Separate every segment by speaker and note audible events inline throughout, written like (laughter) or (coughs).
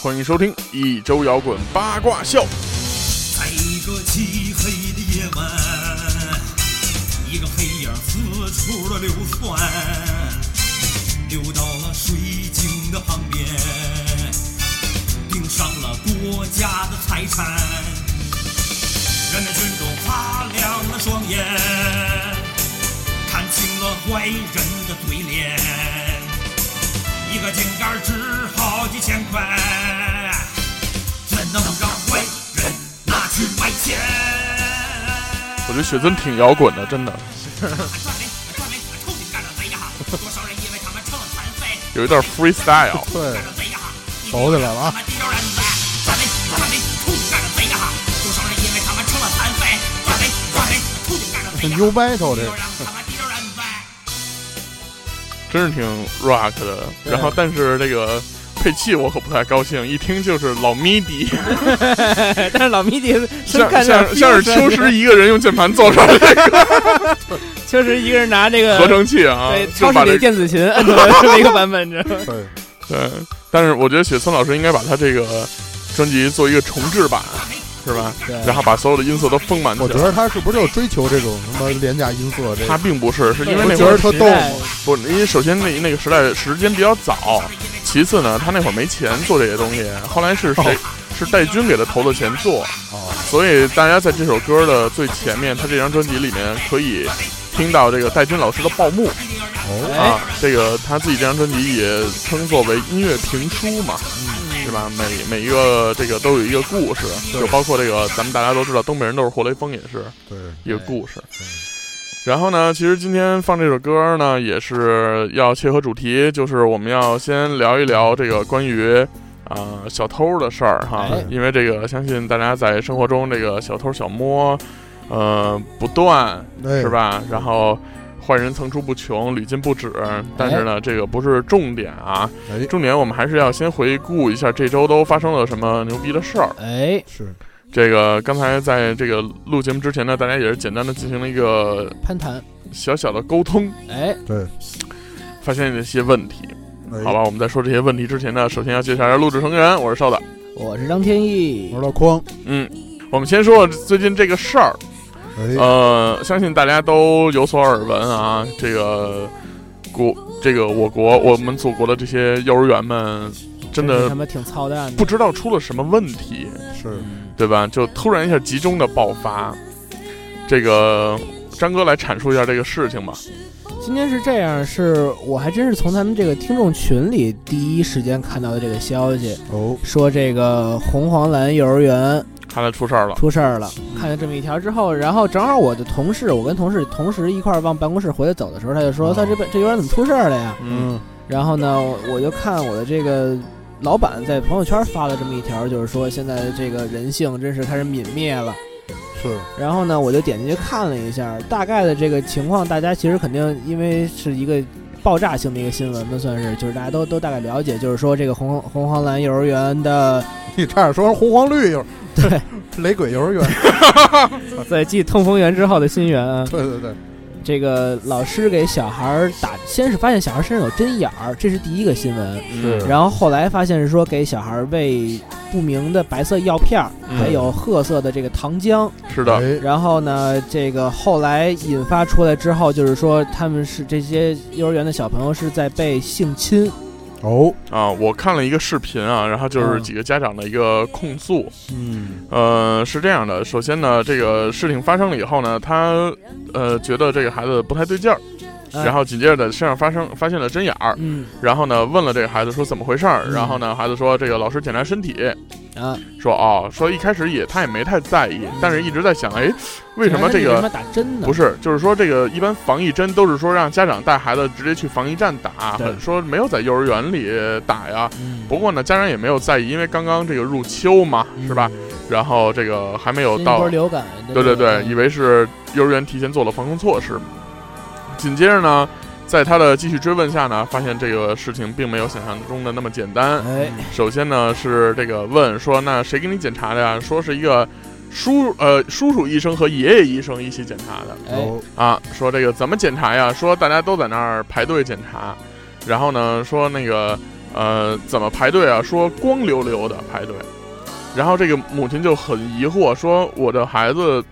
Speaker 1: 欢迎收听一周摇滚八卦秀。
Speaker 2: 在一个漆黑的夜晚，一个黑影四处的流窜，流到了水井的旁边，盯上了国家的财产。人民群众擦亮了双眼，看清了坏人的嘴脸，一个井盖值好几千块。怎能让坏人拿去卖钱？
Speaker 1: 我觉得雪尊挺摇滚的，真的
Speaker 2: 断眉，断眉，臭你干的贼呀！多少人因为他们成了残废，
Speaker 1: 有一段
Speaker 3: (laughs)
Speaker 1: freestyle。
Speaker 3: 对
Speaker 2: 干，的贼呀！
Speaker 3: 走起来了啊！
Speaker 2: 地球人呗！断眉，断眉，臭你干的贼呀！多少人因为他们成了残废，断眉，断眉，臭你干的贼呀！
Speaker 3: U battle 这
Speaker 2: 地球
Speaker 3: 个
Speaker 2: 人，他们地球人呗！
Speaker 1: 真是挺 rock 的。
Speaker 3: 对
Speaker 1: 然后，但是这个配器我可不太高兴，一听就是老
Speaker 3: (laughs)
Speaker 1: midi，
Speaker 4: 但是老迷弟
Speaker 1: 像
Speaker 4: 真看
Speaker 1: 像像是秋实一个人用键盘做出来的
Speaker 4: 秋实一个人拿这个
Speaker 1: 合成器
Speaker 3: (laughs)
Speaker 1: 啊
Speaker 4: 对，
Speaker 1: 就
Speaker 4: 超市
Speaker 1: 把
Speaker 4: 里
Speaker 1: 这
Speaker 4: 的电子琴摁出来这么一个版本，你知道吗？
Speaker 3: 对，
Speaker 1: 对。但是我觉得雪村老师应该把他这个专辑做一个重制版，是吧？
Speaker 3: 对
Speaker 1: 然后把所有的音色都丰满起
Speaker 3: 我觉
Speaker 1: 来。
Speaker 3: 得他是不是就追求这种什么廉价音色这
Speaker 1: 他
Speaker 3: 个？
Speaker 1: 并不是，是因为
Speaker 3: 我
Speaker 1: 那
Speaker 3: 觉
Speaker 1: 会儿
Speaker 3: 得特
Speaker 4: 时
Speaker 3: 逗
Speaker 4: 代
Speaker 1: 不，因为首先那那个时代的时间比较早，其次呢，他那会儿没钱做这些东西，后来是谁、是戴军给他投的钱做，
Speaker 3: 哦
Speaker 1: 所以大家在这首歌的最前面，他这张专辑里面可以听到这个戴军老师的报幕
Speaker 3: 哦，
Speaker 4: 哎
Speaker 1: 啊，这个他自己这张专辑也称作为音乐评书嘛，嗯是吧？每每一个这个都有一个故事，
Speaker 3: 嗯对
Speaker 1: 就包括这个咱们大家都知道东北人都是活雷锋也是，
Speaker 3: 对，
Speaker 1: 一个故事。然后呢，其实今天放这首歌呢，也是要切合主题，就是我们要先聊一聊这个关于啊、呃小偷的事儿哈
Speaker 4: 哎，
Speaker 1: 因为这个相信大家在生活中这个小偷小摸，呃不断
Speaker 3: 对
Speaker 1: 是？吧？然后。坏人层出不穷，屡禁不止。但是呢，这个不是重点啊，
Speaker 3: 哎，
Speaker 1: 重点我们还是要先回顾一下这周都发生了什么牛逼的事儿。
Speaker 4: (laughs) 哎，
Speaker 3: 是
Speaker 1: 这个刚才在这个录节目之前呢，大家也是简单的进行了一个
Speaker 4: 攀谈，
Speaker 1: 小小的沟通，
Speaker 4: 哎，
Speaker 3: 对，
Speaker 1: 发现了一些问题。
Speaker 3: 哎
Speaker 1: 好吧，，我们在说这些问题之前呢，首先要介绍一下录制成员，我是邵子。
Speaker 4: 我是张天翼
Speaker 3: 玩，到框，
Speaker 1: 嗯，我们先说说最近这个事儿，
Speaker 3: 哎，
Speaker 1: 呃，相信大家都有所耳闻啊。这个国，这个我国，我们祖国的这些幼儿园们，真
Speaker 4: 是
Speaker 1: 的
Speaker 3: 哎
Speaker 4: 他妈挺操蛋的，
Speaker 1: 不知道出了什么问题，
Speaker 3: 是
Speaker 1: 对吧？就突然一下集中的爆发。这个张哥来阐述一下这个事情吧。
Speaker 4: 今天是这样，是我还真是从咱们这个听众群里第一时间看到的这个消息，
Speaker 3: 哦，
Speaker 4: 说这个红黄蓝幼儿园
Speaker 1: 看来出事儿了，
Speaker 4: 出事儿了。
Speaker 1: 嗯
Speaker 4: 看见这么一条之后，然后正好我的同事，我跟同事同时一块儿往办公室回来走的时候，他就说：“
Speaker 3: 哦
Speaker 4: 他这边这幼儿园怎么出事儿了呀？”
Speaker 1: 嗯，
Speaker 3: 嗯，
Speaker 4: 然后呢，我我就看我的这个老板在朋友圈发了这么一条，就是说现在这个人性真是开始泯灭了。
Speaker 3: 是
Speaker 4: 然后呢，我就点进去看了一下，大概的这个情况，大家其实肯定因为是一个爆炸性的一个新闻吧，算是就是大家都都大概了解，就是说这个红红黄蓝幼儿园的
Speaker 3: 你差点说成红黄绿幼，
Speaker 4: 对
Speaker 3: 雷鬼幼儿园，
Speaker 4: 在继痛风园之后的新园啊，
Speaker 3: 对对对，
Speaker 4: 这个老师给小孩儿打，先是发现小孩身上有针眼儿，这是第一个新闻。
Speaker 1: 嗯
Speaker 3: 是
Speaker 4: 然后后来发现是说给小孩儿喂不明的白色药片儿，
Speaker 1: 嗯
Speaker 4: 还有褐色的这个糖浆。
Speaker 1: 是的，
Speaker 3: 哎
Speaker 4: 然后呢，这个后来引发出来之后，就是说他们是这些幼儿园的小朋友是在被性侵。
Speaker 3: 哦，
Speaker 1: 啊，我看了一个视频啊，然后就是
Speaker 4: 嗯
Speaker 1: 几个家长的一个控诉。
Speaker 3: 嗯，
Speaker 1: 呃，是这样的，首先呢，这个事情发生了以后呢，他呃觉得这个孩子不太对劲儿，
Speaker 4: 嗯
Speaker 1: 然后紧接着在身上发生发现了针眼儿，
Speaker 4: 嗯，
Speaker 1: 然后呢问了这个孩子说怎么回事儿，
Speaker 4: 嗯
Speaker 1: 然后呢孩子说这个老师检查身体，
Speaker 4: 啊，
Speaker 1: 说哦，说一开始也他也没太在意，
Speaker 4: 嗯
Speaker 1: 但是一直在想，哎，为什么这
Speaker 4: 为什
Speaker 1: 个
Speaker 4: 么打针呢？
Speaker 1: 不是？就是说这个一般防疫针都是说让家长带孩子直接去防疫站打，
Speaker 4: 对
Speaker 1: 很说没有在幼儿园里打呀。
Speaker 4: 嗯，
Speaker 1: 不过呢，家长也没有在意，因为刚刚这个入秋嘛，是吧？然后这个还没有
Speaker 4: 新一
Speaker 1: 到
Speaker 4: 波流感，
Speaker 1: 对对对，以
Speaker 4: 嗯
Speaker 1: 为是幼儿园提前做了防控措施嘛。紧接着呢，在他的继续追问下呢，发现这个事情并没有想象中的那么简单。
Speaker 4: 哎，
Speaker 1: 首先呢是这个问说，那谁给你检查的呀？说是一个叔呃叔叔医生和爷爷医生一起检查的
Speaker 4: 哎，
Speaker 3: 哦
Speaker 1: 啊。说这个怎么检查呀？说大家都在那儿排队检查，然后呢说那个呃怎么排队啊？说光溜溜的排队。然后这个母亲就很疑惑，说我的孩子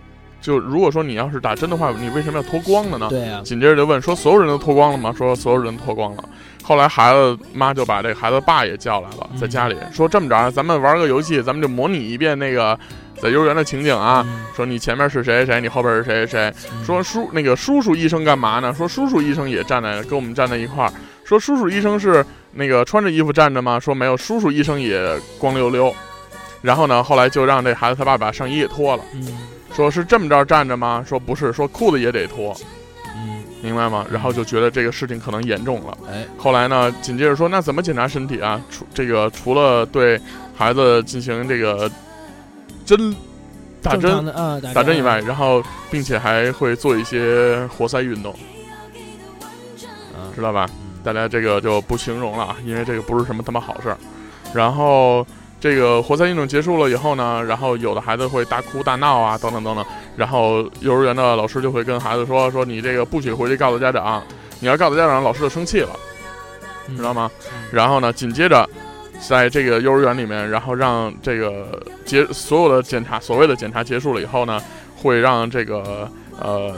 Speaker 1: 就如果说你要是打针的话，你为什么要脱光了呢？
Speaker 4: 对啊，
Speaker 1: 紧接着就问说所有人都脱光了吗？说所有人都脱光了。后来孩子妈就把这个孩子爸也叫来了，
Speaker 4: 嗯
Speaker 1: 在家里说这么着啊，咱们玩个游戏，咱们就模拟一遍那个在幼儿园的情景啊。
Speaker 4: 嗯
Speaker 1: 说你前面是谁谁谁，你后边是谁谁谁。说叔那个叔叔医生干嘛呢？说叔叔医生也站在跟我们站在一块儿。说叔叔医生是那个穿着衣服站着吗？说没有，叔叔医生也光溜溜。然后呢，后来就让这孩子他爸把上衣也脱了，
Speaker 4: 嗯
Speaker 1: 说是这么着站着吗？说不是，说裤子也得脱。
Speaker 4: 嗯，
Speaker 1: 明白吗？然后就觉得这个事情可能严重了。
Speaker 4: 哎，
Speaker 1: 后来呢，紧接着说，那怎么检查身体啊？除这个除了对孩子进行这个针打
Speaker 4: 正常
Speaker 1: 针
Speaker 4: 的啊，打
Speaker 1: 打针以外，，然后并且还会做一些活塞运动，
Speaker 4: 啊
Speaker 1: 知道吧？大家这个就不形容了，啊，因为这个不是什么他妈好事儿。然后这个活塞运动结束了以后呢，然后有的孩子会大哭大闹啊，等等等等。然后幼儿园的老师就会跟孩子说：“说你这个不许回去告诉家长，你要告诉家长，老师就生气了。”
Speaker 4: 嗯
Speaker 1: 知道吗？然后呢，紧接着在这个幼儿园里面，然后让这个结所有的检查，所谓的检查结束了以后呢，会让这个呃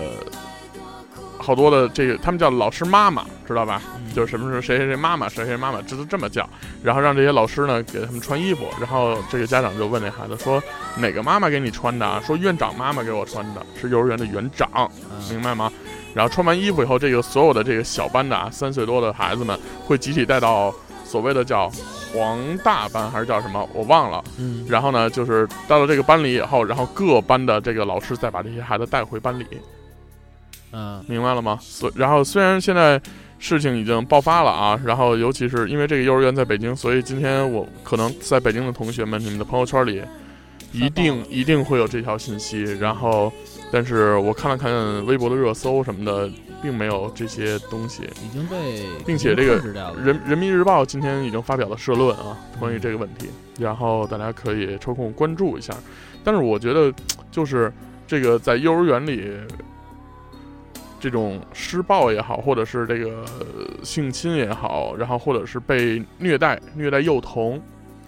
Speaker 1: 好多的这个他们叫老师妈妈，知道吧？就是什么是谁谁谁妈妈，谁谁妈妈，这都这么叫。然后让这些老师呢给他们穿衣服，然后这个家长就问这孩子说哪个妈妈给你穿的啊？说院长妈妈给我穿的，是幼儿园的园长。明白吗？然后穿完衣服以后，这个所有的这个小班的啊，三岁多的孩子们会集体带到所谓的叫黄大班还是叫什么，我忘了。
Speaker 4: 嗯，
Speaker 1: 然后呢，就是到了这个班里以后，然后各班的这个老师再把这些孩子带回班里，
Speaker 4: 啊，
Speaker 1: 明白了吗？所然后虽然现在事情已经爆发了啊，然后尤其是因为这个幼儿园在北京，所以今天我可能在北京的同学们，你们的朋友圈里一定一定会有这条信息。然后，但是我看了看微博的热搜什么的，并没有这些东西。
Speaker 4: 已经被
Speaker 1: 并且这个
Speaker 4: 控制掉了
Speaker 1: 人人民日报今天已经发表了社论啊，关于这个问题，然后大家可以抽空关注一下。但是我觉得，就是这个在幼儿园里，这种施暴也好，或者是这个呃性侵也好，然后或者是被虐待、虐待幼童，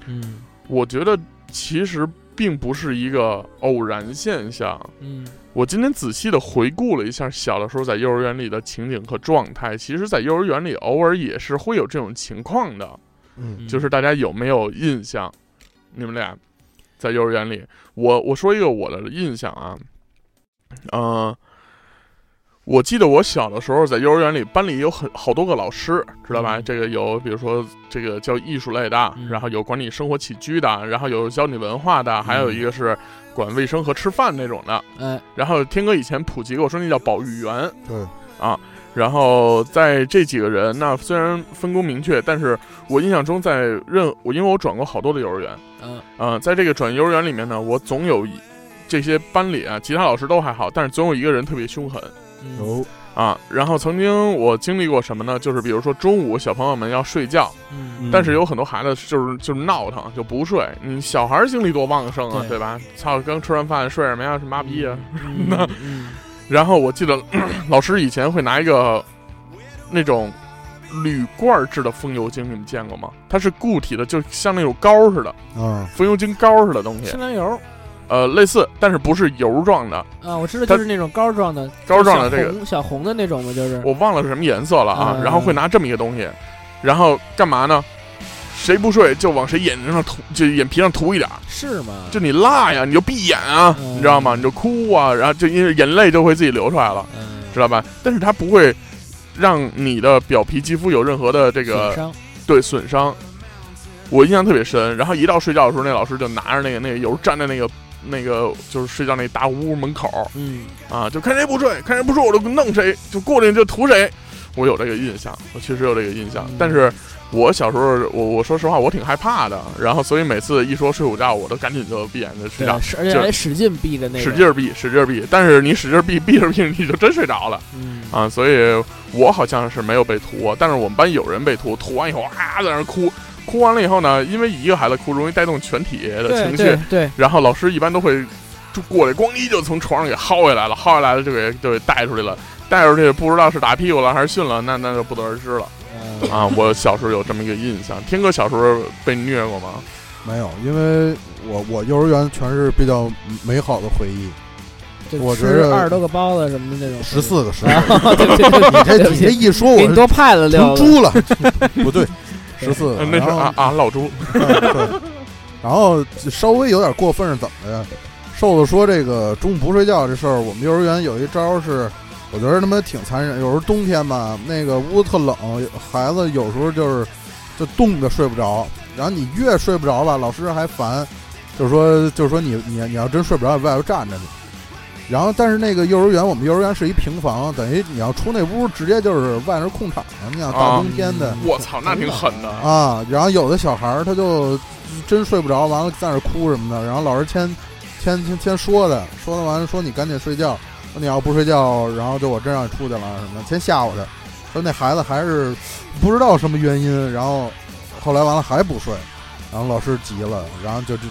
Speaker 4: 嗯
Speaker 1: 我觉得其实并不是一个偶然现象。
Speaker 4: 嗯
Speaker 1: 我今天仔细的回顾了一下小的时候在幼儿园里的情景和状态，其实，在幼儿园里偶尔也是会有这种情况的。
Speaker 3: 嗯，
Speaker 4: 嗯
Speaker 1: 就是大家有没有印象？你们俩在幼儿园里，我我说一个我的印象啊，呃，我记得我小的时候在幼儿园里，班里有很好多个老师，知道吧？
Speaker 4: 嗯
Speaker 1: 这个有比如说这个教艺术类的，
Speaker 4: 嗯
Speaker 1: 然后有管理生活起居的，然后有教你文化的，还
Speaker 4: 嗯
Speaker 1: 有一个是管卫生和吃饭那种的。
Speaker 4: 哎
Speaker 1: 然后天哥以前普及过，我说那叫保育员，啊
Speaker 3: 对，
Speaker 1: 然后在这几个人呢，虽然分工明确，但是我印象中在任我因为我转过好多的幼儿园，
Speaker 4: 嗯
Speaker 1: 呃，在这个转幼儿园里面呢，我总有一这些班里啊，其他老师都还好，但是总有一个人特别凶狠
Speaker 4: 嗯
Speaker 3: 哦，
Speaker 1: 啊。然后曾经我经历过什么呢？就是比如说中午小朋友们要睡觉，
Speaker 4: 嗯
Speaker 1: 但是有很多孩子就是就是闹腾就不睡，你小孩儿精力多旺盛啊，
Speaker 4: 对
Speaker 1: 对吧？操，刚吃完饭睡什么呀？是妈逼呀！啊
Speaker 4: 嗯
Speaker 1: 那
Speaker 4: 嗯
Speaker 1: 然后我记得 (clears throat) 老师以前会拿一个那种铝罐制的风油精，你们见过吗？它是固体的，就像那种膏似的，
Speaker 3: 啊，
Speaker 1: 风油精膏似的东西
Speaker 4: 清，凉油
Speaker 1: 呃，类似，但是不是油状的，
Speaker 4: 啊，我知道
Speaker 1: 它
Speaker 4: 就是那种膏状的，
Speaker 1: 膏状的这个
Speaker 4: 小红小红的那种嘛，就是
Speaker 1: 我忘了是什么颜色了啊。
Speaker 4: 嗯
Speaker 1: 然后会拿这么一个东西，然后干嘛呢？谁不睡就往谁眼睛上涂，就眼皮上涂一点儿，
Speaker 4: 是吗？
Speaker 1: 就你辣呀，你就闭眼啊，
Speaker 4: 嗯
Speaker 1: 你知道吗？你就哭啊，然后就因为眼泪就会自己流出来了。
Speaker 4: 嗯
Speaker 1: 知道吧？但是它不会让你的表皮肌肤有任何的这
Speaker 4: 损
Speaker 1: 个
Speaker 4: 伤
Speaker 1: 对损伤。我印象特别深。然后一到睡觉的时候，那老师就拿着那个那个油站在那个那个就是睡觉那大屋门口
Speaker 4: 嗯，
Speaker 1: 啊，就看谁不睡，看谁不睡我就弄谁，就过去就屠谁。我有这个印象，我确实有这个印象。
Speaker 4: 嗯
Speaker 1: 但是我小时候，我我说实话，我挺害怕的。然后所以每次一说睡午觉，我都赶紧就闭眼睛睡
Speaker 4: 对
Speaker 1: 觉
Speaker 4: 啊，，是而且
Speaker 1: 就
Speaker 4: 还使劲闭的那
Speaker 1: 使
Speaker 4: 种，
Speaker 1: 劲儿闭，使劲儿闭。但是你使劲儿闭，闭着闭着你就真睡着了。
Speaker 4: 嗯，
Speaker 1: 啊，所以我好像是没有被涂，但是我们班有人被涂，涂完以后啊，在那儿哭，哭完了以后呢，因为一个孩子哭容易带动全体的
Speaker 4: 对
Speaker 1: 情绪
Speaker 4: 对，对，
Speaker 1: 然后老师一般都会就过来，咣一就从床上给薅下来了，薅下来了就给就给带出去了，带出去不知道是打屁股了还是训了，那那就不得而知了 (laughs)
Speaker 4: 呃
Speaker 1: 啊。我小时候有这么一个印象，天哥小时候被虐过吗？
Speaker 3: 没有，因为我我幼儿园全是比较美好的回忆，
Speaker 4: 就
Speaker 3: 我
Speaker 4: 吃
Speaker 3: 觉着
Speaker 4: 二十多个包子什么的那种，
Speaker 3: 十四个十四
Speaker 4: 啊，
Speaker 3: 个，
Speaker 4: 对对对 (laughs)
Speaker 3: 你
Speaker 4: 对
Speaker 3: 这
Speaker 4: 不
Speaker 3: 你
Speaker 4: 起
Speaker 3: 这一说我
Speaker 4: 给你
Speaker 3: 是
Speaker 4: 多派了
Speaker 3: 成
Speaker 4: 六个，
Speaker 3: 猪了， (laughs) 不对，十四个
Speaker 1: 呃，那是
Speaker 3: 然后
Speaker 1: 啊啊老朱，
Speaker 3: 嗯对，然后稍微有点过分是怎么的呀？瘦子说这个中午不睡觉这事儿，我们幼儿园有一招是，我觉得他妈挺残忍。有时候冬天吧，那个屋特冷，孩子有时候就是就冻得睡不着，然后你越睡不着吧，老师还烦，就是说就是说你你你要真睡不着，在外头站着你。然后，但是那个幼儿园，我们幼儿园是一平房，等于你要出那屋，直接就是外头空场了。你想大冬天的，
Speaker 1: 我操，那挺狠的
Speaker 3: 啊，然后有的小孩儿他就真睡不着，完了在那儿哭什么的，然后老师先先先先说的，说的完了说你赶紧睡觉，说你要不睡觉，然后就我真让你出去了什么的，先吓唬他，说那孩子还是不知道什么原因，然后后来完了还不睡，然后老师急了，然后就就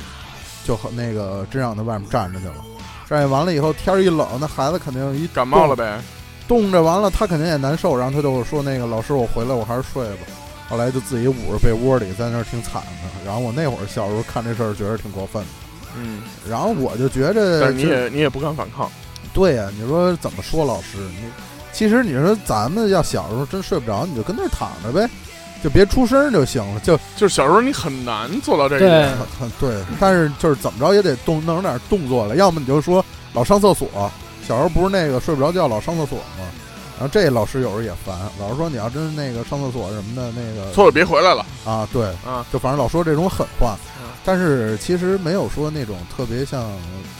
Speaker 3: 就和那个真让他外面站着去了，站着完了以后天儿一冷，那孩子肯定一
Speaker 1: 感冒了呗。
Speaker 3: 冻着完了，他肯定也难受，然后他就说那个老师，我回来我还是睡吧。后来就自己捂着被窝里，在那儿挺惨的。然后我那会儿小时候看这事儿，觉得挺过分的。
Speaker 1: 嗯，
Speaker 3: 然后我就觉着，
Speaker 1: 但是你也你也不敢反抗。
Speaker 3: 对呀、你说怎么说老师？你其实你说咱们要小时候真睡不着，你就跟那儿躺着呗，就别出声就行了。就
Speaker 1: 就是小时候你很难做到这一
Speaker 4: 对
Speaker 1: 点。
Speaker 3: 很对，但是就是怎么着也得动弄点动作来，要么你就说老上厕所，小时候不是那个睡不着觉老上厕所吗？然后这老师有时候也烦，老师说你要真是那个上厕所什么的，那个
Speaker 1: 错了，别回来了
Speaker 3: 啊，对，
Speaker 1: 啊！
Speaker 3: 就反正老说这种狠话
Speaker 1: 嗯，
Speaker 3: 但是其实没有说那种特别像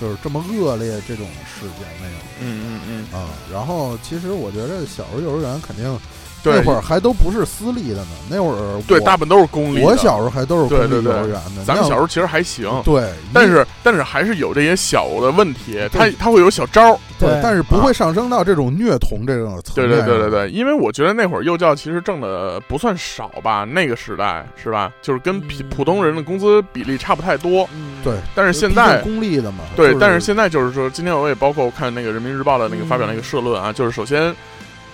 Speaker 3: 就是这么恶劣这种事件没有
Speaker 1: 嗯嗯嗯，
Speaker 3: 啊。然后其实我觉得小时候幼儿园肯定
Speaker 1: 对
Speaker 3: 那会儿还都不是私立的呢，那会儿
Speaker 1: 对，
Speaker 3: 我
Speaker 1: 大部分都是公立的。
Speaker 3: 我小时候还都是公
Speaker 1: 对对
Speaker 3: 立
Speaker 1: 对
Speaker 3: 幼儿园的，
Speaker 1: 咱们
Speaker 3: 那
Speaker 1: 小时候其实还行，
Speaker 3: 对，
Speaker 1: 但是但是还是有这些小的问题，它它会有小招儿。
Speaker 4: 对啊
Speaker 3: 但是不会上升到这种虐童这种层
Speaker 1: 对
Speaker 3: 面。啊
Speaker 1: 对对对对，因为我觉得那会儿幼教其实挣的不算少吧，那个时代是吧？就是跟普
Speaker 4: 嗯
Speaker 1: 普通人的工资比例差不太多，
Speaker 4: 嗯
Speaker 3: 对
Speaker 1: 但是
Speaker 3: 毕竟
Speaker 1: 现在。
Speaker 3: 公立的嘛，
Speaker 1: 对，
Speaker 3: 就
Speaker 1: 但是现在就是说，今天我也包括看那个人民日报的那个
Speaker 4: 嗯
Speaker 1: 发表那个社论啊，就是首先，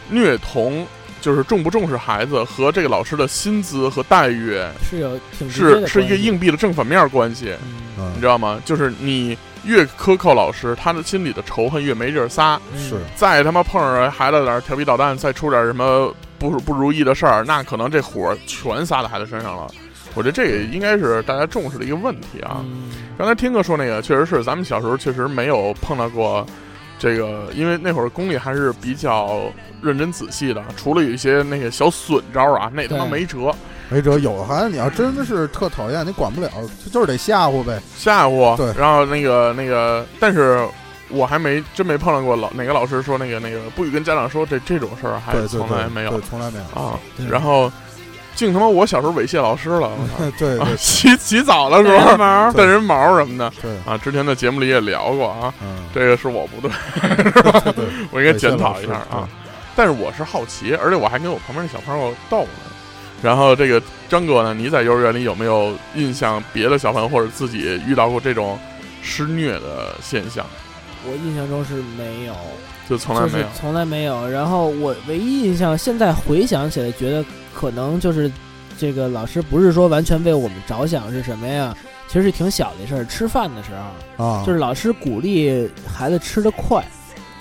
Speaker 1: 虐童就是重不重视孩子和这个老师的薪资和待遇
Speaker 4: 是有挺直接
Speaker 1: 是
Speaker 4: 的
Speaker 1: 是一个
Speaker 4: 关系，
Speaker 1: 硬币的正反面关系。
Speaker 4: 嗯
Speaker 1: 你
Speaker 3: 嗯
Speaker 1: 知道吗？就是你越苛刻老师，他的心里的仇恨越没地儿撒。
Speaker 3: 是
Speaker 4: 嗯
Speaker 1: 再他妈碰上孩子在那儿调皮捣蛋，再出点什么不不如意的事儿，那可能这火儿全撒到孩子身上了。我觉得这个应该是大家重视的一个问题啊。
Speaker 4: 嗯
Speaker 1: 刚才听哥说那个，确实是咱们小时候确实没有碰到过这个，因为那会儿功力还是比较认真仔细的，除了有一些那个小损招儿啊，那他妈
Speaker 4: 对
Speaker 1: 没辙，
Speaker 3: 没辙，有的孩子你要真的是特讨厌，你管不了，就就是得吓唬呗。
Speaker 1: 吓唬，
Speaker 3: 对
Speaker 1: 然后那个那个，但是我还没真没碰到过老哪个老师说那个那个不许跟家长说这这种事儿，还
Speaker 3: 对对
Speaker 1: 从
Speaker 3: 对，
Speaker 1: 来没有
Speaker 3: 对，从来没有。
Speaker 1: 啊
Speaker 4: 对。
Speaker 1: 然后净他妈我小时候猥亵老师了，我操
Speaker 3: (laughs)
Speaker 1: (laughs)
Speaker 3: 对
Speaker 1: 啊
Speaker 3: 对
Speaker 1: 洗洗澡的时候
Speaker 4: 毛
Speaker 1: (laughs) 带人毛什么的
Speaker 3: 对，
Speaker 1: 啊，之前的节目里也聊过啊， (laughs)
Speaker 3: 嗯，
Speaker 1: 这个是我不对，
Speaker 3: 对对
Speaker 1: 我应该检讨一下
Speaker 3: 猥亵老
Speaker 1: 啊
Speaker 3: 师。
Speaker 1: 但是我是好奇，而且我还跟我旁边的小朋友逗呢。然后这个张哥呢，你在幼儿园里有没有印象别的小朋友或者自己遇到过这种施虐的现象？
Speaker 4: 我印象中是没有，
Speaker 1: 就从来
Speaker 4: 就
Speaker 1: 没
Speaker 4: 是
Speaker 1: 有。
Speaker 4: 从来没有。然后我唯一印象，现在回想起来，觉得可能就是这个老师不是说完全为我们着想是什么呀？其实是挺小的事儿，吃饭的时候，
Speaker 3: 啊，
Speaker 4: 就是老师鼓励孩子吃的快，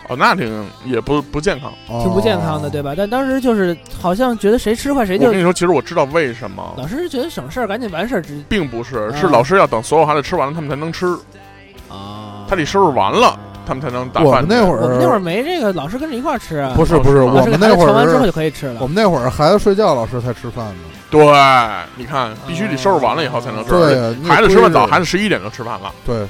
Speaker 1: 哦，那挺也不不健康。
Speaker 3: 挺
Speaker 4: 挺不健康的，
Speaker 3: 哦
Speaker 4: 对？吧？但当时就是好像觉得谁吃快谁
Speaker 1: 我
Speaker 4: 就
Speaker 1: 跟你说，其实我知道为什么，
Speaker 4: 老师觉得省事儿，赶紧完事儿直
Speaker 1: 并不是，
Speaker 4: 啊
Speaker 1: 是老师要等所有孩子吃完了，他们才能吃。
Speaker 4: 啊，
Speaker 1: 他得收拾完了
Speaker 4: 啊，
Speaker 1: 他们才能打
Speaker 3: 我
Speaker 1: 饭
Speaker 3: 们
Speaker 1: 去。
Speaker 3: 那会
Speaker 4: 我们那会
Speaker 3: 儿
Speaker 4: 儿没这个，老师跟着一块儿吃啊。
Speaker 3: 不是
Speaker 1: 老师
Speaker 3: 不是，
Speaker 1: 吗
Speaker 3: 我
Speaker 4: 老师给
Speaker 3: 们那
Speaker 4: 孩子
Speaker 3: 会
Speaker 4: 盛完之后
Speaker 3: 儿
Speaker 4: 就可以吃了
Speaker 3: 我。们那会儿孩子睡觉，老师才吃饭呢。
Speaker 1: 对，你看，必须得收拾完了以后才能吃。
Speaker 3: 对，那
Speaker 1: 孩子吃
Speaker 3: 规
Speaker 1: 饭
Speaker 3: 矩
Speaker 1: 早，孩子十一点就吃饭了。
Speaker 3: 对，
Speaker 2: 嗯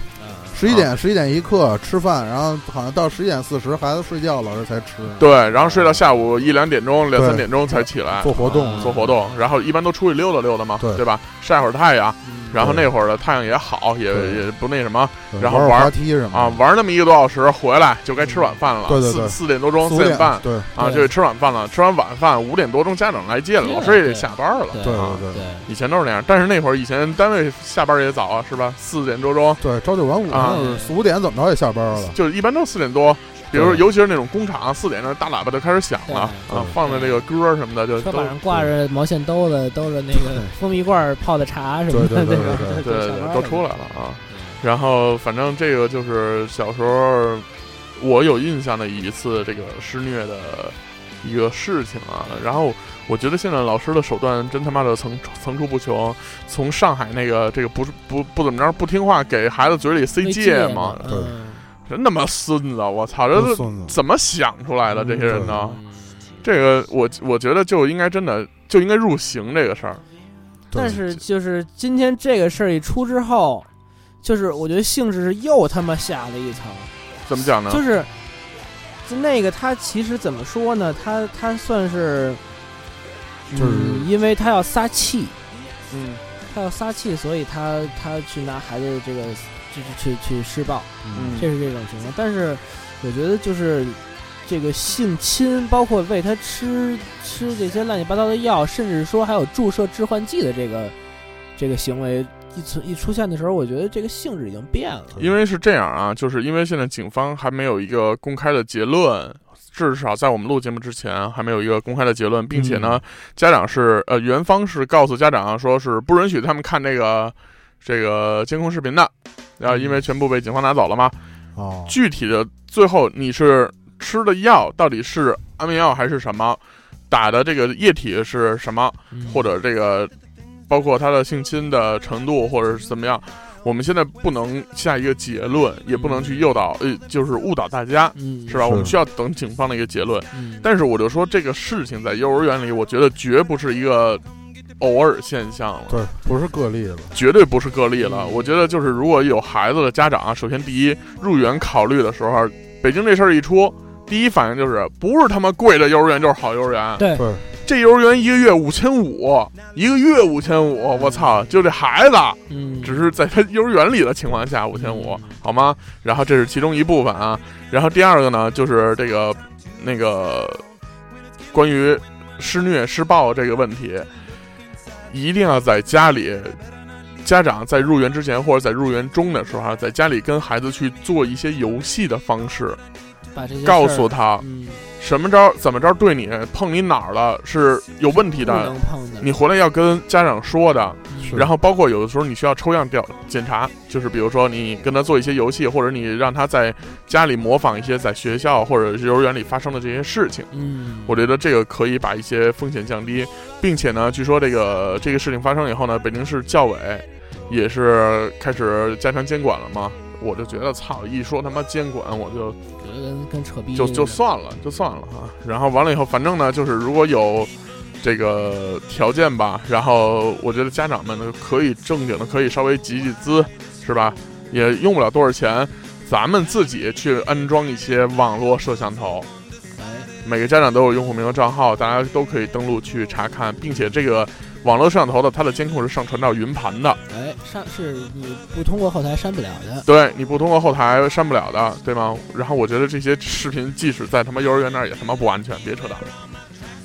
Speaker 3: 十一点十一点一刻吃饭，然后好像到十一点四十孩子睡觉，老师才吃。
Speaker 1: 对，然后睡到下午一两点钟、两
Speaker 3: 对
Speaker 1: 三点钟才起来
Speaker 3: 做活动
Speaker 1: 做活动，然后一般都出去溜达溜达嘛，
Speaker 3: 嗯对嗯
Speaker 1: 对吧？晒会儿太阳，然后
Speaker 3: 对
Speaker 1: 那会儿的太阳也好，也
Speaker 3: 对
Speaker 1: 也不那什么
Speaker 3: 对
Speaker 1: 然后
Speaker 3: 玩
Speaker 1: 玩儿
Speaker 3: 滑梯什么
Speaker 1: 啊，
Speaker 3: 的，
Speaker 1: 玩那么一个多小时回来就该吃晚饭了，
Speaker 3: 嗯对对
Speaker 1: 四
Speaker 3: 对
Speaker 1: 四点多钟
Speaker 3: 四
Speaker 1: 四
Speaker 3: 五
Speaker 1: 点半
Speaker 3: 对
Speaker 1: 啊
Speaker 5: 对
Speaker 1: 就得吃晚饭了，吃完晚饭五点多钟家长来接了，
Speaker 5: 接
Speaker 1: 老
Speaker 5: 了
Speaker 1: 师也得
Speaker 5: 对
Speaker 1: 下班了。
Speaker 5: 对
Speaker 3: 对
Speaker 1: 啊
Speaker 3: 对
Speaker 5: 对，
Speaker 3: 对
Speaker 1: 以前都是那样，但是那会儿以前单位下班也早啊，是吧？四点多钟
Speaker 3: 对，朝九晚五
Speaker 1: 啊
Speaker 3: 好像是四五点怎么着也下班了。
Speaker 1: 就是一般都四点多，比如
Speaker 3: 对
Speaker 1: 尤其是那种工厂四点那大喇叭就开始响了
Speaker 5: 对
Speaker 1: 啊
Speaker 3: 对，
Speaker 1: 放的这个歌儿什么的就
Speaker 5: 车
Speaker 1: 都
Speaker 5: 把上挂着毛线兜子，兜着那个
Speaker 3: 对
Speaker 5: 蜂蜜罐儿泡的茶什么的，
Speaker 3: 对对对
Speaker 5: 那
Speaker 3: 对
Speaker 5: 个
Speaker 1: 对对
Speaker 5: 小
Speaker 1: 对
Speaker 5: 孩
Speaker 1: 都
Speaker 5: 儿
Speaker 1: 出来了啊。
Speaker 4: 嗯
Speaker 1: 然后反正这个就是小时候我有印象的一次这个施虐的一个事情啊。
Speaker 4: 嗯
Speaker 1: 然后我觉得现在老师的手段真他妈的层层出不穷，从上海那个这个不是不不怎么着不听话给孩子嘴里塞
Speaker 5: 那
Speaker 1: 芥
Speaker 5: 芥
Speaker 1: 末，
Speaker 4: 啊
Speaker 3: 对
Speaker 5: 嗯
Speaker 1: 真他妈孙子！我操，
Speaker 4: 嗯
Speaker 1: 这是
Speaker 3: 孙子，
Speaker 1: 怎么想出来的
Speaker 5: 嗯
Speaker 1: 这些人呢？
Speaker 5: 嗯
Speaker 1: 这个我我觉得就应该真的就应该入刑这个事儿。
Speaker 3: 对
Speaker 4: 但是就是今天这个事儿一出之后，就是我觉得性质是又他妈下了一层，
Speaker 1: 怎么
Speaker 3: 啊
Speaker 1: 讲呢？
Speaker 4: 就是就那个他其实怎么说呢？他他算是，
Speaker 3: 就是
Speaker 4: 嗯因为他要撒气，
Speaker 1: 嗯
Speaker 4: 他要撒气，所以他他去拿孩子的这个就是去去施暴，
Speaker 3: 嗯
Speaker 4: 这是这种情况。但是我觉得就是这个性侵，包括喂他吃吃这些乱七八糟的药，甚至说还有注射致幻剂的这个这个行为一出一出现的时候，我觉得这个性质已经变了。
Speaker 1: 因为是这样啊，就是因为现在警方还没有一个公开的结论，至少在我们录节目之前还没有一个公开的结论，并且呢，家长是呃，园方是告诉家长说是不允许他们看这个这个监控视频的，啊，因为全部被警方拿走了嘛。
Speaker 3: 哦，
Speaker 1: 具体的最后你是吃的药到底是安眠药还是什么，打的这个液体是什么，
Speaker 4: 嗯
Speaker 1: 或者这个包括他的性侵的程度，或者是怎么样，我们现在不能下一个结论，也不能去诱导，呃，就是误导大家，
Speaker 5: 嗯
Speaker 1: 是吧？
Speaker 3: 是
Speaker 1: 我们需要等警方的一个结论。
Speaker 5: 嗯
Speaker 1: 但是我就说，这个事情在幼儿园里，我觉得绝不是一个偶尔现象了。
Speaker 3: 对，嗯不是个例了，
Speaker 1: 绝对不是个例了。我觉得就是如果有孩子的家长啊，首先第一入园考虑的时候，北京这事儿一出，第一反应就是不是他妈贵的幼儿园就是好幼儿园。
Speaker 4: 哎
Speaker 5: 对
Speaker 3: 对，
Speaker 1: 这幼儿园一个月五千五，一个月五千五，我操！就这孩子，
Speaker 5: 嗯，
Speaker 1: 只是在他幼儿园里的情况下五千五
Speaker 5: 嗯，
Speaker 1: 好吗？然后这是其中一部分啊。然后第二个呢，就是这个那个关于施虐施暴这个问题，一定要在家里。家长在入园之前或者在入园中的时候啊，在家里跟孩子去做一些游戏的方式，
Speaker 5: 把这些
Speaker 1: 告
Speaker 5: 事儿
Speaker 1: 诉他
Speaker 5: 嗯
Speaker 1: 什么招儿怎么着对你碰你哪儿了是有问题
Speaker 5: 不
Speaker 1: 的，
Speaker 5: 能碰的，
Speaker 1: 你啊回来要跟家长说的，
Speaker 4: 嗯
Speaker 3: 是
Speaker 1: 然后包括有的时候你需要抽样调检查，就是比如说你跟他做一些游戏，或者你让他在家里模仿一些在学校或者是幼儿园里发生的这些事情。
Speaker 5: 嗯，
Speaker 1: 我觉得这个可以把一些风险降低，并且呢，据说这个这个事情发生以后呢，北京市教委也是开始加强监管了嘛。我就觉得操，一说他妈监管，我就
Speaker 5: 觉得跟跟扯逼
Speaker 1: 就
Speaker 5: 似
Speaker 1: 就
Speaker 5: 的
Speaker 1: 算了，就算了啊。然后完了以后，反正呢，就是如果有这个条件吧，然后我觉得家长们呢可以正经的，可以稍微集集资，是吧？也用不了多少钱，咱们自己去安装一些网络摄像头。
Speaker 5: 哎
Speaker 1: 每个家长都有用户名和账号，大家都可以登录去查看，并且这个网络摄像头的它的监控是上传到云盘的，
Speaker 5: 哎上是你不通过后台删不了的，
Speaker 1: 对你不通过后台删不了的，对吗？然后我觉得这些视频即使在他妈幼儿园那儿也他妈不安全，别扯淡，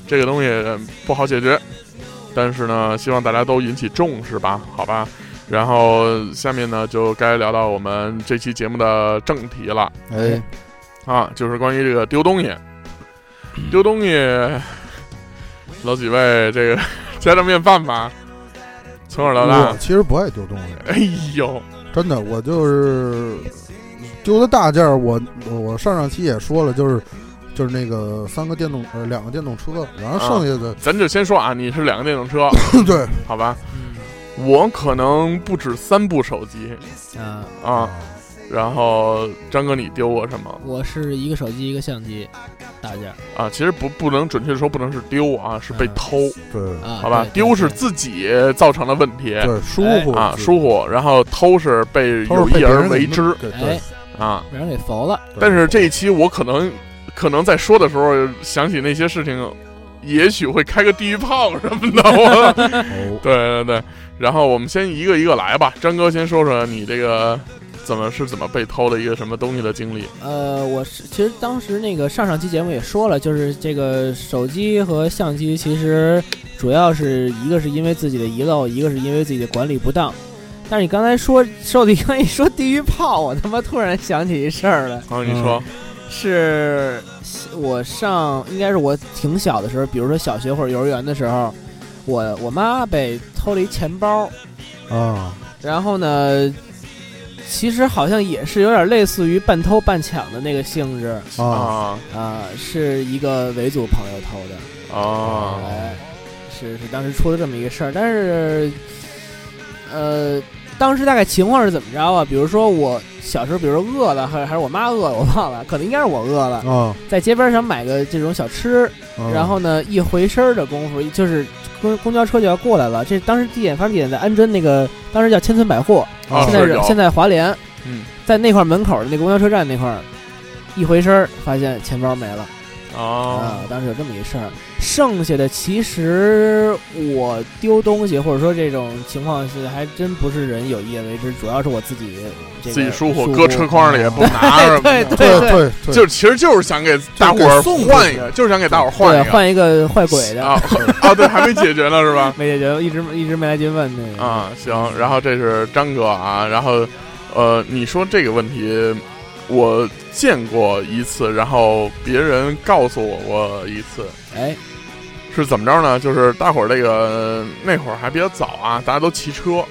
Speaker 1: 这个东西呃不好解决。但是呢，希望大家都引起重视吧，好吧。然后下面呢，就该聊到我们这期节目的正题了
Speaker 3: 哎，
Speaker 1: 啊，就是关于这个丢东西，丢东西，老几位这个 (laughs) 家常便饭吧，从小到
Speaker 3: 我
Speaker 1: 大，
Speaker 3: 其实不爱丢东西，
Speaker 1: 哎呦，
Speaker 3: 真的，我就是丢的大件儿。我我上上期也说了，就是就是那个三个电动呃两个电动车，然后剩下的、
Speaker 1: 咱就先说啊，你是两个电动车，
Speaker 3: 对
Speaker 1: 好吧？
Speaker 5: 嗯
Speaker 1: 我可能不止三部手机
Speaker 5: 啊
Speaker 3: 嗯
Speaker 1: 啊，然后张哥你丢过什么
Speaker 5: 我是一个手机一个相机，大件儿
Speaker 1: 啊？其实不不能准确地说不能是丢啊，是被
Speaker 5: 嗯
Speaker 1: 偷，
Speaker 3: 对
Speaker 5: 啊，
Speaker 1: 好吧？
Speaker 5: 对对
Speaker 1: 丢是
Speaker 5: 对
Speaker 1: 自己造成的问题
Speaker 3: 对，疏忽
Speaker 1: 啊，疏忽，然后偷是被
Speaker 3: 都
Speaker 1: 有
Speaker 3: 是被
Speaker 1: 意
Speaker 3: 别
Speaker 1: 而
Speaker 3: 人
Speaker 1: 为
Speaker 3: 给
Speaker 1: 之
Speaker 3: 弄给对
Speaker 5: 哎，
Speaker 1: 啊。
Speaker 5: 让人给缝了。
Speaker 1: 但是这一期我可能可能在说的时候想起那些事情，也许会开个地狱炮什么的。 (laughs) 我 (laughs)
Speaker 3: 哦
Speaker 1: 对对对，然后我们先一个一个来吧。张哥先说说你这个怎么是怎么被偷的一个什么东西的经历。
Speaker 4: 呃，我是其实当时那个上上期节目也说了，就是这个手机和相机其实主要是一个是因为自己的遗漏，一个是因为自己的管理不当。但是你刚才说受的，刚一说地狱炮，我他妈突然想起一事儿来，
Speaker 1: 哦然后你说，
Speaker 4: 是我上应该是我挺小的时候，比如说小学或者幼儿园的时候，我我妈被偷了一钱包，
Speaker 3: 啊，
Speaker 4: 然后呢，其实好像也是有点类似于半偷半抢的那个性质。
Speaker 3: 啊
Speaker 1: 啊
Speaker 4: 啊、是一个维族朋友偷的，
Speaker 1: 啊
Speaker 4: 哎、是是当时出了这么一个事儿，但是，呃，当时大概情况是怎么着啊？比如说我小时候，比如说饿了，还是还是我妈饿了，我忘了， (laughs) 可能应该是我饿了，
Speaker 3: 啊，
Speaker 4: 在街边想买个这种小吃，
Speaker 3: 啊
Speaker 4: 然后呢，一回身儿的功夫，就是公公交车就要过来了。这当时地点，发生地点在安贞那个，当时叫千村百货，
Speaker 1: 啊
Speaker 4: 现在
Speaker 1: 是有
Speaker 4: 现在华联，
Speaker 1: 嗯，
Speaker 4: 在那块儿门口的那个公交车站那块儿，一回身儿发现钱包没了。
Speaker 1: 啊
Speaker 4: 啊，当时有这么一事儿。剩下的其实我丢东西或者说这种情况是还真不是人有意而为之，主要是我自己这个
Speaker 1: 自己疏忽，
Speaker 4: 疏
Speaker 1: 搁车筐里也不拿什么
Speaker 4: (laughs) 对
Speaker 1: 的。
Speaker 3: 对
Speaker 4: 对
Speaker 3: 对对，
Speaker 1: 就是其实啊就是想给大伙儿换一个，就是想给大伙儿换
Speaker 4: 对
Speaker 1: 一个
Speaker 4: 换一个坏鬼的， (laughs)
Speaker 1: 啊啊！对，还没解决呢是吧？
Speaker 4: 没解决，一直一直没来及问那个。
Speaker 1: 啊，行，然后这是张哥啊，然后呃，你说这个问题，我见过一次，然后别人告诉我过一次，
Speaker 4: 哎，
Speaker 1: 是怎么着呢？就是大伙儿这个呃那会儿还比较早啊，大家都骑车，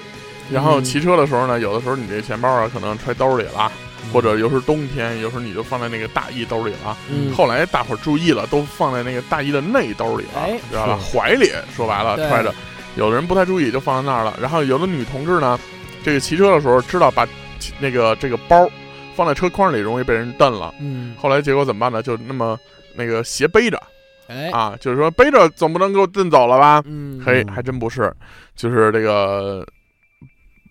Speaker 1: 然后
Speaker 4: 嗯
Speaker 1: 骑车的时候呢，有的时候你这钱包啊可能揣兜里了，或者有时候冬天，有时候你就放在那个大衣兜里了。
Speaker 4: 嗯，
Speaker 1: 后来大伙儿注意了，都放在那个大衣的内兜里了，
Speaker 4: 哎
Speaker 1: 知道吧？怀里，说白了
Speaker 4: 对
Speaker 1: 揣着。有的人不太注意，就放在那儿了。然后有的女同志呢，这个骑车的时候知道把骑那个这个包放在车筐里容易被人蹬了。
Speaker 4: 嗯，
Speaker 1: 后来结果怎么办呢？就那么那个斜背着
Speaker 4: 哎，
Speaker 1: 啊，就是说背着总不能给我蹬走了吧？
Speaker 4: 嗯，
Speaker 1: 嘿，还真不是，就是这个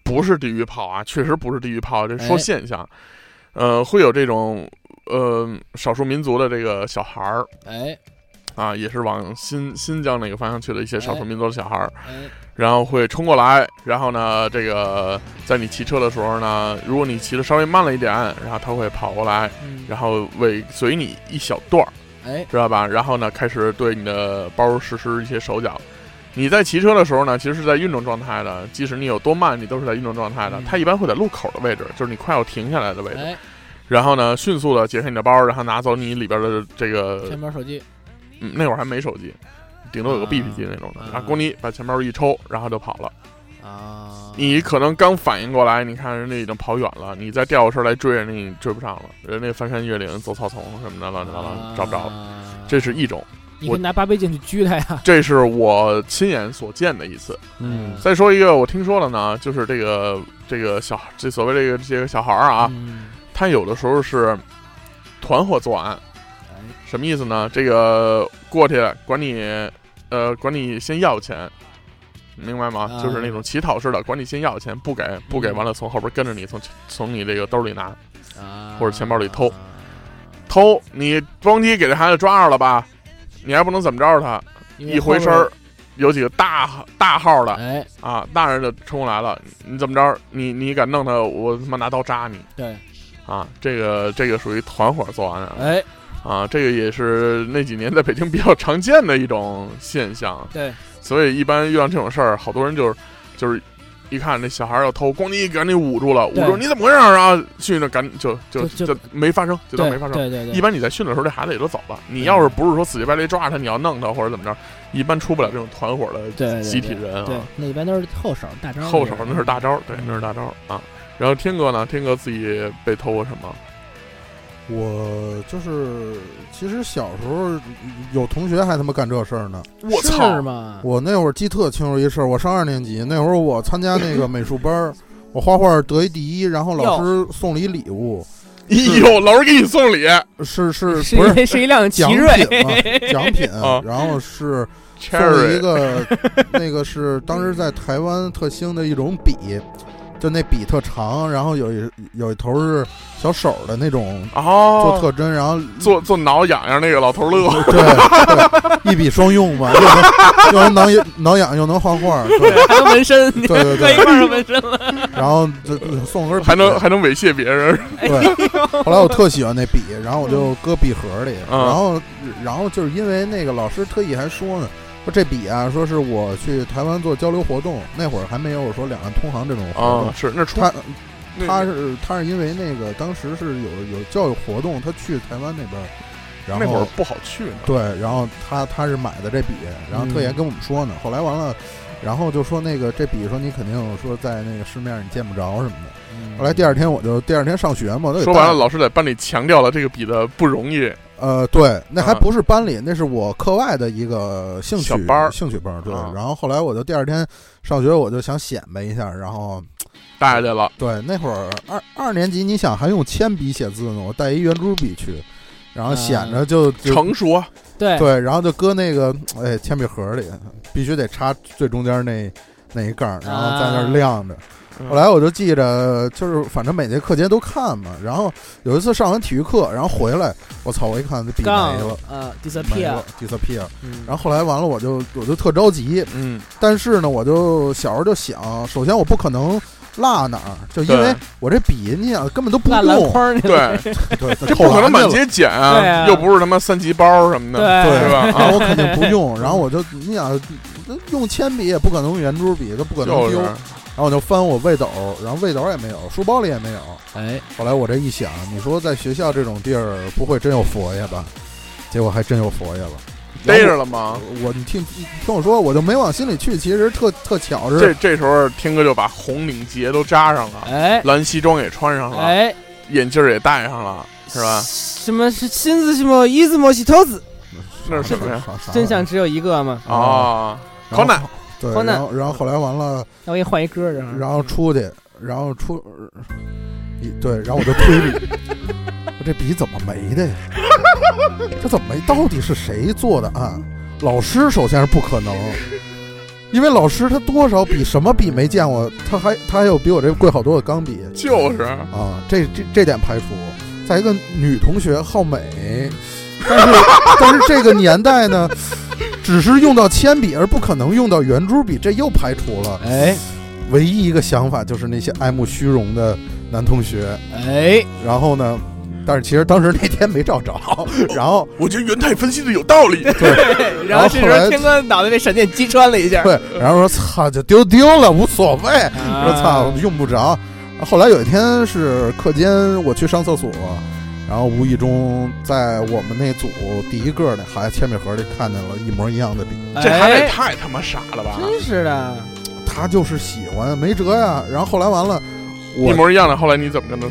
Speaker 1: 不是地狱炮啊，确实不是地狱炮，这说
Speaker 4: 哎
Speaker 1: 现象，呃，会有这种呃少数民族的这个小孩儿
Speaker 4: 哎，
Speaker 1: 啊，也是往新新疆那个方向去的一些少数
Speaker 4: 哎
Speaker 1: 民族的小孩儿，
Speaker 4: 哎，
Speaker 1: 然后会冲过来，然后呢，这个在你骑车的时候呢，如果你骑的稍微慢了一点，然后他会跑过来，
Speaker 4: 嗯，
Speaker 1: 然后尾随你一小段儿，
Speaker 4: 哎，
Speaker 1: 知道吧？然后呢，开始对你的包实施一些手脚。你在骑车的时候呢，其实是在运动状态的，即使你有多慢，你都是在运动状态的
Speaker 4: 嗯。
Speaker 1: 它一般会在路口的位置，就是你快要停下来的位置。
Speaker 4: 哎，
Speaker 1: 然后呢，迅速的解开你的包，然后拿走你里边的这个
Speaker 4: 钱，包手机，
Speaker 1: 嗯那会儿还没手机，顶多有个
Speaker 4: 啊
Speaker 1: BB 机那种的。
Speaker 4: 啊
Speaker 1: 然后咣你把钱包一抽，然后就跑了。
Speaker 4: 啊，
Speaker 1: 你可能刚反应过来，你看人家已经跑远了，你再掉过身来追人家，你追不上了，人家翻山越岭、走草丛什么的，乱七八糟找不着了。
Speaker 4: 了
Speaker 1: 这是一种。
Speaker 4: 啊你可以拿八倍镜去狙他呀，
Speaker 1: 这是我亲眼所见的一次。
Speaker 3: 嗯
Speaker 1: 再说一个，我听说了呢，就是这个这个小这所谓这个这个小孩儿啊，
Speaker 4: 嗯，
Speaker 1: 他有的时候是团伙作案，
Speaker 4: 哎
Speaker 1: 什么意思呢？这个过去管你呃管你先要钱。明白吗？
Speaker 4: 啊嗯
Speaker 1: 就是那种乞讨似的，管你先要钱，不给不给，完了从后边跟着你，从从你这个兜里拿
Speaker 4: 啊，
Speaker 1: 或者钱包里偷偷。你咣叽给这孩子抓着了吧？你还不能怎么着他？
Speaker 4: 因为
Speaker 1: 一回身
Speaker 4: 后
Speaker 1: 儿
Speaker 4: 边，
Speaker 1: 有几个大大号的
Speaker 4: 哎，
Speaker 1: 啊，大人就冲过来了，你怎么着？你你敢弄他，我他妈拿刀扎你
Speaker 4: 对，
Speaker 1: 啊！这个这个属于团伙作案啊
Speaker 4: 哎，
Speaker 1: 啊，这个也是那几年在北京比较常见的一种现象，
Speaker 4: 对，
Speaker 1: 所以一般遇到这种事儿，好多人就是就是一看这小孩要偷，咣叽赶紧捂住了，捂住
Speaker 4: 对
Speaker 1: 你怎么回事儿啊？训着赶就就
Speaker 4: 就
Speaker 1: 就没发生，就当没发生。
Speaker 4: 对对对，
Speaker 1: 一般你在训的时候，这孩子也都走了。你要是不是说死乞白赖抓着他，你要弄他或者怎么着，一般出不了这种团伙的
Speaker 4: 对对
Speaker 1: 集体人啊。
Speaker 4: 对，那一般都是后手大招，
Speaker 1: 后手那是大招儿，对，那是大招儿啊。然后天哥呢？天哥自己被偷过什么？
Speaker 3: 我就是其实小时候有同学还他妈干这事儿呢。
Speaker 1: 我
Speaker 4: 是
Speaker 1: 操！
Speaker 4: 吗？
Speaker 3: 我那会儿记特清楚一事儿，我上二年级那会儿，我参加那个美术班儿，我画画得一第一，然后老师送了一礼物，
Speaker 1: 哎 (laughs) 呦，老师给你送礼
Speaker 3: 是是
Speaker 4: 是
Speaker 3: 不是
Speaker 4: 一是一辆奇
Speaker 3: 奖
Speaker 4: 瑞，
Speaker 3: 品嘛？奖品
Speaker 1: (laughs) 啊，
Speaker 3: 然后是送了一
Speaker 1: ，Cherry，
Speaker 3: 个 (laughs) 那个是当时在台湾特兴的一种笔，就那笔特长，然后有一有一头是小手的那种做
Speaker 1: 哦，
Speaker 3: 特针，然后
Speaker 1: 做做挠痒痒那个老头乐，
Speaker 3: (laughs) 对对，一笔双用嘛，又能又能挠痒挠痒，又能画画，对
Speaker 4: 还有纹身，你 (laughs)
Speaker 1: (laughs)
Speaker 3: 对对
Speaker 4: 搁一
Speaker 3: 对，
Speaker 4: 块儿纹身了。
Speaker 3: 然后就就送根笔
Speaker 1: 还能还能猥亵别人，哎
Speaker 3: 对，后来我特喜欢那笔，然后我就搁笔盒里，
Speaker 1: 嗯
Speaker 3: 然后然后就是因为那个老师特意还说呢，说这笔啊，说是我去台湾做交流活动那会儿还没有说两岸通航这种活动
Speaker 1: 啊，，是那出
Speaker 3: 他
Speaker 1: 那
Speaker 3: 他是他是因为那个当时是有有教育活动，他去台湾那边，然
Speaker 1: 那会儿
Speaker 3: 后
Speaker 1: 不好去呢，
Speaker 3: 对，然后他他是买的这笔，然后特意还跟我们说
Speaker 1: 嗯
Speaker 3: 呢，后来完了。然后就说那个这笔说你肯定说在那个市面上你见不着什么的。后来第二天我就第二天上学嘛，我都给
Speaker 1: 嗯说白
Speaker 3: 带
Speaker 1: 了，老师在班里强调了这个笔的不容易，
Speaker 3: 呃，对，那还
Speaker 1: 啊
Speaker 3: 不是班里，那是我课外的一个兴
Speaker 1: 小
Speaker 3: 趣
Speaker 1: 班儿
Speaker 3: 兴趣班儿。对，
Speaker 1: 啊
Speaker 3: 然后后来我就第二天上学，我就想显摆一下，然后
Speaker 1: 带下去了，
Speaker 3: 对那会儿二二年级，你想还用铅笔写字呢，我带一圆珠笔去，然后显着就就
Speaker 1: 啊成熟啊，
Speaker 4: 对，
Speaker 3: 对，然后就搁那个哎铅笔盒里，必须得插最中间那那一杠，然后在那儿晾着。
Speaker 1: 嗯
Speaker 3: 后来我就记着，就是反正每节课间都看嘛。然后有一次上完体育课，然后回来，我操！我一看这笔没
Speaker 4: 杠
Speaker 3: 了，
Speaker 4: 呃
Speaker 3: 没
Speaker 4: ，disappear
Speaker 3: 了。disappear。
Speaker 4: 嗯
Speaker 3: 然后后来完了，我就我就特着急，
Speaker 1: 嗯，
Speaker 3: 但是呢，我就小时候就想，首先我不可能落哪儿，就因为
Speaker 1: 对
Speaker 3: 我这笔你想根本都不
Speaker 4: 烂篮
Speaker 3: 用，
Speaker 4: 筐儿去了。
Speaker 1: 对，
Speaker 3: (laughs) 对，
Speaker 1: (laughs)
Speaker 3: 这
Speaker 1: 不可能满街捡
Speaker 4: 对啊
Speaker 1: 又不是他妈三级包什么的，
Speaker 4: 对
Speaker 3: 对
Speaker 1: 是吧啊
Speaker 3: 然后我肯
Speaker 1: (laughs)
Speaker 3: 定不用，然后我就你啊想用铅笔也不可能用圆珠笔，都不可能
Speaker 1: 就
Speaker 3: 丢，
Speaker 1: 是
Speaker 3: 然后我就翻我魏斗，然后魏斗也没有，书包里也没有。
Speaker 5: 哎，
Speaker 3: 后来我这一想，你说在学校这种地儿，不会真有佛爷吧？结果还真有佛爷了。
Speaker 1: 逮着了吗？
Speaker 3: 我，你听你听我说，我就没往心里去。其实特特巧
Speaker 1: 这
Speaker 3: 是，
Speaker 1: 这时候听哥就把红领结都扎上了，
Speaker 4: 哎
Speaker 1: 蓝西装也穿上了，
Speaker 4: 哎，
Speaker 1: 眼镜儿也戴上了，是吧？
Speaker 4: 什么是新字母一字母洗头子？
Speaker 1: 那是什么呀
Speaker 3: 啊啥？啥
Speaker 4: 真相只有一个嘛。
Speaker 3: 嗯
Speaker 1: 哦，
Speaker 3: 然
Speaker 1: 康
Speaker 3: 后
Speaker 1: 乃
Speaker 3: 对，
Speaker 4: 康乃
Speaker 3: 然后然后后来完了，
Speaker 4: 那我给你换一歌儿，然
Speaker 1: 嗯
Speaker 4: 后
Speaker 3: 然后出去，然后出，一对，然后我就推理， (laughs) 我这笔怎么没的呀？这怎么没？到底是谁做的案？老师首先是不可能，因为老师他多少笔什么笔没见过，他还他还有比我这贵好多的钢笔
Speaker 1: 就是
Speaker 3: 啊，这这这点排除。再一个，女同学好美，但是但是这个年代呢，只是用到铅笔，而不可能用到圆珠笔，这又排除了。
Speaker 4: 哎
Speaker 3: 唯一一个想法就是那些爱慕虚荣的男同学。
Speaker 4: 哎，
Speaker 3: 然后呢，但是其实当时那天没照着。然后
Speaker 1: 我觉得元太分析的有道理，
Speaker 4: 哎然后这时
Speaker 3: 后来
Speaker 4: 候天哥脑袋被闪电击穿了一下。
Speaker 3: 对，然后说操，就丢丢了，无所谓。
Speaker 4: 啊哎
Speaker 3: 说操，用不着。后来有一天是课间，我去上厕所，然后无意中在我们那组第一个那孩子铅笔盒里看见了一模一样的笔，
Speaker 1: 这还得
Speaker 4: 哎
Speaker 1: 太他妈傻了吧？
Speaker 4: 真是的，
Speaker 3: 他就是喜欢，没辙呀。然后后来完了，
Speaker 1: 一
Speaker 3: 我
Speaker 1: 模一样的，后来你怎么跟他？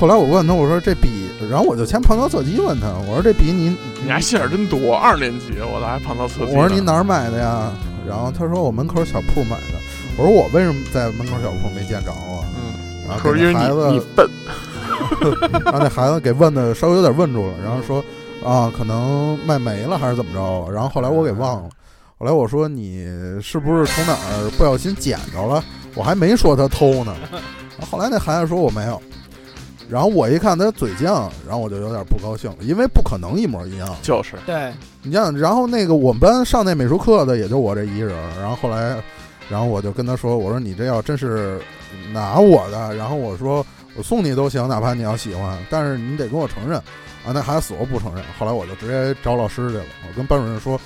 Speaker 3: 后来我问他，我说这笔，然后我就先旁敲侧击问他，我说这笔你
Speaker 1: 你还心眼儿真多，二年级我咋还旁敲侧击呢？
Speaker 3: 我说您哪儿买的呀？然后他说我门口小铺买的。我说我为什么在门口小铺没见着啊？嗯，然后
Speaker 1: 可
Speaker 3: 给
Speaker 1: 是因为
Speaker 3: 那孩
Speaker 1: 你你
Speaker 3: 子，
Speaker 1: 笨，
Speaker 3: 让那孩子给问的稍微有点问住了，然后说啊，可能卖没了还是怎么着？然后后来我给忘了。后来我说你是不是从哪儿不小心捡着了？我还没说他偷呢。然后后来那孩子说我没有。然后我一看他嘴犟，然后我就有点不高兴了，因为不可能一模一样。
Speaker 1: 就是
Speaker 4: 对，
Speaker 3: 你像，然后那个我们班上那美术课的也就我这一人儿，然后后来，然后我就跟他说，我说你这要真是拿我的，然后我说我送你都行，哪怕你要喜欢，但是你得跟我承认啊。那孩子死活不承认，后来我就直接找老师去了，我跟班主任说，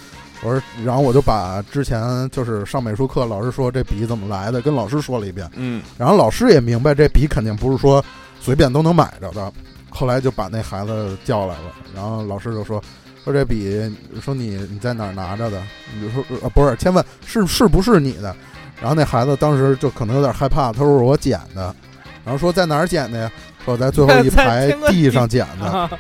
Speaker 3: 我说，然后我就把之前就是上美术课老师说这笔怎么来的跟老师说了一遍，
Speaker 1: 嗯，
Speaker 3: 然后老师也明白这笔肯定不是说随便都能买着的，后来就把那孩子叫来了，然后老师就说说这笔，说你你在哪儿拿着的？你就说啊不是，先问是是不是你的？然后那孩子当时就可能有点害怕，他说是我捡的，然后说在哪儿捡的呀？说我在最后一
Speaker 4: 在
Speaker 3: 排
Speaker 4: 天鹅
Speaker 3: 地上捡的，
Speaker 4: 啊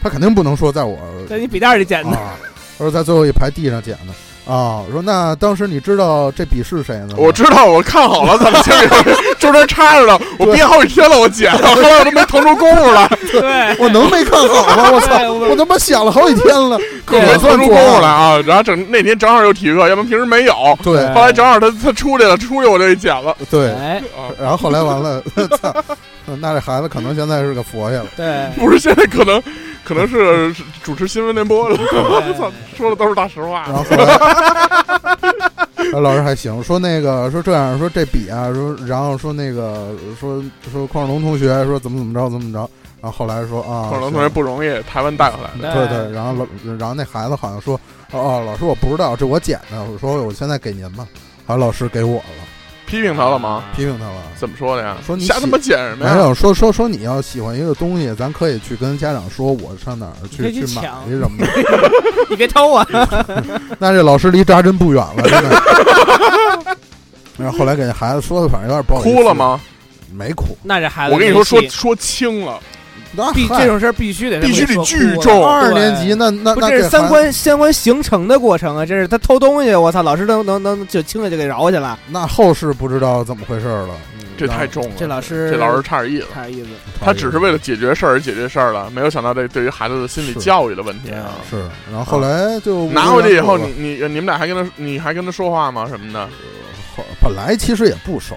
Speaker 3: 他肯定不能说在我啊
Speaker 4: 在你笔袋里捡的。
Speaker 3: 啊，他说在最后一排地上捡的。啊，我说那当时你知道这笔是谁呢？
Speaker 1: 我知道，我看好了，咱们前面 (laughs) 中间插着呢，我憋好几天了，我剪了，后来我都没腾出功夫来，
Speaker 4: 对，
Speaker 3: 我能没看好吗？我操
Speaker 4: 对！我
Speaker 3: (laughs) 我他妈想了好几天了，
Speaker 1: 可没腾出功夫来啊。然后整那天正好有体育课，要不然平时没有。
Speaker 3: 对
Speaker 1: 后来正好他他出去了，出去我就给剪了
Speaker 3: 对，
Speaker 4: 哎，
Speaker 1: 啊。
Speaker 3: 然后后来完了， (laughs) 操！那这孩子可能现在是个佛爷了。
Speaker 4: 对，
Speaker 1: 不是，现在可能可能是是主持新闻联播了。 (laughs) 我
Speaker 4: 对
Speaker 1: 操，说的都是大实话
Speaker 3: 然。后后来，然后老师还行，说那个说这样说这笔啊，说然后说那个说说匡世龙同学说怎么怎么着怎么怎么着，然后后来说啊，
Speaker 1: 可能同学不容易，台湾带回来的。
Speaker 3: 对对，然后老然后那孩子好像说哦哦，老师我不知道，这我捡的，我说我现在给您吧，好像老师给我了，
Speaker 1: 批评他了吗？
Speaker 3: 批评他了。
Speaker 1: 怎么说的呀？
Speaker 3: 说你
Speaker 1: 瞎他妈剪什么
Speaker 3: 没
Speaker 1: 呀？
Speaker 3: 有说说说你要喜欢一个东西，咱可以去跟家长说，我上哪儿
Speaker 4: 你可
Speaker 3: 去
Speaker 4: 以去
Speaker 3: 买
Speaker 4: 抢
Speaker 3: 去什么的。
Speaker 4: 你别偷我，
Speaker 3: 那这老师离扎针不远了，真的。 (laughs) 然后后来给那孩子说的，反正有点不好意思。
Speaker 1: 哭了？吗？
Speaker 3: 没哭。
Speaker 4: 那这孩子，
Speaker 1: 我跟你说，说说轻了，
Speaker 3: 那
Speaker 4: 必
Speaker 3: 嗨
Speaker 4: 这种事儿必须得
Speaker 1: 必须得
Speaker 4: 说
Speaker 1: 聚
Speaker 4: 哭啊
Speaker 1: 众
Speaker 3: 二
Speaker 4: 对
Speaker 3: 年级那那
Speaker 4: 不，
Speaker 3: 那
Speaker 4: 这是
Speaker 3: 孩
Speaker 4: 三观三观形成的过程啊！这是他偷东西，我操，老师能能能就轻着就给饶去了，
Speaker 3: 那后世不知道怎么回事了。嗯
Speaker 1: 这太重了。
Speaker 4: 这老师
Speaker 1: 这老师差点意思。
Speaker 4: 太有意思。
Speaker 1: 他只是为了解决事儿而解决事儿了，没有想到这对于孩子的心理
Speaker 3: 是
Speaker 1: 教育的问题啊。
Speaker 3: 是，然后后来就
Speaker 1: 拿回去以后，
Speaker 3: 无
Speaker 1: 你
Speaker 3: 缘无故
Speaker 1: 你你们俩还跟他你还跟他说话吗？什么
Speaker 3: 啊
Speaker 1: 的？
Speaker 3: 后本来其实也不熟，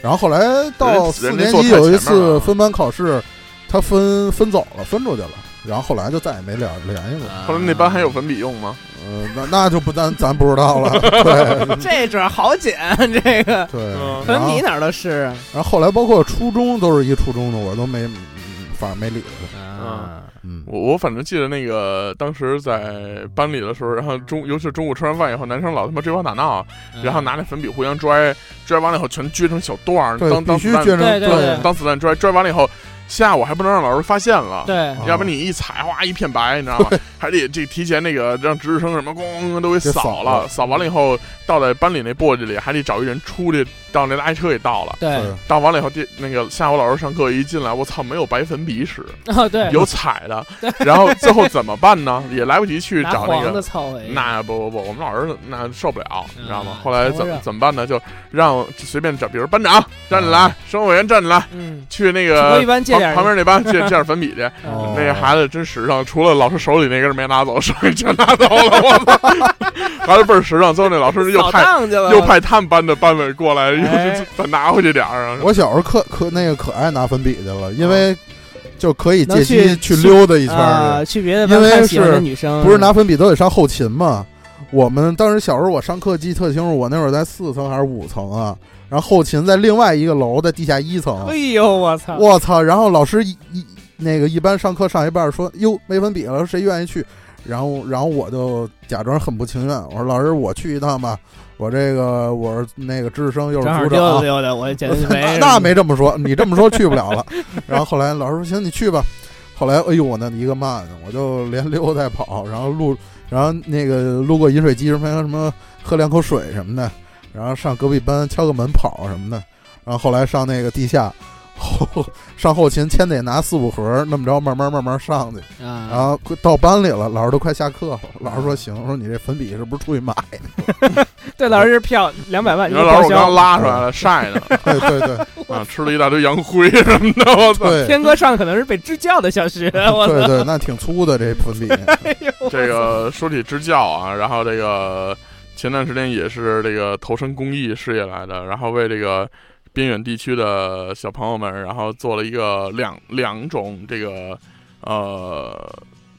Speaker 3: 然后后来到
Speaker 1: 人
Speaker 3: 四
Speaker 1: 人家
Speaker 3: 年
Speaker 1: 坐
Speaker 3: 级
Speaker 1: 太
Speaker 3: 有一
Speaker 1: 前面了啊
Speaker 3: 次分班考试，他分分走了，分出去了。然后后来就再也没联联系
Speaker 4: 啊
Speaker 3: 过，
Speaker 1: 后来那班还有粉笔用吗？
Speaker 3: 呃，那那就不咱咱不知道
Speaker 4: (laughs)
Speaker 3: 了，对
Speaker 4: 这主要好捡，这个
Speaker 3: 对
Speaker 1: 嗯。
Speaker 4: 可
Speaker 3: 然
Speaker 4: 能
Speaker 3: 后
Speaker 4: 你哪儿都是啊
Speaker 3: 然后后来包括初中都是一初中的，我都没，嗯反正没理他。
Speaker 1: 啊
Speaker 3: 嗯，
Speaker 1: 我我反正记得那个当时在班里的时候，然后中尤其是中午吃完饭以后，男生老他妈追跑打闹，
Speaker 4: 嗯
Speaker 1: 然后拿那粉笔互相拽，拽完了以后全撅成小段儿，
Speaker 3: 对，
Speaker 1: 当
Speaker 3: 必
Speaker 1: 当
Speaker 3: 须
Speaker 1: 子弹
Speaker 3: 撅成
Speaker 4: 对对对
Speaker 1: 当子弹拽，拽完了以后，下午还不能让老师发现了。
Speaker 4: 对
Speaker 3: 啊
Speaker 1: 要不然你一踩，哗一片白，你知道吗？
Speaker 3: (laughs)
Speaker 1: 还得这提前那个让值日生什么咣咣咣都给扫了，
Speaker 3: 给扫了
Speaker 1: 扫完了以后倒在班里那簸箕里，还得找一人出去到那垃圾车给倒了。
Speaker 4: 对
Speaker 3: 对
Speaker 1: 倒完了以后，第那个下午老师上课一进来，我操，没有白粉笔使，
Speaker 4: (laughs) 哦对，
Speaker 1: 有彩的， (laughs) 然后最后怎么办呢？也来不及去
Speaker 4: 拿
Speaker 1: 找那
Speaker 4: 黄
Speaker 1: 个
Speaker 4: 的操为
Speaker 1: 那不不不，我们老师那受不了，你知道吗？
Speaker 4: 嗯
Speaker 1: 后来
Speaker 4: 承
Speaker 1: 怎么
Speaker 4: 认
Speaker 1: 怎么办呢？就让随便找，比如班长站起来，生活委员站起来，
Speaker 4: 嗯，
Speaker 1: 去那
Speaker 4: 我
Speaker 1: 个
Speaker 4: 一般借
Speaker 1: 旁
Speaker 4: 点
Speaker 1: 呃
Speaker 4: 嗯
Speaker 1: 旁边那
Speaker 4: (laughs)
Speaker 1: 班借借点粉笔去。
Speaker 3: 哦
Speaker 1: 那孩子真实诚，除了老师手里那根没拿走，剩下全拿走了。我操， (laughs) 孩子倍儿实诚。最后那老师又
Speaker 4: 扫
Speaker 1: 派
Speaker 4: 荡去了，
Speaker 1: 又派他们班的班委过来，又
Speaker 4: 哎
Speaker 1: 去再拿回去点儿。啊
Speaker 3: 我小时候可可那个可爱拿粉笔去了，因为就可以借
Speaker 4: 能
Speaker 3: 机去
Speaker 4: 去
Speaker 3: 溜达一圈
Speaker 4: 啊
Speaker 3: 儿
Speaker 4: 去别的班
Speaker 3: 因为
Speaker 4: 看喜欢的
Speaker 3: 是
Speaker 4: 女生，
Speaker 3: 去，不是拿粉笔都得上后勤嘛。我们当时小时候，我上课记特清楚，我那会儿在四层还是五层啊，然后后勤在另外一个楼，在地下一层。
Speaker 4: 哎呦我操，
Speaker 3: 我操！然后老师一一那个一般上课上一半说：“哟，没粉笔了，谁愿意去？”然后然后我就假装很不情愿，我说：“老师，我去一趟吧，我这个我是那个知识生，又是
Speaker 4: 正好
Speaker 3: 组
Speaker 4: 溜达
Speaker 3: 长。啊
Speaker 4: 溜
Speaker 3: (laughs)
Speaker 4: 达，我简直
Speaker 3: 那
Speaker 4: 没
Speaker 3: 那没这么说，你这么说去不了了。然后后来老师说：“行，你去吧。”后来哎呦我那一个慢，我就连溜带跑，然后路然后那个路过饮水机什么什么喝两口水什么的，然后上隔壁班敲个门跑什么的，然后后来上那个地下。后上后勤，先得拿四五盒，那么着慢慢慢慢上去，然
Speaker 4: 啊，
Speaker 3: 后快到班里了，老师都快下课了。老师说行，说你这粉笔是不是出去买？ (laughs)
Speaker 4: 对老师票两百万，
Speaker 1: 你说老师，
Speaker 4: 一
Speaker 1: 我
Speaker 4: 报销
Speaker 1: 刚拉出来了，晒呢，
Speaker 4: (laughs)
Speaker 3: 对对对
Speaker 1: 啊，吃了一大堆洋灰什么的，我操！
Speaker 3: 对
Speaker 4: (laughs) 天哥上可能是被支教的
Speaker 1: (laughs)
Speaker 4: 小学，我操
Speaker 3: 对对，那挺粗的这粉笔。
Speaker 4: (laughs)
Speaker 1: 这个说起支教啊，然后这个前段时间也是这个投身公益事业来的，然后为这个边远地区的小朋友们，然后做了一个两两种这个呃。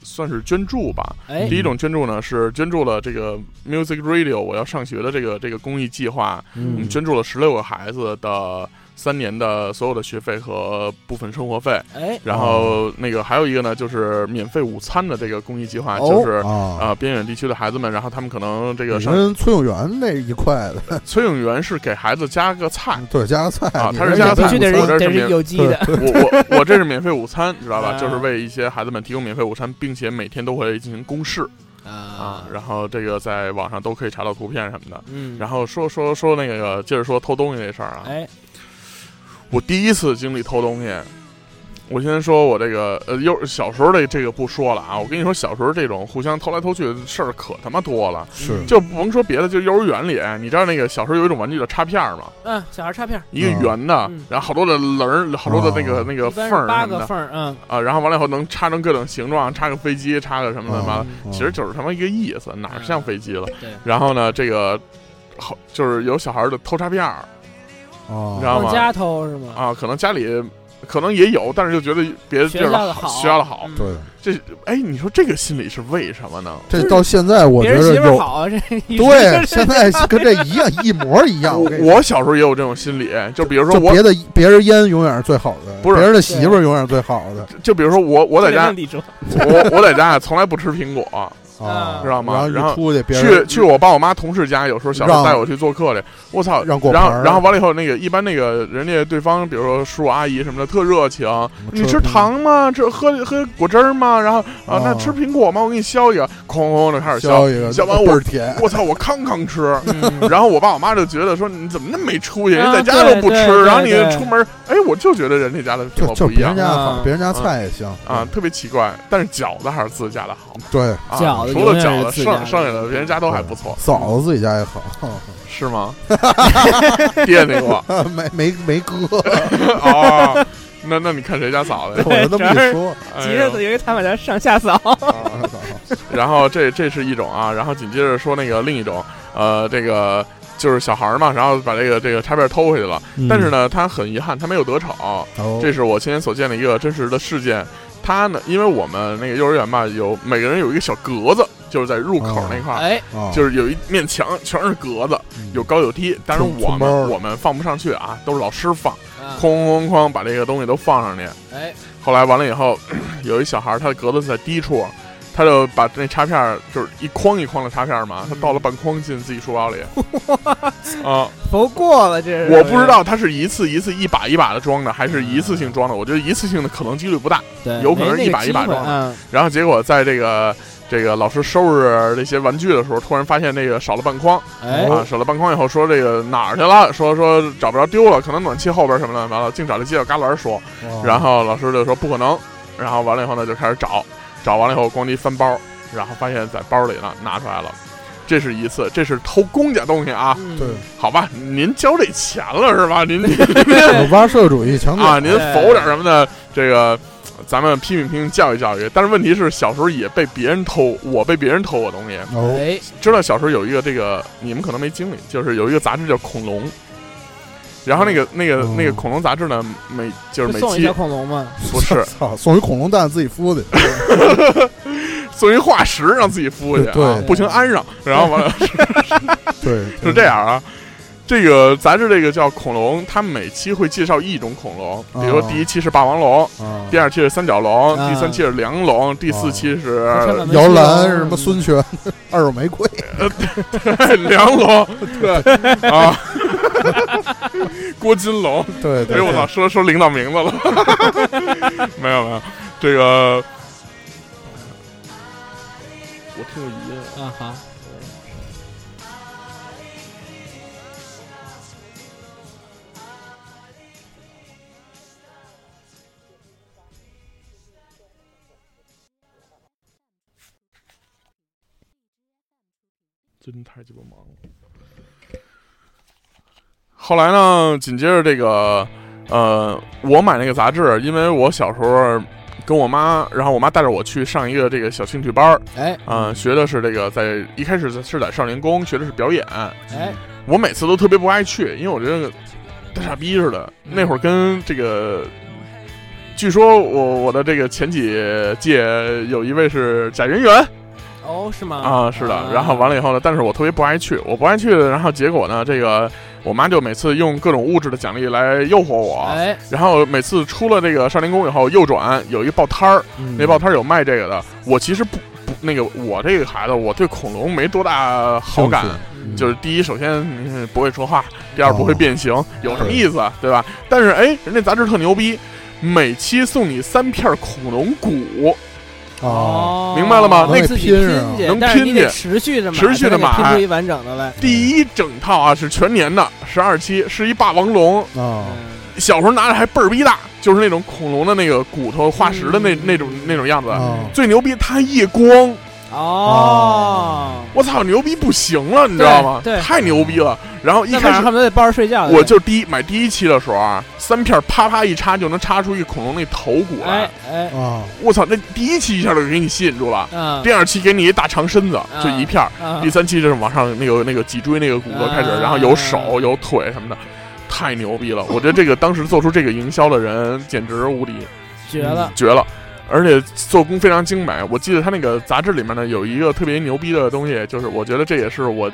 Speaker 1: 算是捐助吧。
Speaker 4: 哎
Speaker 1: 第一种捐助呢是捐助了这个 Music Radio 我要上学的这个这个公益计划，
Speaker 3: 嗯
Speaker 1: 我
Speaker 4: 嗯
Speaker 1: 们捐助了十六个孩子的三年的所有的学费和部分生活费。
Speaker 4: 哎
Speaker 1: 然后那个还有一个呢，就是免费午餐的这个公益计划，
Speaker 4: 哦
Speaker 1: 就是
Speaker 3: 啊，嗯
Speaker 1: 啊，边远地区的孩子们，然后他们可能这
Speaker 3: 你
Speaker 1: 个上
Speaker 3: 跟崔永元那一块的，
Speaker 1: 崔永元是给孩子加个
Speaker 3: (laughs)
Speaker 1: 菜，
Speaker 3: 对，加个菜
Speaker 1: (laughs) 啊，
Speaker 3: 你
Speaker 1: 他
Speaker 3: 这
Speaker 1: 是
Speaker 3: 也
Speaker 1: 加
Speaker 3: 不
Speaker 1: 菜
Speaker 4: 必须得
Speaker 1: 我这儿
Speaker 4: 是得
Speaker 1: 是免
Speaker 4: 是有机的，
Speaker 1: 我我我这是免费午餐，知道吧？
Speaker 4: 啊
Speaker 1: 就是为一些孩子们提供免费午餐，并且每天都会进行公示啊，然后这个在网上都可以查到图片什么的。
Speaker 4: 嗯，
Speaker 1: 然后说说说那个，接着说偷东西这事儿啊，
Speaker 4: 哎
Speaker 1: 我第一次经历偷东西，我先说我这个呃，幼小时候的这个不说了啊，我跟你说，小时候这种互相偷来偷去的事儿可他妈多了， (laughs)
Speaker 3: 是
Speaker 1: 就甭说别的，就幼儿园里，你知道那个小时候有一种玩具叫插片儿吗？
Speaker 4: 嗯，小孩插片儿，
Speaker 1: 一个
Speaker 3: 嗯
Speaker 1: 圆的，
Speaker 4: 嗯
Speaker 1: 然后好多的棱儿，好多的那个、
Speaker 3: 哦
Speaker 1: 那个
Speaker 4: 一
Speaker 1: 缝
Speaker 4: 般是
Speaker 1: 儿
Speaker 4: 八
Speaker 1: 什么
Speaker 4: 个
Speaker 1: 的
Speaker 4: 缝儿，嗯，
Speaker 1: 啊，然后完了以后能插成各种形状，插个飞机，插个什么的嘛，
Speaker 3: 哦
Speaker 4: 嗯
Speaker 1: 其实就是他妈一个意思，哪儿像飞机了？
Speaker 4: 对
Speaker 1: 然后呢，这个好就是有小孩儿的偷插片儿
Speaker 3: 哦，
Speaker 1: 然后
Speaker 4: 往家偷是吗？
Speaker 1: 啊，可能家里可能也有，但是就觉得别的地
Speaker 4: 学校
Speaker 1: 儿
Speaker 4: 的好，
Speaker 1: 学校的好。
Speaker 4: 嗯，
Speaker 3: 对，
Speaker 1: 这哎，你说这个心理是为什么呢？
Speaker 3: 这到现在我
Speaker 4: 别
Speaker 3: 觉
Speaker 4: 人
Speaker 3: 得
Speaker 4: 媳妇儿
Speaker 3: 有
Speaker 4: 好，这
Speaker 3: 对，现在跟这一样一模一样。我跟你说
Speaker 1: 我小时候也有这种心理，就比如说
Speaker 3: 就
Speaker 1: 我，
Speaker 3: 别的别人烟永远是最好的，
Speaker 1: 不是
Speaker 3: 别人的媳妇儿永远是最好的
Speaker 1: 就比如说我，我在家，
Speaker 4: 地主，
Speaker 1: 我我在家从来不吃苹果，
Speaker 3: 啊，
Speaker 4: 嗯
Speaker 1: 知道吗
Speaker 3: 然
Speaker 1: 然
Speaker 3: 后
Speaker 1: 后
Speaker 3: 一出去，别
Speaker 1: 去
Speaker 3: 人
Speaker 1: 去我爸我妈同事家，有时候小时候
Speaker 3: 让
Speaker 1: 带我去做客去，我操，
Speaker 3: 让过
Speaker 1: 然后
Speaker 3: 盆儿
Speaker 1: 然后完了以后，那个一般那个人家对方，比如说叔叔阿姨什么的，特热情，你吃糖吗？吃喝喝果汁儿吗？然后啊
Speaker 3: 哦，
Speaker 1: 那吃苹果吗？我给你削一个，哐哐的开始削
Speaker 3: 削，一个，
Speaker 1: 削完
Speaker 3: 倍
Speaker 1: 我
Speaker 3: 儿甜。
Speaker 1: 我操，我康康吃。
Speaker 4: (laughs) 嗯
Speaker 1: 然后我爸我妈就觉得说你怎么那么没出息，人
Speaker 4: 啊
Speaker 1: 在家都不
Speaker 4: 对
Speaker 1: 吃，
Speaker 4: 对
Speaker 1: 然后你
Speaker 4: 对对
Speaker 1: 出门，哎，我就觉得人家家的跟
Speaker 3: 就
Speaker 1: 我
Speaker 3: 就
Speaker 1: 不一
Speaker 3: 别人
Speaker 1: 样
Speaker 3: 家好，
Speaker 4: 嗯
Speaker 3: 别人家菜也香
Speaker 1: 啊，，特别奇怪。但是饺子还是自己家的好，
Speaker 3: 对，
Speaker 1: 啊
Speaker 4: 饺子
Speaker 1: 除了
Speaker 4: 永远是
Speaker 1: 饺子，
Speaker 4: 自己
Speaker 1: 剩
Speaker 4: 家的
Speaker 1: 剩下的别人家都还不错，
Speaker 3: 嫂子自己家也好， (laughs)
Speaker 1: 是 (laughs) 吗？啊惦记过
Speaker 3: 没没没
Speaker 1: (laughs)
Speaker 3: 哥，
Speaker 1: 啊？那那你看谁家嫂
Speaker 3: (laughs)
Speaker 1: 子呀？
Speaker 3: 我就这么一说，
Speaker 1: 哎呦
Speaker 4: 以为他们在上下扫，
Speaker 3: 啊
Speaker 1: 然后这这是一种啊，然后紧接着说那个另一种，呃，这个就是小孩儿嘛，然后把这个这个插片偷回去了，但是呢，他很遗憾，他没有得逞，
Speaker 3: 嗯哦
Speaker 1: 这是我亲眼所见的一个真实的事件。他呢，因为我们那个幼儿园吧，有每个人有一个小格子，就是在入口那块儿。
Speaker 4: 哎，
Speaker 3: 啊
Speaker 1: 就是有一面墙全是格子，
Speaker 3: 嗯
Speaker 1: 有高有低，当然
Speaker 3: 村
Speaker 1: 我
Speaker 3: 村包儿
Speaker 1: 们我们放不上去啊，都是老师放，
Speaker 4: 啊
Speaker 1: 哐哐哐把这个东西都放上去，
Speaker 4: 哎，
Speaker 1: 后来完了以后， (clears throat) 有一小孩儿，他的格子在低处，他就把那插片儿就是一筐一筐的插片儿嘛，他倒了半筐进自己书包 (laughs) 里。啊，
Speaker 4: 不过了，这是
Speaker 1: 呃我不知，道他是一次一次一把一把的装的，还是一次性装的。我觉得一次性的可能几率不大。
Speaker 4: 对
Speaker 1: 有可能
Speaker 4: 没那个
Speaker 1: 一把一把
Speaker 4: 机会
Speaker 1: 装
Speaker 4: 嗯
Speaker 1: 然后结果在这个这个老师收拾这些玩具的时候，突然发现那个少了半筐
Speaker 4: 哎，
Speaker 1: 啊，少了半筐以后说这个哪儿去了？说说找不着丢了，可能暖气后边什么的。完了，净找这犄角旮旯说，
Speaker 3: 哇
Speaker 1: 然后老师就说不可能，然后完了以后呢就开始找，找完了以后咣叽翻包，然后发现在包里呢拿出来了，这是一次，这是偷公家东西啊，
Speaker 4: 嗯
Speaker 3: 对，
Speaker 1: 好吧，您交这钱了是吧？您
Speaker 3: 有巴社会主义强
Speaker 1: 啊，
Speaker 3: 调
Speaker 1: 您否点什么的，这个咱们批评批评教育教育，但是问题是小时候也被别人偷，我被别人偷过东西，
Speaker 3: 哦，
Speaker 4: 哎，
Speaker 1: 知道小时候有一个这个你们可能没经历，就是有一个杂志叫《恐龙》。然后那个那个那个
Speaker 3: 嗯
Speaker 1: 恐龙杂志呢，每就是
Speaker 4: 不
Speaker 1: 每
Speaker 4: 送一
Speaker 1: 期
Speaker 4: 条恐龙吗？
Speaker 1: 不是
Speaker 3: (laughs) 操，送一恐龙蛋自己孵
Speaker 1: (laughs)
Speaker 3: 的，
Speaker 1: 送一化石让自己孵去、啊，
Speaker 3: 对
Speaker 1: 不行安上，然后完
Speaker 3: (laughs)
Speaker 1: 了
Speaker 3: 对，
Speaker 1: 是这样啊。这个杂志这个叫恐龙，它每期会介绍一种恐龙，比如说
Speaker 3: 哦
Speaker 1: 第一期是霸王龙，
Speaker 3: 啊，
Speaker 1: 第二期是三角龙，
Speaker 4: 啊
Speaker 1: 第三期是梁龙，第四期是、
Speaker 4: 哦
Speaker 3: 摇篮什么孙
Speaker 4: (laughs)
Speaker 3: 权、二手玫瑰，
Speaker 1: (laughs) 梁
Speaker 3: (laughs)
Speaker 1: 龙，对啊， (laughs) 郭金龙，
Speaker 3: 对
Speaker 1: 哎
Speaker 3: 对，
Speaker 1: 呦我操，说说领导名字了， (laughs) 没有没有，这个我听个音。
Speaker 4: 啊，好，
Speaker 1: 最近太鸡巴忙了。后来呢，紧接着这个，呃，我买那个杂志，因为我小时候跟我妈，然后我妈带着我去上一个这个小兴趣班儿，
Speaker 4: 哎
Speaker 1: 啊、学的是这个，在一开始是在少年宫学的是表演，
Speaker 3: 嗯
Speaker 4: 哎，
Speaker 1: 我每次都特别不爱去，因为我觉得大傻逼似的。那会儿跟这个，据说我我的这个前几届有一位是贾圆圆，
Speaker 4: 哦，是吗？
Speaker 1: 啊，是的。然后完了以后呢，但是我特别不爱去，我不爱去的。然后结果呢，这个我妈就每次用各种物质的奖励来诱惑我。
Speaker 4: 哎，
Speaker 1: 然后每次出了这个少年宫以后，右转有一个报摊儿，那报摊儿有卖这个的。我其实不不那个，我这个孩子我对恐龙没多大好感。啊
Speaker 4: 嗯
Speaker 1: 就是第一，首先嗯不会说话；第二，不会
Speaker 3: 哦
Speaker 1: 变形，有什么意思啊，对吧？但是哎，人家杂志特牛逼，每期送你三片儿恐龙骨，
Speaker 3: 啊，
Speaker 1: 明白了吗
Speaker 4: 哦那
Speaker 3: 那
Speaker 4: 自己
Speaker 3: 拼
Speaker 4: 去
Speaker 3: 上，哦
Speaker 1: 能
Speaker 4: 但是你
Speaker 1: 拼
Speaker 4: 得
Speaker 1: 去
Speaker 4: 持续的买，
Speaker 1: 持续地
Speaker 4: 才能给
Speaker 1: 买哎
Speaker 4: 拼出一完整的来。
Speaker 1: 第一整套啊是全年的十二期，是一霸王龙，
Speaker 3: 啊，
Speaker 4: 嗯
Speaker 1: 小时候拿着还倍儿逼大，就是那种恐龙的那个骨头化石的
Speaker 4: 嗯
Speaker 1: 那、那种那种样子。
Speaker 3: 啊，
Speaker 1: 最牛逼，它夜光，
Speaker 4: 哦，
Speaker 1: 我操，牛逼不行了，你知道吗？
Speaker 4: 对对
Speaker 1: 太牛逼了。然后一
Speaker 4: 那
Speaker 1: 开
Speaker 4: 晚上
Speaker 1: 始
Speaker 4: 恨不得得抱着睡觉。
Speaker 1: 我就第一买第一期的时候啊，三片啪啪一插就能插出一恐龙那头骨来
Speaker 4: 哎，哎
Speaker 3: 啊，
Speaker 1: 我操，那第一期一下就给你吸引住了。
Speaker 4: 嗯
Speaker 1: 第二期给你一大长身子，就一片儿。
Speaker 4: 嗯 (laughs)
Speaker 1: 第三期就是往上那个那个脊椎那个骨头开始，
Speaker 4: 啊
Speaker 1: 然后有手有腿什么的，太牛逼了！我觉得这个当时做出这个营销的人简直无敌，
Speaker 4: 绝了，
Speaker 1: 绝了！而且做工非常精美。我记得他那个杂志里面呢有一个特别牛逼的东西，就是我觉得这也是我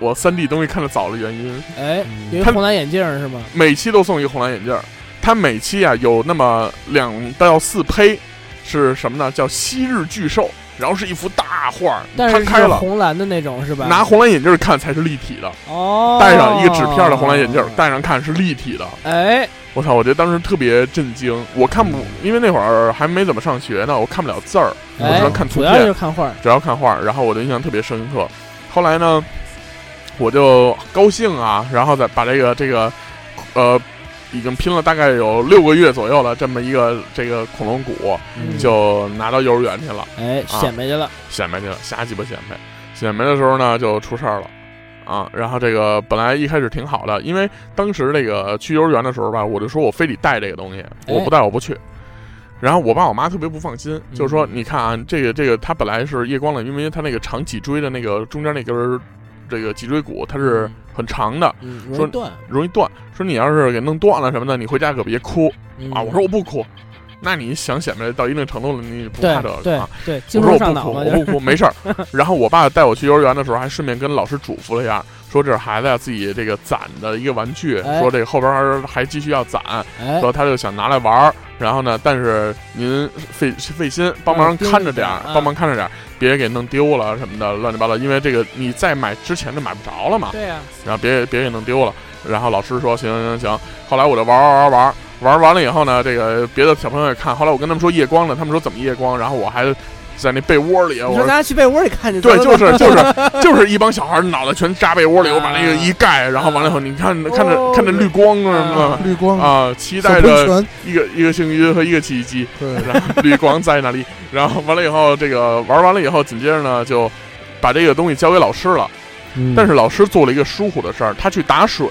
Speaker 1: 我三 D 东西看的早的原因。
Speaker 4: 哎，有一
Speaker 1: 他
Speaker 4: 个红蓝眼镜儿是吗？
Speaker 1: 每期都送一个红蓝眼镜儿，它每期啊有那么两到四胚，是什么呢？叫昔日巨兽，然后是一幅大画儿，
Speaker 4: 但
Speaker 1: 摊
Speaker 4: 是
Speaker 1: 开
Speaker 4: 是
Speaker 1: 了。
Speaker 4: 红蓝的那种是吧？
Speaker 1: 拿红蓝眼镜儿看才是立体的，
Speaker 4: 哦，
Speaker 1: 戴上一个纸片儿的红蓝眼镜儿，戴上看是立体的。
Speaker 4: 哎，
Speaker 1: 我操！我觉得当时特别震惊，我看不，因为那会儿还没怎么上学呢，我看不了字儿，我
Speaker 4: 哎
Speaker 1: 只能看图
Speaker 4: 主要就
Speaker 1: 片
Speaker 4: 是，看画儿，
Speaker 1: 只要看画儿。然后我的印象特别深刻。后来呢，我就高兴啊，然后再把这个这个，呃，已经拼了大概有六个月左右了，这么一个这个恐龙骨
Speaker 4: 嗯
Speaker 1: 就拿到幼儿园去了。
Speaker 4: 哎
Speaker 1: 啊
Speaker 4: 显摆去了，
Speaker 1: 显摆去了，瞎鸡巴显摆。显摆的时候呢，就出事儿了。啊，然后这个本来一开始挺好的，因为当时那个去幼儿园的时候吧，我就说我非得带这个东西，我
Speaker 4: 哎
Speaker 1: 不带我不去。然后我爸我妈特别不放心，就是
Speaker 4: 嗯
Speaker 1: 说你看啊，这个这个它本来是夜光的，因为它那个长脊椎的那个中间那根儿这个脊椎骨它是很长的，
Speaker 4: 嗯，
Speaker 1: 说
Speaker 4: 容易断
Speaker 1: 容易断。说你要是给弄断了什么的，你回家可别哭
Speaker 4: 嗯
Speaker 1: 啊。我说我不哭，那你想显摆到一定程度了，你不
Speaker 4: 对
Speaker 1: 怕这个
Speaker 4: 对
Speaker 1: 啊？
Speaker 4: 对，
Speaker 1: 我
Speaker 4: 精
Speaker 1: 说我不
Speaker 4: 虫上脑
Speaker 1: 哭，
Speaker 4: 嘛，
Speaker 1: 我
Speaker 4: 就是
Speaker 1: 不
Speaker 4: (laughs)
Speaker 1: 哭，没事儿。然后我爸带我去幼儿园的时候，还顺便跟老师嘱咐了一下，说这是孩子呀自己这个攒的一个玩具，
Speaker 4: 哎
Speaker 1: 说这后边儿还继续要攒，
Speaker 4: 哎，
Speaker 1: 说他就想拿来玩儿。然后呢，但是您费费心帮忙
Speaker 4: 嗯盯
Speaker 1: 看着
Speaker 4: 着
Speaker 1: 点
Speaker 4: 点
Speaker 1: 儿
Speaker 4: 儿，啊
Speaker 1: 帮忙看着点儿，别给弄丢了什么的，乱七八糟。因为这个你再买之前就买不着了嘛，
Speaker 4: 对呀，
Speaker 1: 然后别别给弄丢了。然后老师说行行行，后来我就玩玩玩玩玩完了以后呢，这个别的小朋友也看，后来我跟他们说夜光了，他们说怎么夜光，然后我还在那被窝里，啊
Speaker 4: 你
Speaker 1: 我
Speaker 4: 说咱
Speaker 1: 说
Speaker 4: 俩去被窝里看去，
Speaker 1: 对，
Speaker 4: 走
Speaker 1: 就
Speaker 4: 走
Speaker 1: 是就是就是一帮小孩脑袋全扎被窝里，我把那个一盖，然后完了以后你看看着看着绿光啊什么
Speaker 3: 绿光
Speaker 1: 的啊，期
Speaker 3: 小
Speaker 1: 待
Speaker 3: 喷
Speaker 1: 着
Speaker 3: 泉，
Speaker 1: 一个一个星期和一个奇迹。
Speaker 3: 对，
Speaker 1: 然后绿光在那里，然后完了以后，这个玩完了以后，紧接着呢就把这个东西交给老师了。但是老师做了一个疏忽的事儿，他去打水，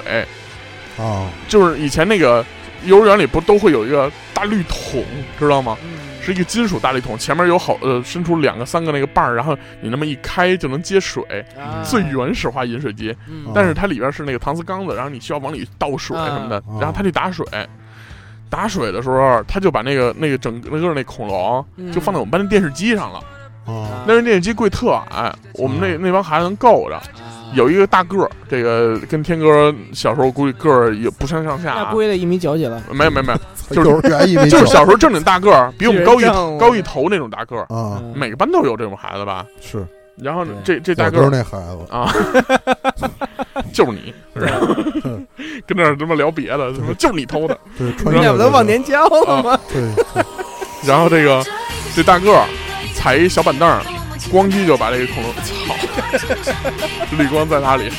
Speaker 3: 啊，
Speaker 1: 就是以前那个幼儿园里不都会有一个大绿桶，知道吗？
Speaker 4: 嗯
Speaker 1: 是一个金属大绿桶，前面有好呃伸出两个三个那个把儿，然后你那么一开就能接水，
Speaker 4: 啊
Speaker 1: 最原始化饮水机。
Speaker 3: 啊
Speaker 4: 嗯
Speaker 1: 但是它里边是那个搪瓷缸子，然后你需要往里倒水什么的
Speaker 3: 啊。
Speaker 1: 然后他去打水，打水的时候他就把那个那个整个那恐龙
Speaker 4: 嗯
Speaker 1: 就放在我们班的电视机上了。
Speaker 3: 啊，
Speaker 1: 那个电视机柜特矮，我们那那帮孩子能够着。
Speaker 4: 啊
Speaker 1: 有一个大个儿，这个跟天哥小时候估计个儿也不相上下、
Speaker 4: 那
Speaker 1: 啊
Speaker 4: 估。计得一米九几了，
Speaker 1: 没有没有没有。就是
Speaker 3: 幼儿园一米
Speaker 1: 就是
Speaker 3: 九
Speaker 1: 小时候正经大个儿，比我们高一
Speaker 4: 巨人症
Speaker 1: 高一头那种大个儿，
Speaker 3: 啊，
Speaker 4: 啊嗯
Speaker 1: 每个班都有这种孩子吧。
Speaker 3: 是
Speaker 1: 然后这
Speaker 4: 对
Speaker 1: 这大
Speaker 3: 我
Speaker 1: 个
Speaker 3: 就是
Speaker 1: 儿
Speaker 3: 那孩子，
Speaker 1: 啊，就是你，然后跟那儿他妈聊别的，他妈就是你偷的。
Speaker 3: 对，穿越
Speaker 4: 要不
Speaker 3: 了
Speaker 4: 都忘年交了吗？
Speaker 3: 对，
Speaker 1: 然后这个这大个儿踩一小板凳儿，咣叽就把这个恐龙操，绿光在哪里？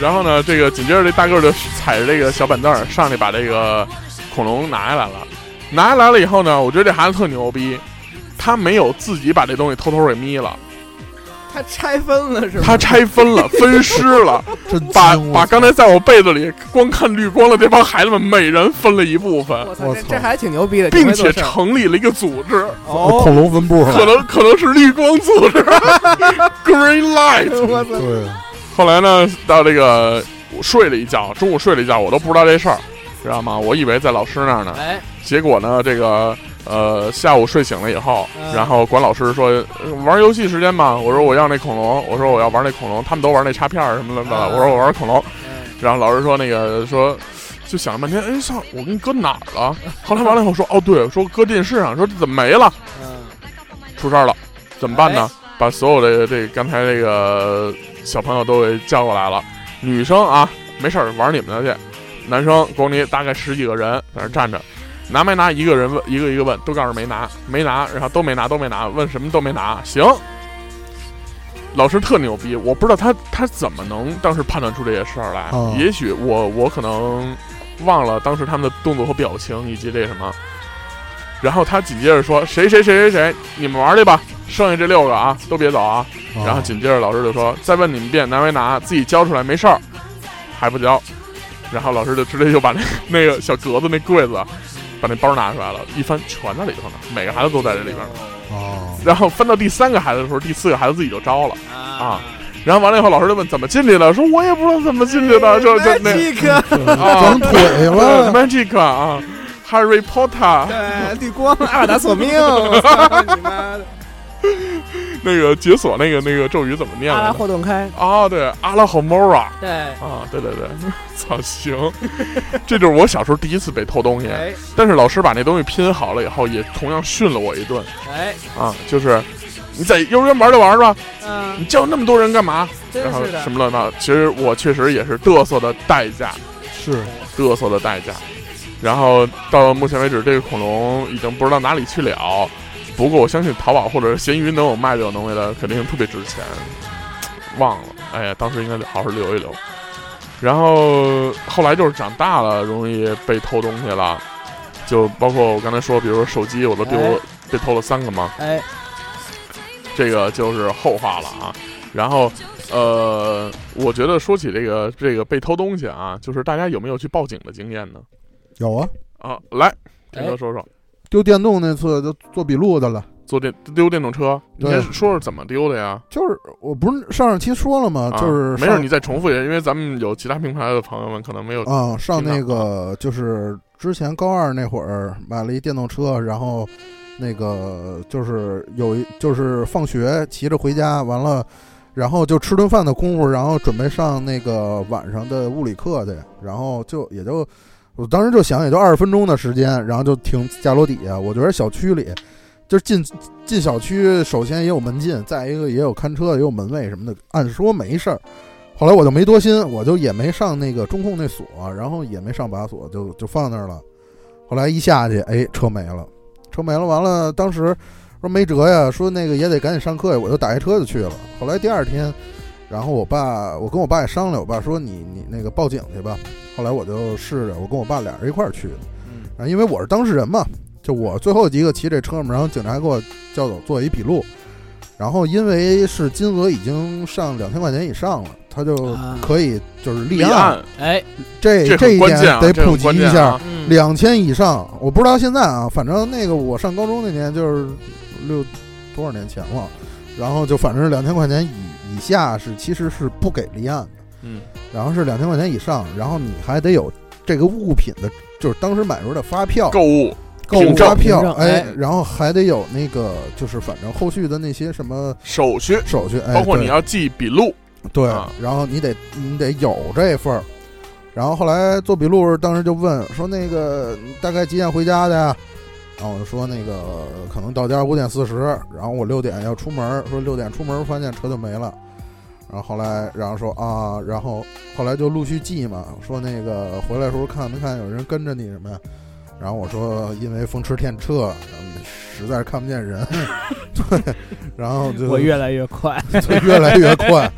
Speaker 1: 然后呢，这个紧接着这大个儿就踩着这个小板凳儿上去把这个恐龙拿下来了。拿下来了以后呢，我觉得这孩子特牛逼，他没有自己把这东西偷偷给眯了，
Speaker 4: 他拆分了是吗？
Speaker 1: 他拆分
Speaker 4: (laughs)
Speaker 1: 了，分尸了，
Speaker 3: 真精
Speaker 1: 把
Speaker 3: 我
Speaker 1: 把
Speaker 3: 操
Speaker 1: 刚才在我被子里光看绿光的这帮孩子们每人分了一部
Speaker 4: (laughs)
Speaker 1: 分，
Speaker 4: 我
Speaker 3: 我
Speaker 4: 操，这
Speaker 3: 操
Speaker 4: 这还挺牛逼的，挺
Speaker 1: 并
Speaker 4: 会做
Speaker 1: 且
Speaker 4: 事儿
Speaker 1: 成立了一个组
Speaker 4: (laughs)
Speaker 1: 织，
Speaker 4: 哦，
Speaker 3: 恐龙分布
Speaker 1: 可
Speaker 3: 了，
Speaker 1: 能可能是绿光组
Speaker 4: (laughs)
Speaker 1: 织，Green Light。
Speaker 4: 我操，
Speaker 3: 对，啊
Speaker 1: 后来呢，到这个我睡了一觉，中午睡了一觉，我都不知道这事儿，知道吗？我以为在老师那儿呢，
Speaker 4: 哎，
Speaker 1: 结果呢，这个呃下午睡醒了以后，
Speaker 4: 嗯
Speaker 1: 然后管老师说呃玩游戏时间吧，我说我要那恐龙，我说我要玩那恐龙，他们都玩那插片儿什么的，
Speaker 4: 嗯
Speaker 1: 我说我玩恐龙，
Speaker 4: 嗯
Speaker 1: 然后老师说那个说。就想了半天，哎，上我给你搁哪儿了？后来完了以后说，哦，对，说搁电视上，说这怎么没了？
Speaker 4: 嗯，
Speaker 1: 出事儿了，怎么办呢？把所有的这刚才这个小朋友都给叫过来了，女生啊，没事儿玩你们的去，男生光你大概十几个人在那儿站着，拿没拿一个人问一个一个问，都告诉没拿，没拿，然后都没拿都没拿，问什么都没拿，行。老师特牛逼，我不知道他他怎么能当时判断出这些事儿来。
Speaker 3: 哦
Speaker 1: 也许我我可能忘了当时他们的动作和表情以及这什么。然后他紧接着说：“谁谁谁谁谁，你们玩去吧，剩下这六个啊，都别走啊。”然
Speaker 3: 哦
Speaker 1: 后紧接着老师就说：“再问你们一遍，拿没拿？自己交出来，没事儿，还不交。”然后老师就直接就把那 (laughs) 那个小格子那柜子，啊把那包拿出来了，一翻全在里头呢，每个孩子都在这里边呢。
Speaker 3: 哦，
Speaker 1: 然后翻到第三个孩子的时候，第四个孩子自己就招
Speaker 4: 嗯
Speaker 1: 了啊。然后完了以后，老师就问怎么进去的，说我也不知道怎么进去的，就就那
Speaker 4: 哎
Speaker 1: (laughs)
Speaker 6: 个
Speaker 1: 啊
Speaker 3: 长腿了，
Speaker 1: ，magic 啊，Harry Potter
Speaker 6: 对
Speaker 4: 嗯 (laughs)
Speaker 6: 绿光阿瓦达索命，我操你妈的
Speaker 1: 那个解锁那个那个咒语怎么念
Speaker 4: 阿拉
Speaker 1: 来着？
Speaker 4: 霍顿开，
Speaker 1: 啊，对，阿拉好猫啊。
Speaker 4: 对，
Speaker 1: 啊，对对对， (laughs) 操，行， (laughs) 这就是我小时候第一次被偷东西，
Speaker 6: 哎
Speaker 1: 但是老师把那东西拼好了以后，也同样训了我一顿
Speaker 6: 哎，
Speaker 1: 啊，就是你在幼儿园玩就玩吧，
Speaker 6: 嗯，
Speaker 1: 你叫那么多人干嘛？
Speaker 6: 真
Speaker 1: 然后
Speaker 6: 是的
Speaker 1: 什么乱七八糟，其实我确实也是嘚瑟的代价，
Speaker 3: 是
Speaker 1: 嘚瑟的代价。然后到目前为止，这个恐龙已经不知道哪里去了。不过我相信淘宝或者是闲鱼能有卖这种东西的，肯定特别值钱。忘了，哎呀，当时应该好好留一留。然后后来就是长大了，容易被偷东西了，就包括我刚才说，比如说手机，我都丢、
Speaker 4: 哎
Speaker 1: 被偷了三个嘛，
Speaker 4: 哎，
Speaker 1: 这个就是后话了啊。然后，呃，我觉得说起这个这个被偷东西啊，就是大家有没有去报警的经验呢？
Speaker 3: 有啊，
Speaker 1: 啊，来，田
Speaker 4: 哎
Speaker 1: 哥说说，
Speaker 3: 丢电动那次就做笔录的了。
Speaker 1: 坐电丢电动车，你
Speaker 3: 对
Speaker 1: 先说说怎么丢的呀？
Speaker 3: 就是我不是上上期说了吗？
Speaker 1: 啊
Speaker 3: 就是
Speaker 1: 没事，
Speaker 3: 上
Speaker 1: 你再重复一下，因为咱们有其他平台的朋友们可能没有
Speaker 3: 啊、上那
Speaker 1: 听到
Speaker 3: 个就是之前高二那会儿买了一电动车，然后那个就是有一就是放学骑着回家，完了，然后就吃顿饭的功夫，然后准备上那个晚上的物理课去，然后就也就我当时就想也就二十分钟的时间，然后就停家楼底下，我觉得小区里。就是进进小区，首先也有门禁，再一个也有看车，也有门卫什么的。按说没事儿，后来我就没多心，我就也没上那个中控那锁，然后也没上把锁，就就放那儿了。后来一下去，哎，车没了，车没了。完了，当时说没辙呀，说那个也得赶紧上课呀，我就打一车就去了。后来第二天，然后我爸，我跟我爸也商量，我爸说你你那个报警去吧。后来我就试着，我跟我爸俩人一块儿去的，
Speaker 1: 嗯
Speaker 3: 啊，因为我是当事人嘛，就我最后一个骑这车嘛，然后警察给我叫走做一笔录。然后因为是金额已经上两千块钱以上了，他就
Speaker 4: 啊
Speaker 3: 可以就是立
Speaker 1: 立案，
Speaker 4: 哎，
Speaker 3: 这
Speaker 1: 很
Speaker 3: 一
Speaker 1: 关
Speaker 3: 点
Speaker 1: 键啊，
Speaker 3: 得
Speaker 1: 这很
Speaker 3: 普及
Speaker 1: 关
Speaker 3: 一
Speaker 1: 键
Speaker 3: 下。
Speaker 1: 啊。
Speaker 4: 嗯，
Speaker 3: 两千以上，我不知道现在啊，反正那个我上高中那年就是六多少年前了，然后就反正是两千块钱以以下是其实是不给立案的，
Speaker 1: 嗯，
Speaker 3: 然后是两千块钱以上，然后你还得有这个物品的，就是当时买入的发票、
Speaker 1: 购物
Speaker 3: 购
Speaker 1: 凭
Speaker 3: 物
Speaker 1: 证
Speaker 3: 发票
Speaker 4: 凭证，
Speaker 3: 哎
Speaker 4: 哎，
Speaker 3: 然后还得有那个就是反正后续的那些什么
Speaker 1: 手续，
Speaker 3: 手续，哎，
Speaker 1: 包括
Speaker 3: 对
Speaker 1: 你要记笔录，
Speaker 3: 对
Speaker 1: 啊，
Speaker 3: 然后你得你得有这份儿。然后后来做笔录，当时就问说那个你大概几点回家的呀？然后我就说那个呃可能到家五点四十，然后我六点要出门儿，说六点出门儿发现车就没了。然后后来，然后说啊，然后后来就陆续记嘛，说那个回来的时候看没看有人跟着你什么呀？然后我说因为风驰电掣，然后实在是看不见人， (laughs) 对，然后就
Speaker 4: 我越来越快，
Speaker 3: 就越来越快，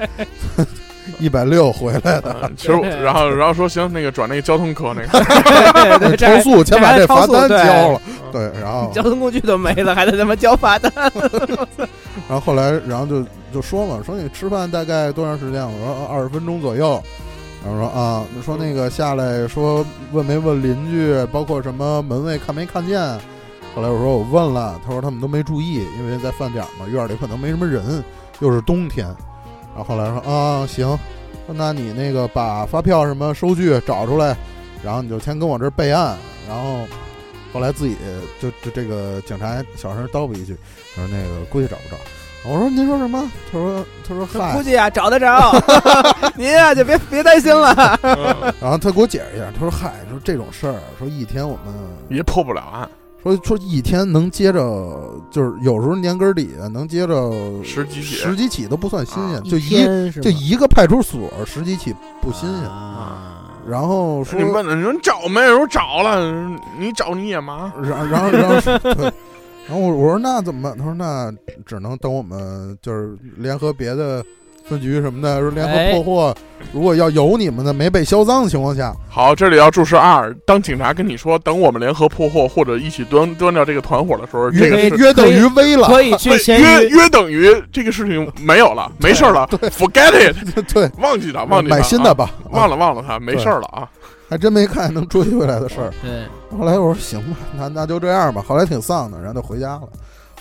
Speaker 3: 一百六回来的， (laughs)
Speaker 1: 嗯其实我然后然后说行，那个转那个交通科那个，
Speaker 4: (laughs)
Speaker 3: (laughs)
Speaker 4: 对对
Speaker 3: 超
Speaker 4: 这
Speaker 3: 速先把这罚单
Speaker 4: 这还
Speaker 3: 交了，
Speaker 1: 超速
Speaker 3: 对，然后
Speaker 4: 嗯交通工具都没了，还得他妈交罚单，
Speaker 3: 然后后来然后就就说嘛，说你吃饭大概多长时间？我说呃二十分钟左右。然后说啊，说那个下来说问没问邻居，包括什么门卫看没看见？后来我说我问了，他说他们都没注意，因为在饭点儿嘛，院儿里可能没什么人，又是冬天。然后后来说啊行，说那你那个把发票什么收据找出来，然后你就先跟我这儿备案。然后后来自己就就这个警察小声叨咕一句，他说那个估计找不着。我说您说什么？他说他说嗨
Speaker 6: 估，计啊找得
Speaker 4: (laughs)
Speaker 6: 着，您啊就别别担心了，
Speaker 1: 嗯
Speaker 3: 然后他给我解释一下，他说嗨，说这种事儿，说一天我们
Speaker 1: 也破不了啊案，
Speaker 3: 说说一天能接着，就是有时候年根儿底下能接着
Speaker 1: 十几起
Speaker 3: 十几起都不算新鲜，就一
Speaker 4: 啊天是
Speaker 3: 就
Speaker 4: 吗
Speaker 3: 一个派出所十几起不新鲜。
Speaker 4: 啊，
Speaker 3: 然后说
Speaker 1: 哎你，问了，你说你找没？我说找了，你找你也麻。
Speaker 3: 然然后然后说对。然后我我说那怎么办？他说那只能等我们就是联合别的分局什么的，说联
Speaker 4: 哎
Speaker 3: 合破获，如果要有你们的没被销赃的情况下，
Speaker 1: 好，这里要注释二：当警察跟你说等我们联合破获或者一起端端掉这个团伙的时候，这
Speaker 3: 约
Speaker 1: 个
Speaker 4: 为
Speaker 1: 是
Speaker 3: 约等于微了，
Speaker 4: 可以去
Speaker 1: 对
Speaker 4: 闲
Speaker 1: 哎约
Speaker 4: 鱼
Speaker 1: 约等于这个事情没有了，没事儿了，forget it，
Speaker 3: (laughs) 对，
Speaker 1: 忘记它，忘记它，
Speaker 3: 嗯买新的吧，
Speaker 1: 啊，忘了忘了它，没事儿了啊。
Speaker 3: 还真没看见能追回来的事儿。
Speaker 4: 对，
Speaker 3: 后来我说行吧，那那就这样吧。后来挺丧的，然后就回家了。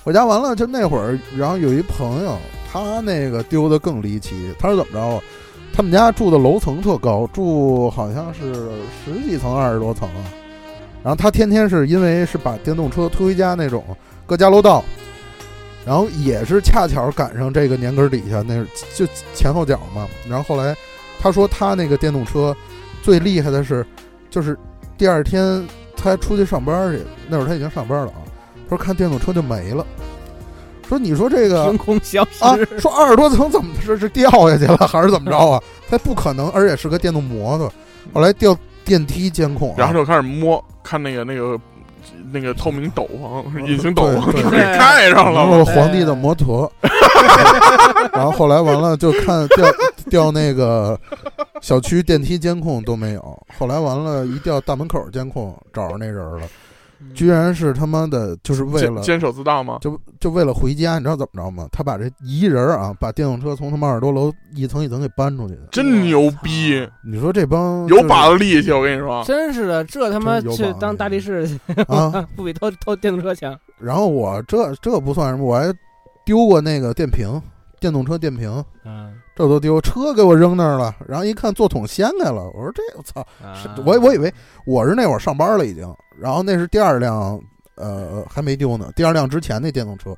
Speaker 3: 回家完了，就那会儿，然后有一朋友，他那个丢的更离奇。他是怎么着啊？他们家住的楼层特高，住好像是十几层、二十多层啊。然后他天天是因为是把电动车推回家那种，各家楼道，然后也是恰巧赶上这个年根儿底下，那是就前后脚嘛。然后后来他说他那个电动车最厉害的是，就是第二天他出去上班去，那会儿他已经上班了啊。他说看电动车就没了，说你说这个
Speaker 4: 凭空消失。
Speaker 3: 啊，说二十多层怎么是是掉下去了还是怎么着啊？他不可能，而且是个电动摩托。后来调电梯监控、啊，
Speaker 1: 嗯然后就开始摸，看那个那个那个透明斗篷、隐形斗篷
Speaker 3: 嗯对
Speaker 1: 是不是
Speaker 4: 对
Speaker 1: 盖上了
Speaker 3: 然
Speaker 1: 吗？
Speaker 3: 后皇帝的
Speaker 1: (laughs)
Speaker 3: 摩托，然后后来完了就看调调那个小区电梯监控都没有，后来完了，一调大门口监控找着那人了，
Speaker 1: 嗯
Speaker 3: 居然是他妈的，就是为
Speaker 1: 坚
Speaker 3: 了
Speaker 1: 坚守自盗吗？
Speaker 3: 就就为了回家，你知道怎么着吗？他把这一人啊，把电动车从他妈二十多楼一层一层给搬出去的。
Speaker 1: 真牛逼，
Speaker 3: 你说这帮
Speaker 1: 有把子力气，我跟你说。
Speaker 4: 真是的，这他妈
Speaker 3: 真有
Speaker 4: 去
Speaker 3: 网
Speaker 4: 当
Speaker 3: 瘾
Speaker 4: 大力士去，
Speaker 3: 就是啊！
Speaker 4: (laughs) 不比偷偷电动车强？
Speaker 3: 然后我这这不算什么，我还丢过那个电瓶，电动车电瓶，
Speaker 4: 嗯，
Speaker 3: 这都丢，车给我扔那儿了。然后一看座桶掀开了，我说这我操！
Speaker 4: 啊
Speaker 3: 是我我以为我是那会儿上班了已经，然后那是第二辆，呃，还没丢呢，第二辆之前那电动车，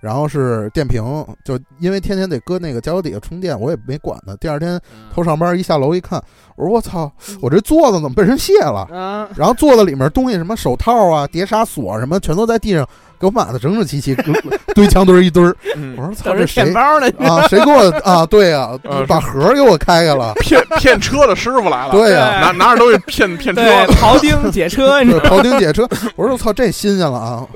Speaker 3: 然后是电瓶，就因为天天得搁那个加油底下充电，我也没管它。第二天头上班一下楼一看，我说我操，我这座子怎么被人卸了？
Speaker 4: 啊， (laughs)
Speaker 3: 然后坐在里面东西什么手套啊、碟刹锁什么，全都在地上给我码的整整齐 (laughs) 齐，跟堆墙堆儿一堆儿。
Speaker 1: 嗯
Speaker 3: 我说操，
Speaker 4: 等
Speaker 3: 这
Speaker 4: 着钱
Speaker 3: 谁
Speaker 4: 包呢，
Speaker 3: 啊？谁给我啊？对
Speaker 4: (laughs)
Speaker 3: 啊
Speaker 1: 嗯，
Speaker 3: 把盒儿给我开开了。
Speaker 1: 骗骗车的师傅来
Speaker 4: 啊
Speaker 1: 了，
Speaker 3: 对啊呀、
Speaker 4: 对
Speaker 1: 拿拿着东西骗骗车，
Speaker 4: (laughs) 对，庖
Speaker 3: (laughs)
Speaker 4: 丁解车，你知
Speaker 3: 对，
Speaker 4: 道
Speaker 3: 庖
Speaker 4: 吗
Speaker 3: 丁解车。我说我操，这新鲜了啊！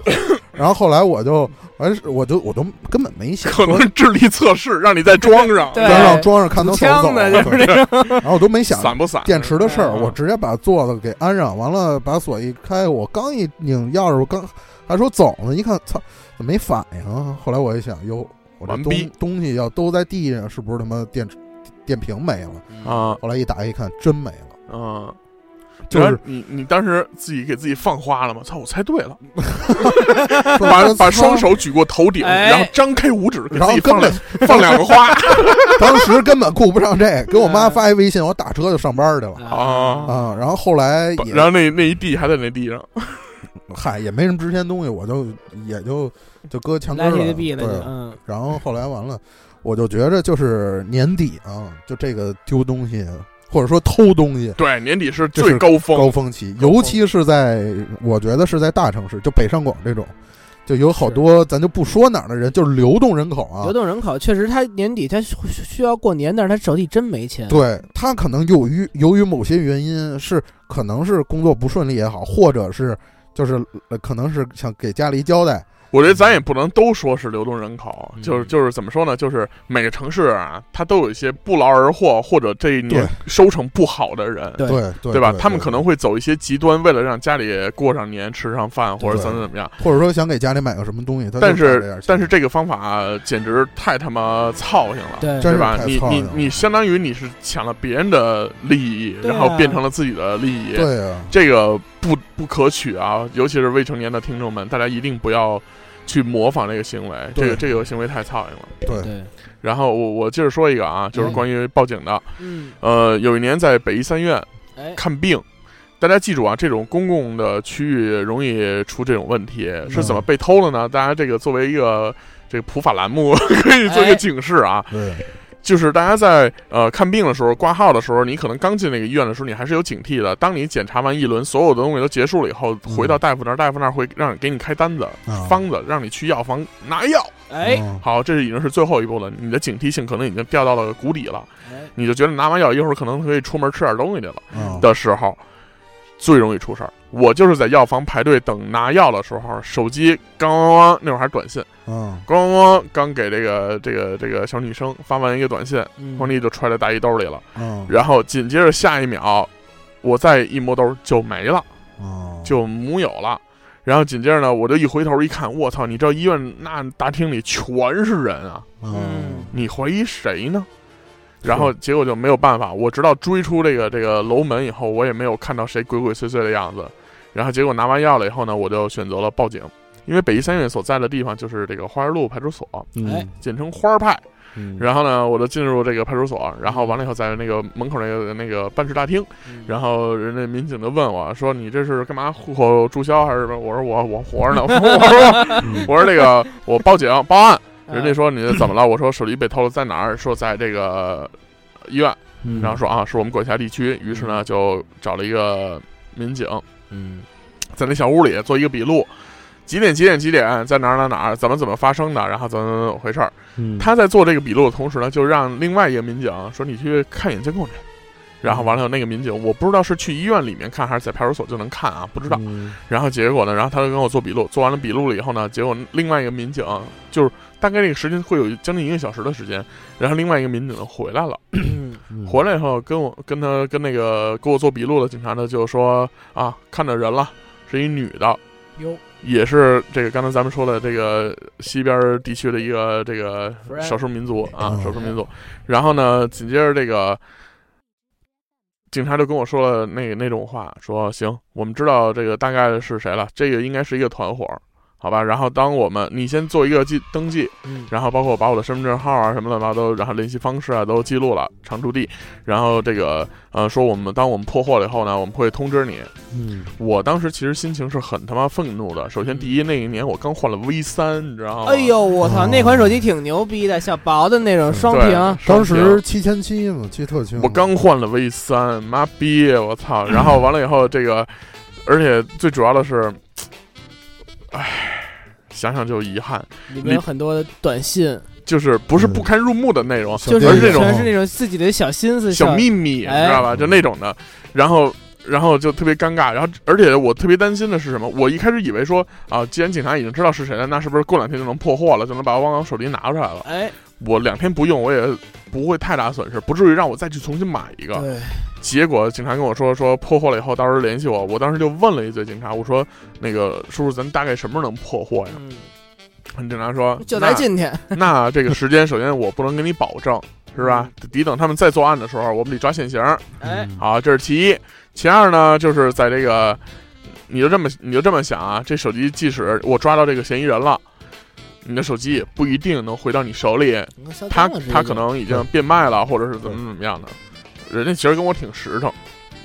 Speaker 3: 然后后来我就，完事我就我都根本没想
Speaker 1: 可
Speaker 3: 说
Speaker 1: 能是智力测试让你再装上，
Speaker 4: 对
Speaker 3: 让让装上看能
Speaker 4: 堵
Speaker 3: 走不走
Speaker 4: 枪
Speaker 3: 啊，
Speaker 4: 的，就是那种
Speaker 3: 然后我都没想
Speaker 1: 散不散？
Speaker 3: 电池的事儿，
Speaker 1: 嗯
Speaker 3: 我直接把座子给安上，完了把锁一开，我刚一拧钥匙，我刚还说走呢，一看操，怎么没反应啊？后来我一想，哟，我这
Speaker 1: 完
Speaker 3: 东
Speaker 1: 逼
Speaker 3: 东西要都在地上，是不是他妈电池电瓶没了？
Speaker 1: 啊
Speaker 3: 后来一打开一看，真没了。
Speaker 1: 嗯，
Speaker 3: 就是
Speaker 1: 然后你你当时自己给自己放花了吗？操，我猜对了，
Speaker 3: 说 (laughs)
Speaker 1: 把
Speaker 3: 我
Speaker 1: 把
Speaker 3: 操
Speaker 1: 双，手举过头顶，
Speaker 4: 哎
Speaker 1: 然后张开五指，给自
Speaker 3: 然后
Speaker 1: 己
Speaker 3: 根
Speaker 1: 放
Speaker 3: 本
Speaker 1: 两放两个
Speaker 3: (laughs)
Speaker 1: 花
Speaker 3: 当时根本顾不上这，给我
Speaker 1: 嗯
Speaker 3: 妈发一微信，我打车就上班去了。
Speaker 1: 啊。
Speaker 3: 啊，然后后来也
Speaker 1: 然后那那一地还在那地上，
Speaker 3: 嗨也没什么值钱东西，我就也就就搁墙根
Speaker 4: 来
Speaker 3: 儿
Speaker 4: 你
Speaker 3: 了。
Speaker 4: 的币了，
Speaker 3: 对啊
Speaker 4: 就，嗯，
Speaker 3: 然后后来完了，我就觉着就是年底啊，就这个丢东西或者说偷东西
Speaker 1: 对，年底是
Speaker 3: 这
Speaker 1: 最
Speaker 3: 是
Speaker 1: 高峰，
Speaker 3: 高峰期，
Speaker 1: 峰
Speaker 3: 尤其是在我觉得是在大城市，就北上广这种，就有好多咱就不说哪儿的人，就是流动人口啊
Speaker 4: 流，动人口确实，他年底他需需要过年，但是他手里真没钱，
Speaker 3: 对他可能由于由于某些原因是可能是工作不顺利也好，或者是就是、呃可能是想给家里交代，
Speaker 1: 我觉得咱也不能都说是流动人口，
Speaker 5: 嗯
Speaker 1: 就是就是怎么说呢？就是每个城市啊，它都有一些不劳而获或者这一年
Speaker 3: 对
Speaker 1: 收成不好的人，
Speaker 4: 对
Speaker 3: 对对
Speaker 1: 吧？
Speaker 3: 对
Speaker 1: 他们可能会走一些极端，为了让家里过上年、吃上饭或者
Speaker 3: 对
Speaker 1: 怎么怎么样。
Speaker 3: 或者说想给家里买个什么东西，他就
Speaker 1: 但
Speaker 3: 搞这样
Speaker 1: 是但是
Speaker 3: 行
Speaker 1: 这个方法简直太他妈操性了。
Speaker 4: 对
Speaker 3: 真
Speaker 1: 对
Speaker 3: 是
Speaker 1: 吧？
Speaker 3: 太
Speaker 1: 你
Speaker 3: 操
Speaker 1: 你
Speaker 3: 性了
Speaker 1: 你相当于你是抢了别人的利益，
Speaker 4: 对啊
Speaker 1: 然后变成了自己的利益，
Speaker 3: 对啊，
Speaker 1: 这个不不可取啊！尤其是未成年的听众们，大家一定不要去模仿这个行为，这个
Speaker 3: 对
Speaker 1: 这个行为太操性了。
Speaker 4: 对，
Speaker 1: 然后我我接着说一个啊，就是
Speaker 4: 嗯
Speaker 1: 关于报警的。
Speaker 4: 嗯，
Speaker 1: 呃，有一年在北医三院
Speaker 4: 哎，
Speaker 1: 看病，大家记住啊，这种公共的区域容易出这种问题，是怎么
Speaker 3: 嗯
Speaker 1: 被偷的呢？大家这个作为一个这个普法栏目， (laughs) 可以做一
Speaker 4: 哎
Speaker 1: 个警示啊，
Speaker 3: 对
Speaker 1: 就是大家在呃看病的时候、挂号的时候，你可能刚进那个医院的时候，你还是有警惕的。当你检查完一轮，所有的东西都结束了以后，
Speaker 3: 嗯
Speaker 1: 回到大夫那儿，大夫那儿会让给你开单子、
Speaker 3: 啊
Speaker 1: 方子，让你去药房拿药。
Speaker 4: 哎，
Speaker 3: 嗯
Speaker 1: 好，这已经是最后一步了，你的警惕性可能已经掉到了谷底了。
Speaker 4: 哎
Speaker 1: 你就觉得拿完药一会儿可能可以出门吃点东西去了
Speaker 3: 嗯
Speaker 1: 的时候，最容易出事儿。我就是在药房排队等拿药的时候，手机刚刚刚那会儿还是短信，
Speaker 3: 嗯，
Speaker 1: 咣咣咣刚给这个这个这个小女生发完一个短信，
Speaker 4: 嗯
Speaker 1: 皇帝就揣在大衣兜里了。
Speaker 3: 嗯，
Speaker 1: 然后紧接着下一秒，我再一摸兜就没了，
Speaker 3: 哦，
Speaker 1: 就木有了。然后紧接着呢，我就一回头一看，我操！你知道医院那大厅里全是人啊，
Speaker 3: 嗯，
Speaker 1: 你怀疑谁呢？然后结果就没有办法，我直到追出这个这个楼门以后，我也没有看到谁鬼鬼祟祟的样子。然后结果拿完药了以后呢，我就选择了报警，因为北医三院所在的地方就是这个花儿路派出所，
Speaker 4: 哎
Speaker 1: 简称花儿派。
Speaker 3: 嗯，
Speaker 1: 然后呢，我就进入这个派出所，然后完了以后，在那个门口那个那个办事大厅，然后人家民警就问我说：“你这是干嘛？户口注销还是什么？”我说：“我我活着呢。”我说：“我说那个我报警报案。”
Speaker 4: 啊
Speaker 1: 人家说：“你怎么了？”我说：“手机被偷了，在哪儿？”说在这个呃医院。
Speaker 3: 嗯
Speaker 1: 然后说啊，是我们管辖地区。于是呢，就找了一个民警，
Speaker 3: 嗯
Speaker 1: 在那小屋里做一个笔录，几点几点几点在哪儿哪儿哪儿，怎么怎么发生的，然后怎么怎么回事儿。
Speaker 3: 嗯，
Speaker 1: 他在做这个笔录的同时呢，就让另外一个民警说：“你去看一眼监控去。”然后完了以后，那个民警我不知道是去医院里面看还是在派出所就能看啊，不知道。
Speaker 3: 嗯
Speaker 1: 然后结果呢，然后他就跟我做笔录，做完了笔录了以后呢，结果另外一个民警就是大概这个时间会有将近一个小时的时间，然后另外一个民警回来了，
Speaker 3: (coughs) 嗯
Speaker 1: 回来以后跟我跟他跟那个给我做笔录的警察呢就说啊，看着人了，是一女的，
Speaker 4: 哟，
Speaker 1: 也是这个刚才咱们说的这个西边地区的一个这个
Speaker 4: Friend
Speaker 1: 少数民族啊
Speaker 3: 嗯，
Speaker 1: 少数民族。然后呢，紧接着这个警察就跟我说了那那种话，说行，我们知道这个大概是谁了，这个应该是一个团伙，好吧？然后当我们你先做一个记登记，
Speaker 4: 嗯
Speaker 1: 然后包括把我的身份证号啊什么乱七八糟，然后联系方式啊都记录了，常住地，然后这个呃说我们当我们破获了以后呢，我们会通知你，
Speaker 3: 嗯
Speaker 1: 我当时其实心情是很他妈愤怒的。首先，第一，那一年我刚换了 V 三，你知道吗？
Speaker 4: 哎呦，我操，
Speaker 3: 哦
Speaker 4: 那款手机挺牛逼的，小薄的那种
Speaker 3: 嗯
Speaker 4: 双
Speaker 1: 对，
Speaker 4: 屏，
Speaker 1: 双
Speaker 3: 当
Speaker 1: 屏
Speaker 3: 时七千七嘛，记得特清，
Speaker 1: 我刚换了 V 三，妈逼，我操！然后完了以后，这个，而且最主要的是，唉，想想就遗憾，
Speaker 4: 里面有很多短信，
Speaker 1: 就是不是不堪入目的内容，
Speaker 3: 小
Speaker 4: 就
Speaker 3: 电
Speaker 4: 是
Speaker 1: 而
Speaker 3: 影啊
Speaker 1: 这种
Speaker 4: 全是那种自己的小心思、
Speaker 1: 小秘密，你
Speaker 4: 哎
Speaker 1: 知道吧？就那种的，然后。然后就特别尴尬，然后而且我特别担心的是什么？我一开始以为说啊，既然警察已经知道是谁了，那是不是过两天就能破获了，就能把汪洋手机拿出来了？
Speaker 4: 哎，
Speaker 1: 我两天不用，我也不会太大损失，不至于让我再去重新买一个。
Speaker 4: 对，
Speaker 1: 结果警察跟我说说破获了以后，到时候联系我。我当时就问了一嘴警察，我说那个叔叔，咱大概什么时候能破获呀？
Speaker 4: 嗯，
Speaker 1: 警察说
Speaker 4: 就在今天，
Speaker 1: 那那这个时间，首先我不能给你保证，是吧？
Speaker 4: 嗯
Speaker 1: 抵等他们再作案的时候，我们得抓现行。
Speaker 4: 哎，
Speaker 3: 嗯
Speaker 1: 好，这是其一。其二呢，就是在这个，你就这么你就这么想啊，这手机即使我抓到这个嫌疑人了，你的手机也不一定能回到你手里，
Speaker 4: 小
Speaker 1: 他
Speaker 4: 灯笼这
Speaker 1: 他
Speaker 4: 个
Speaker 1: 可能已经
Speaker 3: 嗯
Speaker 1: 变卖了，或者是怎么怎么样的。人家其实跟我挺实诚，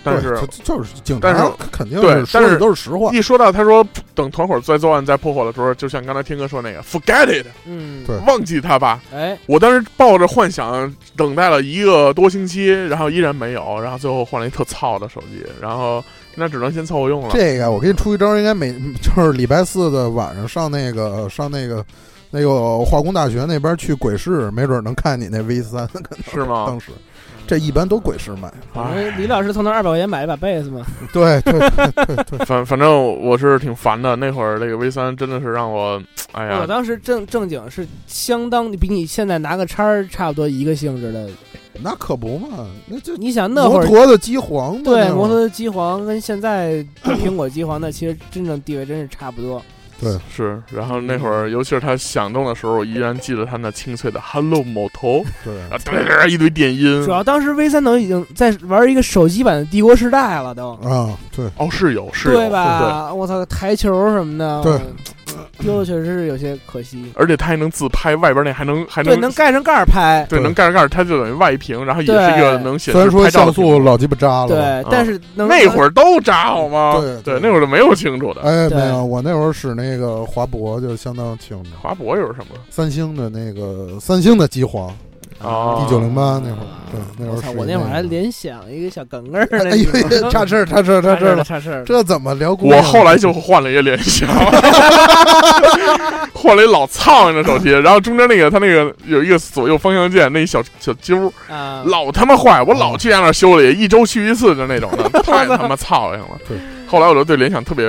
Speaker 1: 但是
Speaker 3: 对就就是警
Speaker 1: 但是
Speaker 3: 察肯定
Speaker 1: 对
Speaker 3: 说
Speaker 1: 但
Speaker 3: 的
Speaker 1: 是
Speaker 3: 都是实话，
Speaker 1: 一说到他说等团伙再作案再破获的时候，就像刚才天哥说那个，forget it，
Speaker 4: 嗯，
Speaker 3: 对
Speaker 1: 忘记他吧。
Speaker 4: 哎，
Speaker 1: 我当时抱着幻想等待了一个多星期，然后依然没有，然后最后换了一特糙的手机，然后那只能先凑合用了。
Speaker 3: 这个我给你出一招，应该每就是礼拜四的晚上上那个上那个那个化工大学那边去鬼市，没准能看你那 V 三。
Speaker 1: 是吗？
Speaker 3: (laughs) 当时这一般都鬼市买，
Speaker 4: 反
Speaker 1: 哎，
Speaker 4: 正李老师从那二百块钱买了把被子嘛，
Speaker 3: 对对对对对，
Speaker 1: 反反正我是挺烦的。那会儿这个 V 三真的是让我，哎呀
Speaker 4: 我，当时正正经是相当比你现在拿个叉儿差不多一个性质的，
Speaker 3: 那可不嘛，那这
Speaker 4: 你想那会
Speaker 3: 摩
Speaker 4: 儿
Speaker 3: 托的机皇嘛，
Speaker 4: 对
Speaker 3: 那会儿
Speaker 4: 摩托的机皇跟现在苹果机皇那其实真正地位真是差不多，
Speaker 1: 是。然后那会
Speaker 4: 嗯
Speaker 1: 儿，尤其是它响动的时候，我依然记得它那清脆的 “Hello 某头”，
Speaker 3: 对
Speaker 1: 啊，哒哒哒一堆电音
Speaker 4: 主。要当时 V 三都已经在玩一个手机版的帝国时代了都。
Speaker 3: 啊，对
Speaker 1: 哦，是有是有，
Speaker 4: 对吧？我操，台球什么的，
Speaker 3: 对
Speaker 4: 我，丢的确实是有些可惜。
Speaker 1: 而且它还能自拍，外边那还能还
Speaker 4: 对，能盖上盖儿拍，
Speaker 1: 对
Speaker 3: 对
Speaker 1: 能盖着盖着，它就等于外屏，然后也是一个能显示
Speaker 3: 虽然说
Speaker 1: 拍照
Speaker 3: 像
Speaker 1: 的屏幕
Speaker 3: 素老鸡巴渣了，
Speaker 1: 啊
Speaker 4: 对，但是能
Speaker 1: 那会儿都渣好吗？
Speaker 3: 对对
Speaker 1: 啊那会儿就没有清楚的。
Speaker 3: 哎，
Speaker 4: 对
Speaker 3: 没有，我那会儿使那个华博就相当清楚，
Speaker 1: 华博又是什么？
Speaker 3: 三星的那个三星的机皇，
Speaker 1: 哦，
Speaker 3: 嗯一九零八那会儿
Speaker 4: 啊，
Speaker 3: 对，那会
Speaker 4: 我
Speaker 3: 儿
Speaker 4: 操
Speaker 3: 是
Speaker 4: 我那会儿还联想一个小梗根儿
Speaker 3: (laughs)
Speaker 4: 呢，
Speaker 3: 哎
Speaker 4: 你
Speaker 3: 呦
Speaker 4: 知道，
Speaker 3: (laughs)
Speaker 4: 吗
Speaker 3: 差事儿，差事
Speaker 4: (laughs)
Speaker 3: 儿，差事儿了，
Speaker 4: 差事儿了，
Speaker 3: 这怎么聊姑
Speaker 1: 我
Speaker 3: 娘？
Speaker 1: 后来就换了一个联想， (laughs) 换了一老苍蝇的手机，然后中间那个它那个有一个左右方向键，那一小小揪
Speaker 4: 啊，
Speaker 1: 老他妈坏，我
Speaker 3: 嗯
Speaker 1: 老去他那儿修理，一周去一次的那种的，太他妈操心了
Speaker 3: 对。
Speaker 1: 后来我就对联想特别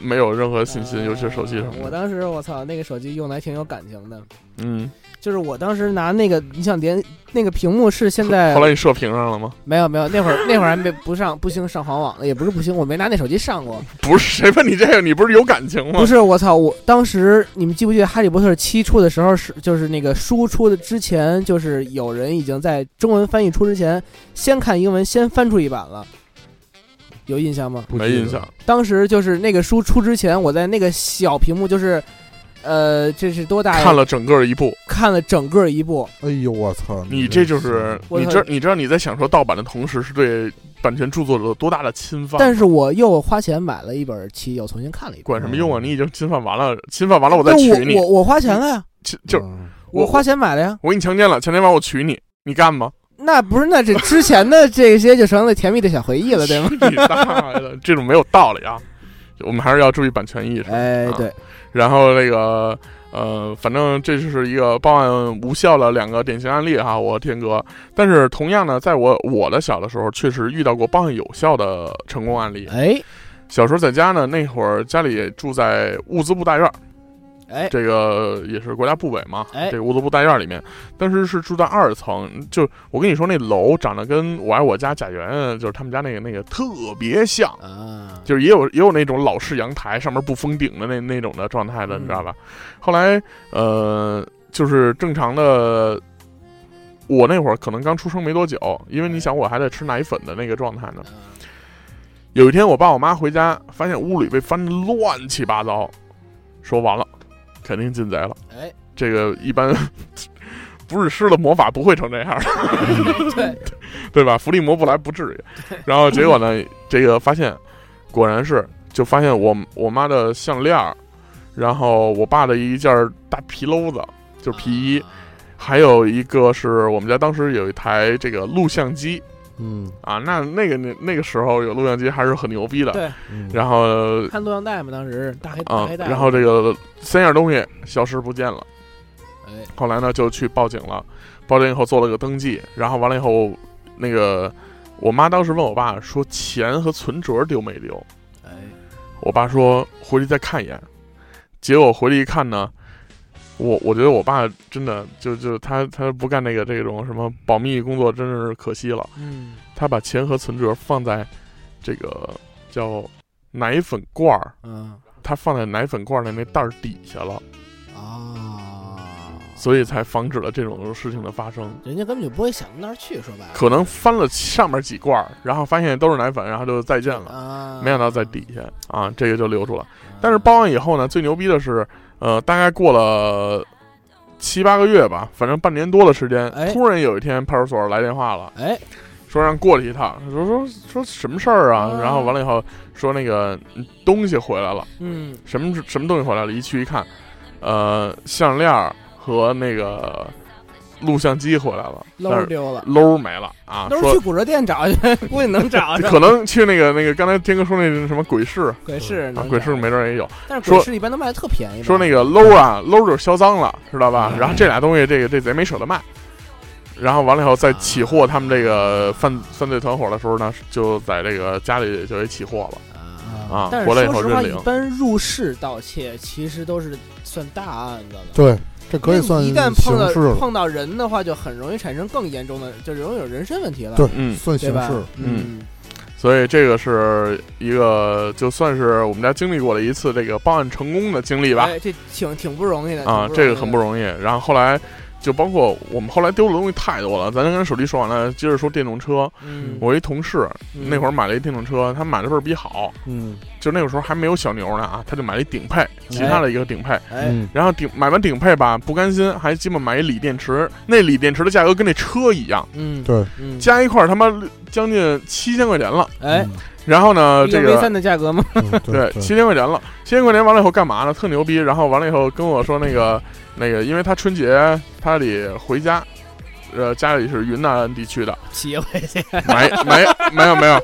Speaker 1: 没有任何信心，
Speaker 4: 啊
Speaker 1: 尤其是手机上的。
Speaker 4: 我当时我操，那个手机用的还挺有感情的，
Speaker 1: 嗯，
Speaker 4: 就是我当时拿那个，你想连那个屏幕是现在
Speaker 1: 后来你射屏上了吗？
Speaker 4: 没有没有，那会儿那会儿还没不上不兴上黄网了，也不是不兴，我没拿那手机上过。
Speaker 1: 不是，谁问你这个？你不是有感情吗？
Speaker 4: 不是我操，我当时你们记不记得《哈利波特》七出的时候是就是那个书出的之前，就是有人已经在中文翻译出之前，先看英文先翻出一版了，有印象吗？
Speaker 3: 不
Speaker 1: 没
Speaker 3: 记得
Speaker 1: 印象。
Speaker 4: 当时就是那个书出之前，我在那个小屏幕就是。呃，这是多大呀？
Speaker 1: 看了整个一部，
Speaker 4: 看了整个一部，
Speaker 3: 哎呦，我操！
Speaker 1: 你这就是
Speaker 4: 我
Speaker 1: 你
Speaker 4: 操
Speaker 1: 知你知道你在享受盗版的同时，是对版权著作者有多大的侵犯？
Speaker 4: 但是我又花钱买了一本七，又重新看了一遍。
Speaker 1: 管什么用啊？你已经侵犯完了，侵犯完了我再
Speaker 4: 那
Speaker 1: 娶你
Speaker 4: 我，我我花钱了呀，
Speaker 1: 就就
Speaker 3: 嗯
Speaker 4: 我花钱买了呀。
Speaker 1: 我给你强奸了，强奸完我娶你，你干吗？
Speaker 4: 那不是那这之前的这些就成了甜蜜的小回忆了，对吗？
Speaker 1: 去你大爷的，这种没有道理啊！我们 (laughs) 还是要注意版权意识。
Speaker 4: 哎，
Speaker 1: 啊
Speaker 4: 对，
Speaker 1: 然后那个呃，反正这就是一个报案无效的两个典型案例哈，我天哥。但是同样呢，在我我的小的时候，确实遇到过报案有效的成功案例。
Speaker 4: 哎
Speaker 1: 小时候在家呢，那会儿家里住在物资部大院儿，
Speaker 4: 哎
Speaker 1: 这个也是国家部委嘛，
Speaker 4: 哎
Speaker 1: 这个物资部大院里面，但是是住在二层。就我跟你说，那楼长得跟我爱我家贾元，就是他们家那个那个特别像。
Speaker 4: 啊，
Speaker 1: 就是也有也有那种老式阳台上面不封顶的那那种的状态的，
Speaker 4: 嗯
Speaker 1: 你知道吧？后来呃，就是正常的，我那会儿可能刚出生没多久，因为你想我还在吃奶粉的那个状态呢。有一天我爸我妈回家，发现屋里被翻得乱七八糟，说完了，肯定进贼了。
Speaker 4: 哎，
Speaker 1: 这个一般 (laughs) 不是施了魔法不会成这样。
Speaker 4: 哎对，
Speaker 1: 对吧？伏地魔不来不至于。然后结果呢，这个发现果然是，就发现我我妈的项链儿，然后我爸的一件大皮褛子，就是 (laughs) 皮衣，
Speaker 4: 啊
Speaker 1: 还有一个是我们家当时有一台这个录像机
Speaker 3: 嗯
Speaker 1: 啊，那那个那那个时候有录像机还是很牛逼的。
Speaker 4: 对
Speaker 3: 嗯，
Speaker 1: 然后
Speaker 4: 看录像带嘛，当时大黑大
Speaker 1: 啊
Speaker 4: 黑，带，
Speaker 1: 然后这个三样东西消失不见了。
Speaker 4: 哎
Speaker 1: 后来呢就去报警了，报警以后做了个登记，然后完了以后，那个我妈当时问我爸说钱和存折丢没丢，
Speaker 4: 哎，
Speaker 1: 我爸说回去再看一眼，结果回去一看呢，我我觉得我爸真的就就他他不干那个这种什么保密工作，真是可惜了，
Speaker 4: 嗯，
Speaker 1: 他把钱和存折放在这个叫奶粉罐儿，
Speaker 4: 嗯
Speaker 1: 他放在奶粉罐儿的那袋儿底下了，
Speaker 4: 啊，
Speaker 1: 所以才防止了这种事情的发生。
Speaker 4: 人家根本就不会想到那儿去，说白了，
Speaker 1: 可能翻了上面几罐儿，然后发现都是奶粉，然后就再见了。
Speaker 4: 啊，
Speaker 1: 没想到在底下啊，这个就留住了。
Speaker 4: 啊，
Speaker 1: 但是报案以后呢，最牛逼的是，呃，大概过了七八个月吧，反正半年多的时间，
Speaker 4: 哎
Speaker 1: 突然有一天派出所来电话了，
Speaker 4: 哎
Speaker 1: 说让过去一趟，啊说说说什么事儿啊？然后完了以后说那个嗯东西回来了，
Speaker 4: 嗯
Speaker 1: 什么什么东西回来了？一去一看，呃，项链儿和那个录像机回来了，但
Speaker 4: 搂
Speaker 1: 是
Speaker 4: 丢了，
Speaker 1: 搂儿没了啊，
Speaker 4: 都
Speaker 1: 说
Speaker 4: 是去古着店找去， (laughs) 估计能找着，
Speaker 1: 可能去那个那个刚才天哥说那个什么鬼市
Speaker 4: 鬼市
Speaker 1: 啊
Speaker 4: 能，
Speaker 1: 鬼
Speaker 4: 找
Speaker 1: 市
Speaker 4: 着，
Speaker 1: 没准儿也有。
Speaker 4: 但是
Speaker 1: 说
Speaker 4: 鬼市一般都卖的特便宜吧，
Speaker 1: 说那个搂啊搂就是销赃了，知道
Speaker 4: 嗯
Speaker 1: 吧？然后这俩东西，这个这贼没舍得卖。然后完了以后，再起
Speaker 4: 啊
Speaker 1: 获他们这个犯犯罪团伙的时候呢，就在这个家里就给起获了
Speaker 4: 啊。
Speaker 1: 啊
Speaker 4: 但。是
Speaker 1: 回来以后
Speaker 4: 说实话，
Speaker 1: 认
Speaker 4: 一
Speaker 1: 领，
Speaker 4: 般入室盗窃其实都是算大案子了。
Speaker 3: 对，这可以算
Speaker 4: 因为你
Speaker 3: 刑
Speaker 4: 一旦碰到
Speaker 3: 事了，嗯
Speaker 4: 碰到人的话，就很容易产生更严重的，就容易有人身问题了。
Speaker 3: 对
Speaker 1: 嗯，
Speaker 3: 算刑
Speaker 4: 对吧
Speaker 3: 事了。
Speaker 1: 嗯，所以这个是一个就算是我们家经历过的一次这个报案成功的经历吧。
Speaker 4: 哎，这挺挺不容易的
Speaker 1: 啊，这个很不
Speaker 4: 容
Speaker 1: 容易。然后后来就包括我们后来丢的东西太多了，咱刚才手机说完了，接着说电动车。
Speaker 4: 易。嗯，
Speaker 1: 我一同事
Speaker 4: 嗯
Speaker 1: 那会儿买了一电动车，他买的倍儿比好，
Speaker 3: 嗯
Speaker 1: 就那个时候还没有小牛呢啊，他就买了一顶配，吉他的一个顶配。
Speaker 4: 哎，
Speaker 3: 嗯，
Speaker 1: 然后顶买完顶配吧，不甘心，还鸡巴买一锂电池，那锂电池的价格跟那车一样，
Speaker 4: 嗯，
Speaker 3: 对，
Speaker 4: 嗯，
Speaker 1: 加一块儿他妈将近七千块钱了。
Speaker 4: 哎，
Speaker 1: 然后呢，呃
Speaker 4: 一
Speaker 1: 这
Speaker 4: 个
Speaker 1: 个
Speaker 4: V 三的价格
Speaker 1: (laughs)
Speaker 4: 吗？
Speaker 3: 嗯对
Speaker 1: 对，七千块钱了，七千块钱完了以后干嘛呢？特牛逼。然后完了以后跟我说那个那个，因为他春节他得回家，呃家里是云南地区
Speaker 4: (laughs)
Speaker 1: 的，
Speaker 4: 骑回去
Speaker 1: 没没没有没有，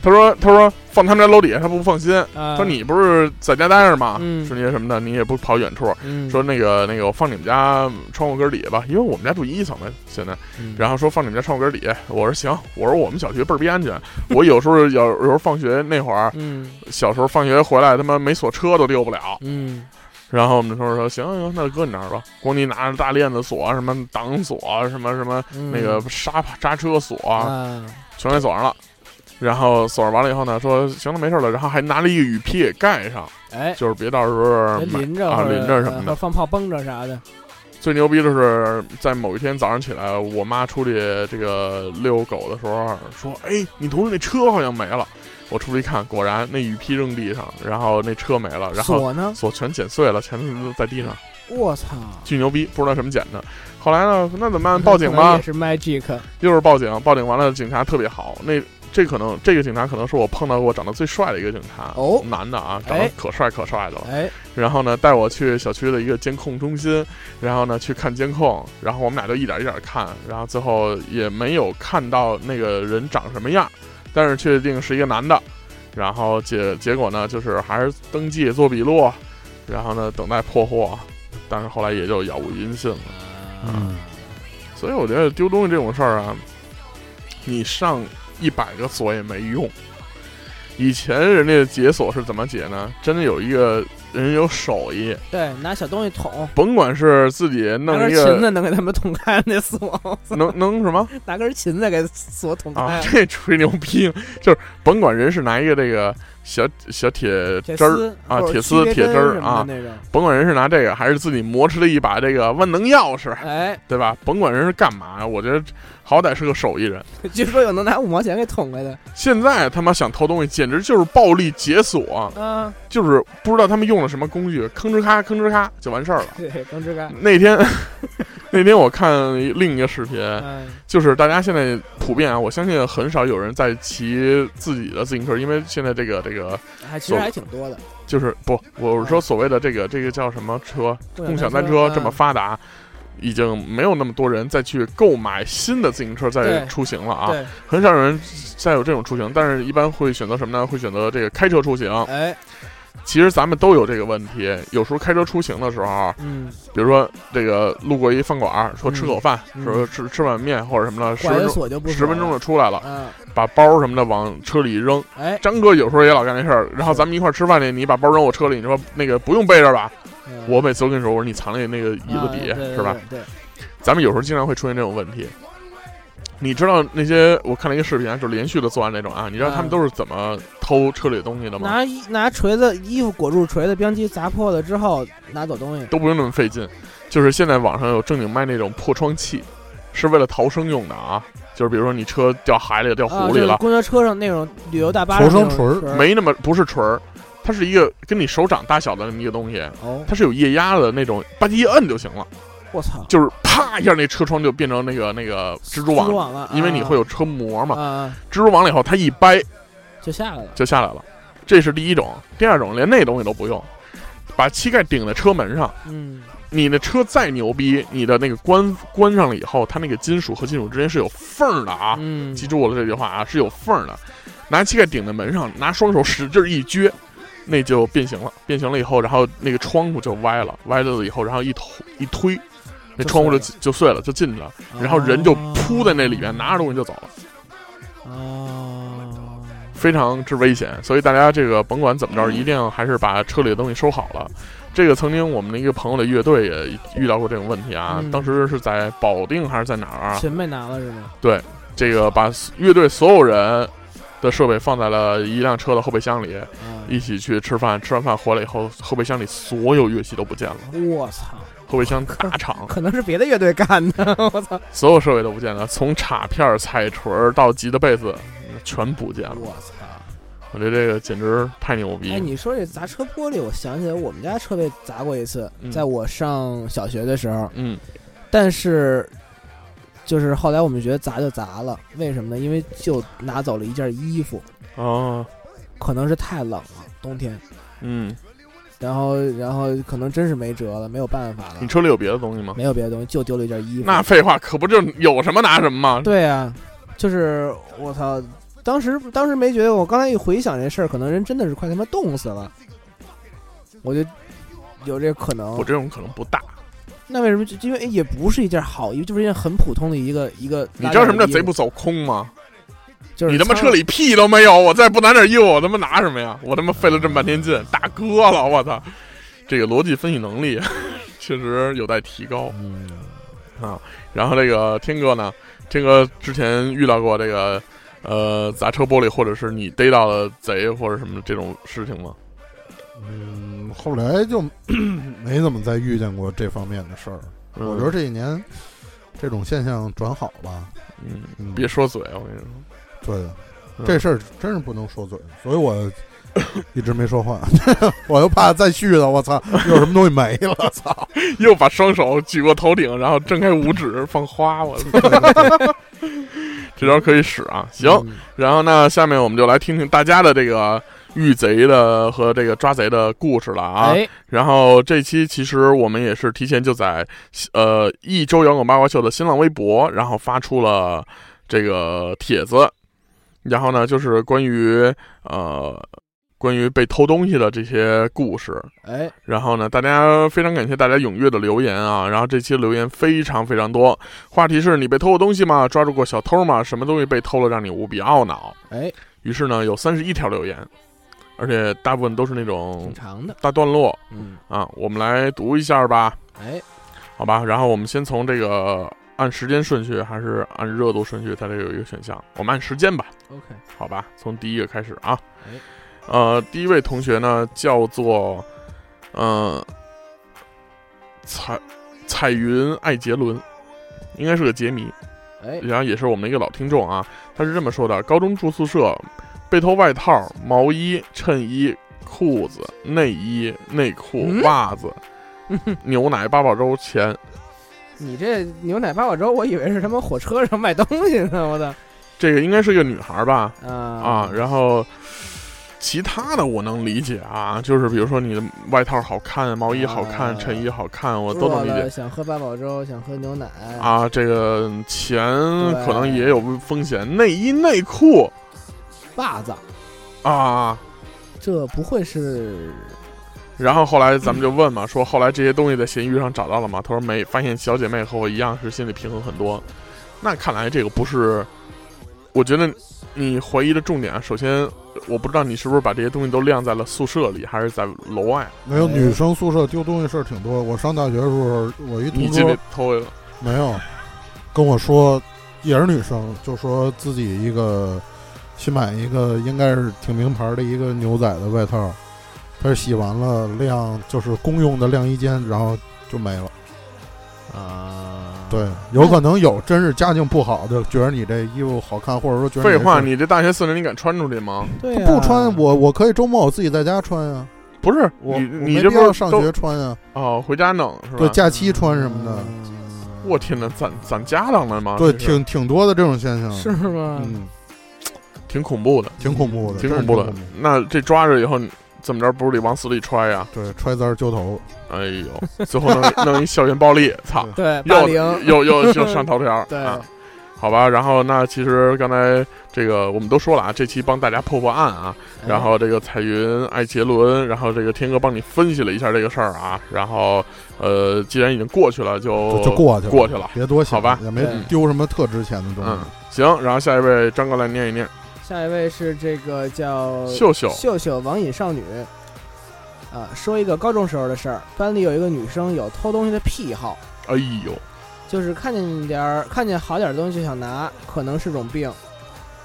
Speaker 1: 他说他说放他们家楼底下他不放心，
Speaker 4: 啊。
Speaker 1: 说你不是在家待着吗？
Speaker 4: 嗯
Speaker 1: 春节什么的你也不跑远处，
Speaker 4: 嗯
Speaker 1: 说那个那个我放你们家窗户根儿底下吧，因为我们家住一层嘛，现在，
Speaker 4: 嗯
Speaker 1: 然后说放你们家窗户根儿底下，我说行，我说我们小区倍儿逼安全，我有时候有有时候放学那会儿，
Speaker 4: 嗯
Speaker 1: 小时候放学回来他妈没锁车都溜不了，
Speaker 4: 嗯
Speaker 1: 然后我们那时候说行行，那就搁你那儿吧，光你拿着大链子锁，什么挡锁，什么什么
Speaker 4: 嗯
Speaker 1: 那个刹刹车锁，
Speaker 4: 啊，
Speaker 1: 全给锁上了，然后锁上完了以后呢，说行了没事了，然后还拿了一个雨披给盖上，
Speaker 4: 哎，
Speaker 1: 就是别到时候
Speaker 4: 别
Speaker 1: 买
Speaker 4: 淋着
Speaker 1: 啊
Speaker 4: 或者
Speaker 1: 淋着什么
Speaker 4: 或者
Speaker 1: 的。
Speaker 4: 放炮崩着啥的，
Speaker 1: 最牛逼的是在某一天早上起来，我妈出去这个遛狗的时候说：“哎，你同事那车好像没了。”我出去一看，果然那雨披扔地上，然后那车没了，然后
Speaker 4: 锁呢？
Speaker 1: 锁全剪碎了，全都在地上，
Speaker 4: 我操！
Speaker 1: 巨牛逼，不知道什么剪的。后来呢，那怎么办？报警
Speaker 4: 可能
Speaker 1: 吧
Speaker 4: 也，是 magic，
Speaker 1: 又是报警，报警完了，警察特别好，那。这可能这个警察可能是我碰到过长得最帅的一个警察，
Speaker 4: 哦
Speaker 1: 男的啊，长得
Speaker 4: 哎
Speaker 1: 可帅可帅的了。
Speaker 4: 哎，
Speaker 1: 然后呢，带我去小区的一个监控中心，然后呢去看监控，然后我们俩就一点一点看，然后最后也没有看到那个人长什么样，但是确定是一个男的。然后结结果呢，就是还是登记做笔录，然后呢等待破获，但是后来也就杳无音信了。
Speaker 3: 嗯，
Speaker 1: 所以我觉得丢东西这种事儿啊，你上一百个锁也没用。以前人家解锁是怎么解呢？真的有一个人有手艺，
Speaker 4: 对，拿小东西捅，
Speaker 1: 甭管是自己
Speaker 6: 拿
Speaker 1: 弄
Speaker 6: 根
Speaker 1: 一
Speaker 6: 芹
Speaker 1: 个
Speaker 6: 菜能给他们捅开那锁，
Speaker 1: 能能
Speaker 4: (laughs)
Speaker 1: 什么
Speaker 6: 拿根芹菜给锁捅
Speaker 1: 啊
Speaker 4: 哎
Speaker 6: 开，。
Speaker 3: 哎
Speaker 1: 这吹牛逼，就是甭管人是拿一个这个小小铁
Speaker 4: 铁
Speaker 1: 汁儿，
Speaker 4: 丝
Speaker 1: 啊
Speaker 4: 或者
Speaker 1: 铁丝
Speaker 4: 切
Speaker 1: 铁
Speaker 4: 针
Speaker 1: 针儿
Speaker 4: 什么的
Speaker 1: 啊
Speaker 4: 那种，
Speaker 1: 甭管人是拿这个还是自己磨出了一把这个万能钥匙，
Speaker 6: 哎，
Speaker 1: 对吧？甭管人是干嘛，我觉得好歹是个手艺人。
Speaker 6: 据说有能拿五毛钱给捅开的，
Speaker 1: 现在他妈想偷东西，简直就是暴力解锁，
Speaker 6: 啊，
Speaker 1: 就是不知道他们用了什么工具，吭哧咔吭哧咔就完事儿了。
Speaker 6: 对，耿直干，
Speaker 1: 那天 (laughs) 那天我看另一个视频，
Speaker 6: 哎，
Speaker 1: 就是大家现在普遍啊，我相信很少有人在骑自己的自行车，因为现在这个这个
Speaker 6: 还其实还挺多的，
Speaker 1: 就是不，我是说所谓的这个这个叫什么车，共享单车
Speaker 4: 啊
Speaker 1: 这么发达，已经没有那么多人再去购买新的自行车再
Speaker 6: 对
Speaker 1: 出行了啊，
Speaker 6: 对，
Speaker 1: 很少有人再有这种出行，但是一般会选择什么呢？会选择这个开车出行。
Speaker 6: 哎，
Speaker 1: 其实咱们都有这个问题，有时候开车出行的时候，啊
Speaker 4: 嗯，
Speaker 1: 比如说这个路过一饭馆儿，说吃口饭，
Speaker 4: 嗯嗯
Speaker 1: 说吃吃碗面或者什么的，十
Speaker 6: 管
Speaker 1: 分
Speaker 6: 着
Speaker 1: 钟
Speaker 6: 锁就不
Speaker 1: 十分钟就
Speaker 6: 了，
Speaker 1: 出来了。
Speaker 6: 啊，
Speaker 1: 把包什么的往车里一扔。
Speaker 6: 哎，
Speaker 1: 张哥有时候也老干这事儿，然后咱们一块儿吃饭去，你把包扔我车里，你说那个不用背着吧？
Speaker 6: 嗯
Speaker 1: 我每次都跟你说，我说你藏在那个椅子底下、
Speaker 6: 啊对
Speaker 1: 是吧？
Speaker 6: 对，对
Speaker 1: 咱们有时候经常会出现这种问题。你知道那些我看了一个视频啊，就是连续的作案那种啊，你知道他们
Speaker 6: 啊
Speaker 1: 都是怎么偷车里的东西的吗？
Speaker 4: 拿一拿锤子，衣服裹住锤子，标机砸破了之后拿走东西，
Speaker 1: 都不用那么费劲，就是现在网上有正经卖那种破窗器，是为了逃生用的啊。就是比如说你车掉海里了，掉
Speaker 4: 啊，
Speaker 1: 湖
Speaker 4: 就
Speaker 1: 里
Speaker 4: 是
Speaker 1: 了，
Speaker 4: 公交车上那种旅游大巴上
Speaker 3: 求生
Speaker 4: 那种
Speaker 3: 锤儿
Speaker 4: 儿
Speaker 1: 没那么不是锤儿，它是一个跟你手掌大小的那么一个东西，
Speaker 4: 哦，
Speaker 1: 它是有液压的那种，吧唧一摁就行了，
Speaker 4: 我操，
Speaker 1: 就是啪一下，那车窗就变成那个那个蜘蛛网，
Speaker 4: 网了，
Speaker 1: 因为你会
Speaker 4: 有
Speaker 1: 有车膜嘛。
Speaker 4: 啊，
Speaker 1: 蜘蛛网了以后，它一掰
Speaker 4: 就下来了，
Speaker 1: 就下来了，这是第一种。第二种连那东西都不用，把膝盖顶在车门上。
Speaker 4: 嗯，
Speaker 1: 你的车再牛逼，你的那个关关上了以后，它那个金属和金属之间是有缝儿的啊，
Speaker 4: 嗯，
Speaker 1: 记住我的这句话啊，是有缝儿的。拿膝盖顶在门上，拿双手使劲一撅，那就变形了。变形了以后，然后那个窗户就歪了，歪了以后，然后一推一推，那窗户就就碎了，就进去了。然后人就扑在那里面，拿着东西就走了，
Speaker 4: 哦，
Speaker 1: 非常之危险。所以大家这个甭管怎么着，一定还是把车里的东西收好了。这个曾经我们的一个朋友的乐队也遇到过这种问题啊，
Speaker 4: 嗯
Speaker 1: 当时是在保定还是在哪儿啊？
Speaker 4: 全被拿了是吗？
Speaker 1: 这个把乐队所有人的设备放在了一辆车的后备箱里，
Speaker 4: 啊，
Speaker 1: 一起去吃饭。吃完饭回来以后，后备箱里所有乐器都不见了，
Speaker 4: 我操，
Speaker 1: 后备箱大厂
Speaker 6: 可能是别的乐队干的，
Speaker 1: 啊
Speaker 6: 我操，
Speaker 1: 所有设备都不见了，从卡片儿、彩锤儿到吉他、贝斯，全不见了。
Speaker 4: 我操。
Speaker 1: 我觉得这个简直太牛逼
Speaker 4: 哎，
Speaker 1: 了！
Speaker 4: 你说这砸车玻璃，我想起来我们家车被砸过一次，
Speaker 1: 嗯
Speaker 4: 在我上小学的时候，
Speaker 1: 嗯
Speaker 4: 但是就是后来我们觉得砸就砸了，为什么呢？因为就拿走了一件衣服，
Speaker 1: 哦，
Speaker 4: 可能是太冷了，冬天。
Speaker 1: 嗯，
Speaker 4: 然后然后可能真是没辙了，没有办法了
Speaker 1: 你，车里有别的东西吗？
Speaker 4: 没有别的东西，就丢了一件衣服。
Speaker 1: 那废话，可不就有什么拿什么吗？
Speaker 4: 嗯对啊，就是我操，当时当时没觉得，我刚才一回想这事儿，可能人真的是快他妈冻死了，我就有这可能
Speaker 1: 我。这种可能不大。
Speaker 4: 那为什么就？因为也不是一件好衣服，就是一件很普通的一个一个。
Speaker 1: 你知道什么叫贼不？走空吗？
Speaker 4: 就是
Speaker 1: 你他妈
Speaker 4: 苍
Speaker 1: 车里屁都没有，我再不拿点衣服，我他妈拿什么呀？我他妈费了这么半天
Speaker 4: 嗯
Speaker 1: 劲，大哥了，我操！这个逻辑分析能力确实有待提高。
Speaker 5: 嗯，
Speaker 1: 然后这个天哥呢，天哥之前遇到过这个呃砸车玻璃，或者是你逮到的贼或者什么这种事情吗？
Speaker 3: 嗯，后来就没怎么再遇见过这方面的事儿。
Speaker 1: 嗯
Speaker 3: 我觉得这一年这种现象转好了。
Speaker 1: 嗯，
Speaker 3: 嗯，
Speaker 1: 别说嘴，我跟你说， (laughs)
Speaker 3: 对的
Speaker 1: 嗯，
Speaker 3: 这事儿真是不能说嘴，所以我 (coughs) 一直没说话， (laughs) 我又怕再续的，我操，有什么东西没了，操！
Speaker 1: 又把双手举过头顶，然后睁开五指放花，
Speaker 4: (laughs)
Speaker 1: 我操这招可以使啊！ (laughs) 行，
Speaker 3: 嗯，
Speaker 1: 然后呢，下面我们就来听听大家的这个遇贼的和这个抓贼的故事了啊。
Speaker 4: 哎，
Speaker 1: 然后这期其实我们也是提前就在呃一周摇滚八卦秀的新浪微博，然后发出了这个帖子，然后呢就是关于呃关于被偷东西的这些故事。
Speaker 4: 哎，
Speaker 1: 然后呢，大家非常感谢大家踊跃的留言啊！然后这期留言非常非常多，话题是你被偷过东西吗？抓住过小偷吗？什么东西被偷了让你无比懊恼？
Speaker 4: 哎，
Speaker 1: 于是呢，有三十一条留言，而且大部分都是那种
Speaker 4: 挺长的，
Speaker 1: 大段落
Speaker 4: 嗯，
Speaker 1: 啊。我们来读一下吧，
Speaker 4: 哎，
Speaker 1: 好吧？然后我们先从这个按时间顺序还是按热度顺序？它这有一个选项，我们按时间吧。
Speaker 4: OK
Speaker 1: 好吧，从第一个开始啊
Speaker 4: 哎。
Speaker 1: 呃，第一位同学呢叫做，呃，彩彩云艾杰伦，应该是个杰迷。
Speaker 4: 哎
Speaker 1: 然后也是我们的一个老听众啊，他是这么说的：高中住宿舍，被偷外套、毛衣、衬衣、裤子、内衣、内裤、
Speaker 4: 嗯
Speaker 1: 袜
Speaker 4: (laughs)
Speaker 1: 子、牛奶、八宝粥、钱。
Speaker 4: 你这牛奶八宝粥，我以为是他妈火车上卖东西呢，我操
Speaker 1: 这个应该是一个女孩吧？
Speaker 4: 啊
Speaker 1: 啊
Speaker 4: 啊，
Speaker 1: 然后其他的我能理解啊，就是比如说你的外套好看，毛衣好看，
Speaker 4: 啊
Speaker 1: 衬衣好看，我都能理
Speaker 4: 饿了
Speaker 1: 解
Speaker 4: 想喝八宝粥，想喝牛奶，
Speaker 1: 啊。这个钱
Speaker 4: 对
Speaker 1: 可能也有风险，内衣内裤
Speaker 4: 霸子，
Speaker 1: 啊。
Speaker 4: 这不会是
Speaker 1: 然后后来咱们就问嘛，说后来这些东西在闲鱼上找到了吗？他说没，发现小姐妹和我一样是心理平衡很多。那看来这个不是，我觉得你怀疑的重点啊，首先我不知道你是不是把这些东西都晾在了宿舍里，还是在楼外，
Speaker 3: 没有女生宿舍丢东西事儿挺多。我上大学的时候，我一
Speaker 1: 你
Speaker 3: 同
Speaker 1: 进
Speaker 3: 桌
Speaker 1: 去偷了。
Speaker 3: 没有跟我说，也是女生，就说自己一个新买一个应该是挺名牌的一个牛仔的外套，她是洗完了晾，就是公用的晾衣间，然后就没了。
Speaker 4: 啊？
Speaker 3: 对，有可能有，真是家境不好的，觉得你这衣服好看，或者说觉得
Speaker 1: 废话，
Speaker 3: 你
Speaker 1: 你这大学四年你敢穿出去吗？
Speaker 4: 对
Speaker 3: 这
Speaker 4: 啊，
Speaker 3: 不穿，我我可以周末我自己在家穿呀，
Speaker 1: 不是，
Speaker 3: 我
Speaker 1: 你
Speaker 3: 我
Speaker 1: 你
Speaker 3: 没
Speaker 1: 这
Speaker 3: 必
Speaker 1: 不
Speaker 3: 要
Speaker 1: 是
Speaker 3: 上
Speaker 1: 都
Speaker 3: 学穿呀，
Speaker 1: 哦，回家弄是吧？
Speaker 3: 对，假期穿什么的，
Speaker 4: 嗯
Speaker 1: 我天哪，攒攒家当了吗？
Speaker 3: 对，
Speaker 1: 这啊是
Speaker 3: 挺挺多的这种现象，
Speaker 4: (laughs) 是啊吗？
Speaker 3: 嗯，
Speaker 1: 挺恐怖的，
Speaker 3: 挺恐怖的，
Speaker 1: 挺
Speaker 3: 真
Speaker 1: 恐
Speaker 3: 是
Speaker 1: 怖的。那这抓着以后你怎么着？不是得往死里揣呀？
Speaker 3: 对，揣簪儿揪头，
Speaker 1: 哎呦，最后弄弄一校园暴力，操！
Speaker 4: (laughs) 对，霸
Speaker 1: 又
Speaker 4: 凌，
Speaker 1: 又又就上头条，
Speaker 4: 对哎
Speaker 1: 啊，好吧。然后那其实刚才这个我们都说了啊，这期帮大家破破案啊，
Speaker 4: 哎
Speaker 1: 然后这个彩云、艾杰伦，然后这个天哥帮你分析了一下这个事儿啊，然后呃，既然已经过去了，就
Speaker 3: 就就过去
Speaker 1: 哦
Speaker 3: 了，
Speaker 1: 过去了
Speaker 3: 别多想，
Speaker 1: 好吧
Speaker 3: 也没
Speaker 4: 嗯
Speaker 3: 丢什么特值钱的东
Speaker 1: 嗯
Speaker 3: 西。，
Speaker 1: 行，然后下一位张哥来念一念，
Speaker 4: 下一位是这个叫
Speaker 1: 秀秀，
Speaker 4: 呃秀秀网瘾少女。啊，说一个高中时候的事儿。班里有一个女生有偷东西的癖好，
Speaker 1: 哎呦，
Speaker 4: 就是看见点儿看见好点儿的东西就想拿，可能是种病。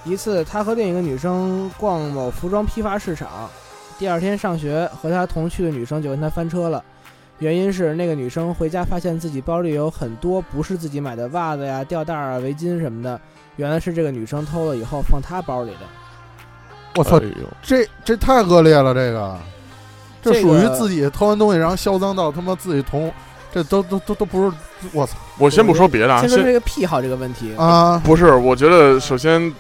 Speaker 4: 一次，他和另一个女生逛某服装批发市场，第二天上学，和他同去的女生就跟他翻车了。原因是那个女生回家发现自己包里有很多不是自己买的袜子呀、吊带儿啊、围巾什么的，原来是这个女生偷了以后放她包里的。
Speaker 3: 我操
Speaker 1: 哎，呦，
Speaker 3: 这这太恶劣了，这个这
Speaker 4: 这
Speaker 3: 属于
Speaker 4: 个
Speaker 3: 自己偷完东西，然后销赃到他妈自己同，这都都都都不是，我操
Speaker 1: 我先不说别的啊，
Speaker 4: 先说
Speaker 1: 先嗯
Speaker 4: 这个癖好这个问题，
Speaker 3: 啊！
Speaker 1: 不是，我觉得首先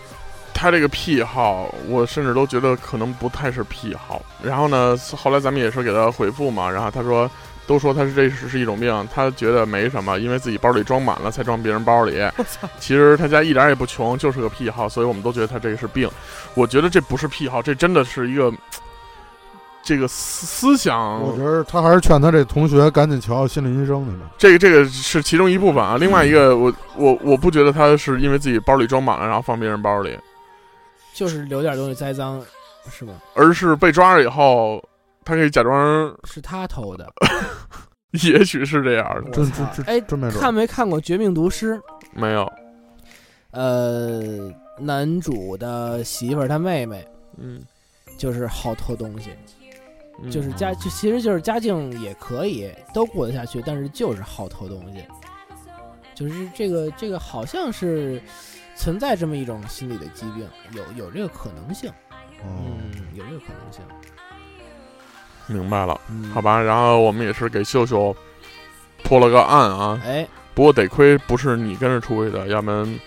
Speaker 1: 他这个癖好，我甚至都觉得可能不太是癖好。然后呢，后来咱们也是给他回复嘛，然后他说，都说他是这是是一种病，他觉得没什么，因为自己包里装满了才装别人包里。其实他家一点也不穷，就是个癖好，所以我们都觉得他这个是病。我觉得这不是癖好，这真的是一个这个思思想。
Speaker 3: 我觉得他还是劝他这同学赶紧瞧瞧心理医生去吧。
Speaker 1: 这个这个是其中一部分啊，另外一个我我我不觉得他是因为自己包里装满了，然后放别人包里，
Speaker 4: 就是留点东西栽赃，是吗？
Speaker 1: 而是被抓了以后，他可以假装，
Speaker 4: 是他偷的。
Speaker 1: 也许是这样的，
Speaker 3: 真真真
Speaker 4: 哎
Speaker 3: 真没准儿。
Speaker 4: 看没看过《绝命毒师》？
Speaker 1: 没有，
Speaker 4: 呃，男主的媳妇儿他妹妹
Speaker 1: 嗯，
Speaker 4: 就是好偷东西，
Speaker 1: 嗯
Speaker 4: 就是家就其实就是家境也可以，都过得下去，但是就是好偷东西，就是这个这个好像是存在这么一种心理的疾病，有有这个可能性，
Speaker 3: 嗯，
Speaker 4: 嗯，有这个可能性，
Speaker 1: 明白了，
Speaker 4: 嗯，
Speaker 1: 好，吧。然后我们也是给秀秀破了个案啊，
Speaker 4: 哎，
Speaker 1: 不过得亏不是你跟着出去的，要不然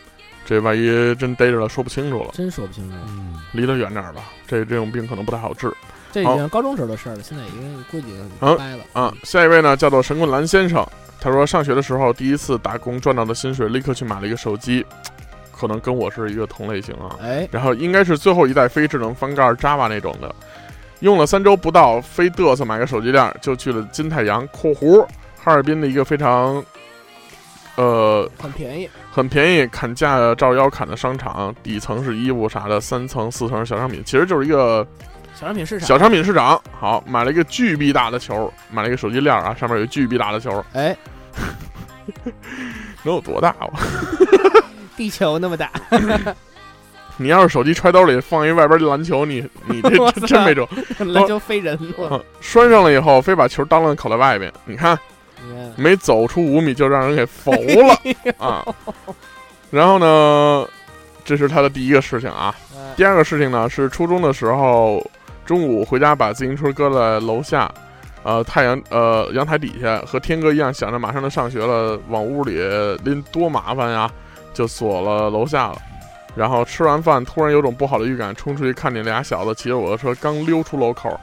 Speaker 1: 这万一真逮着了说不清楚了，
Speaker 4: 真说不清楚，
Speaker 3: 嗯
Speaker 1: 离得远点儿吧，这这种病可能不太好治。
Speaker 4: 这已经高中时候的事儿了，现在已经估计掰了
Speaker 1: 啊，下一位呢叫做神棍蓝先生，他说上学的时候第一次打工赚到的薪水，立刻去买了一个手机，可能跟我是一个同类型啊。
Speaker 4: 哎，
Speaker 1: 然后应该是最后一代非智能翻盖 Java 那种的，用了三周不到，非嘚瑟买个手机链儿就去了金太阳（括弧哈尔滨的一个非常呃
Speaker 4: 很便宜，
Speaker 1: 很便宜砍价照腰砍的商场），底层是衣服啥的，三层四层是小商品，其实就是一个
Speaker 4: 小商品市场，
Speaker 1: 小商品市场。好，买了一个巨臂大的球，买了一个手机链儿啊，上面有一巨臂大的球，
Speaker 4: 哎，
Speaker 1: 能有多大啊？ (laughs)
Speaker 4: 地球那么大，
Speaker 1: 你要是手机揣兜里放一外边篮球，你你这
Speaker 4: 哇
Speaker 1: 真
Speaker 4: 塞
Speaker 1: 真没辙。
Speaker 4: 篮球飞人了，
Speaker 1: 嗯拴上了以后，非把球当啷烤在外边，你看
Speaker 4: 你看。
Speaker 1: 没走出五米就让人给服了啊！然后呢，这是他的第一个事情啊。
Speaker 4: 哎
Speaker 1: 第二个事情呢是初中的时候，呃中午回家把自行车搁在楼下，呃，太阳呃阳台底下，和天哥一样想着马上就上学了，往屋里拎多麻烦呀，就锁了楼下呃了。然后吃完饭，突然有种不好的预感，冲出去看见俩小子骑着我的车刚溜出楼口，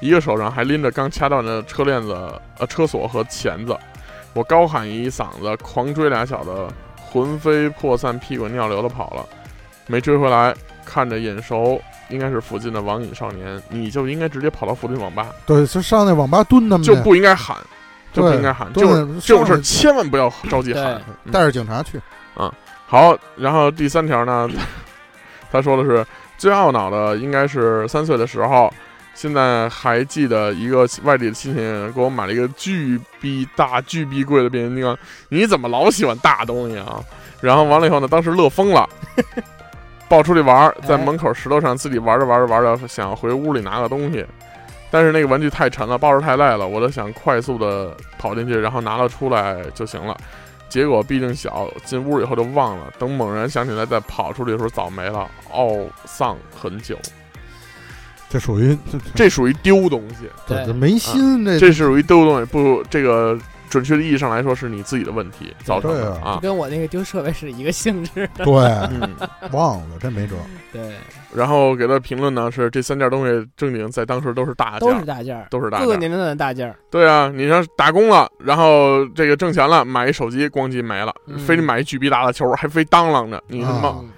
Speaker 1: 一个手上还拎着刚掐断的车链子、呃车锁和钳子。我高喊一嗓子，狂追俩小子，魂飞魄散，屁滚尿流的跑了，没追回来。看着眼熟，应该是附近的网瘾少年，你就应该直接跑到附近网吧，
Speaker 3: 对，就上那网吧蹲他们去
Speaker 1: 就，不应该喊，就不应该喊，
Speaker 3: 对
Speaker 1: 就是
Speaker 3: 蹲
Speaker 1: 这种
Speaker 3: 上
Speaker 1: 事儿千万不要着急喊。嗯
Speaker 3: 带着警察去。
Speaker 1: 好，然后第三条呢， (laughs) 他说的是最懊恼的应该是三岁的时候，现在还记得一个外地的亲戚给我买了一个巨逼大、巨逼贵的变形金刚，你怎么老喜欢大东西啊？然后完了以后呢，当时乐疯了。抱出去玩儿，在门口石头上自己玩着玩着玩着，想回屋里拿个东西，但是那个玩具太沉了，抱着太累了，我就想快速的跑进去，然后拿了出来就行了。结果毕竟小，进屋以后就忘了。等猛然想起来再跑出去的时候，早没了，懊丧很久。
Speaker 3: 这属于这
Speaker 1: 这属于丢东西，
Speaker 3: 这
Speaker 4: 对
Speaker 3: 这没心这
Speaker 1: 嗯这是属于丢东西，不，这个准确的意义上来说是你自己的问题造成的
Speaker 3: 对
Speaker 1: 啊。
Speaker 4: (laughs) 跟我那个丢设备是一个性质。
Speaker 3: 对
Speaker 1: 嗯，
Speaker 3: 忘了，这没辙。
Speaker 4: (laughs) 对，
Speaker 1: 然后给他评论呢是这三件东西正经在当时都是大件
Speaker 4: 都是
Speaker 1: 儿，
Speaker 4: 大件儿，
Speaker 1: 都是大
Speaker 4: 各
Speaker 1: 件
Speaker 4: 个
Speaker 1: 儿。
Speaker 4: 年龄段的大件儿。
Speaker 1: 对啊，你说打工了，然后这个挣钱了，买一手机，咣叽没了，
Speaker 4: 嗯
Speaker 1: 非得买一巨逼大的球，还非当啷着，你他妈、
Speaker 3: 啊嗯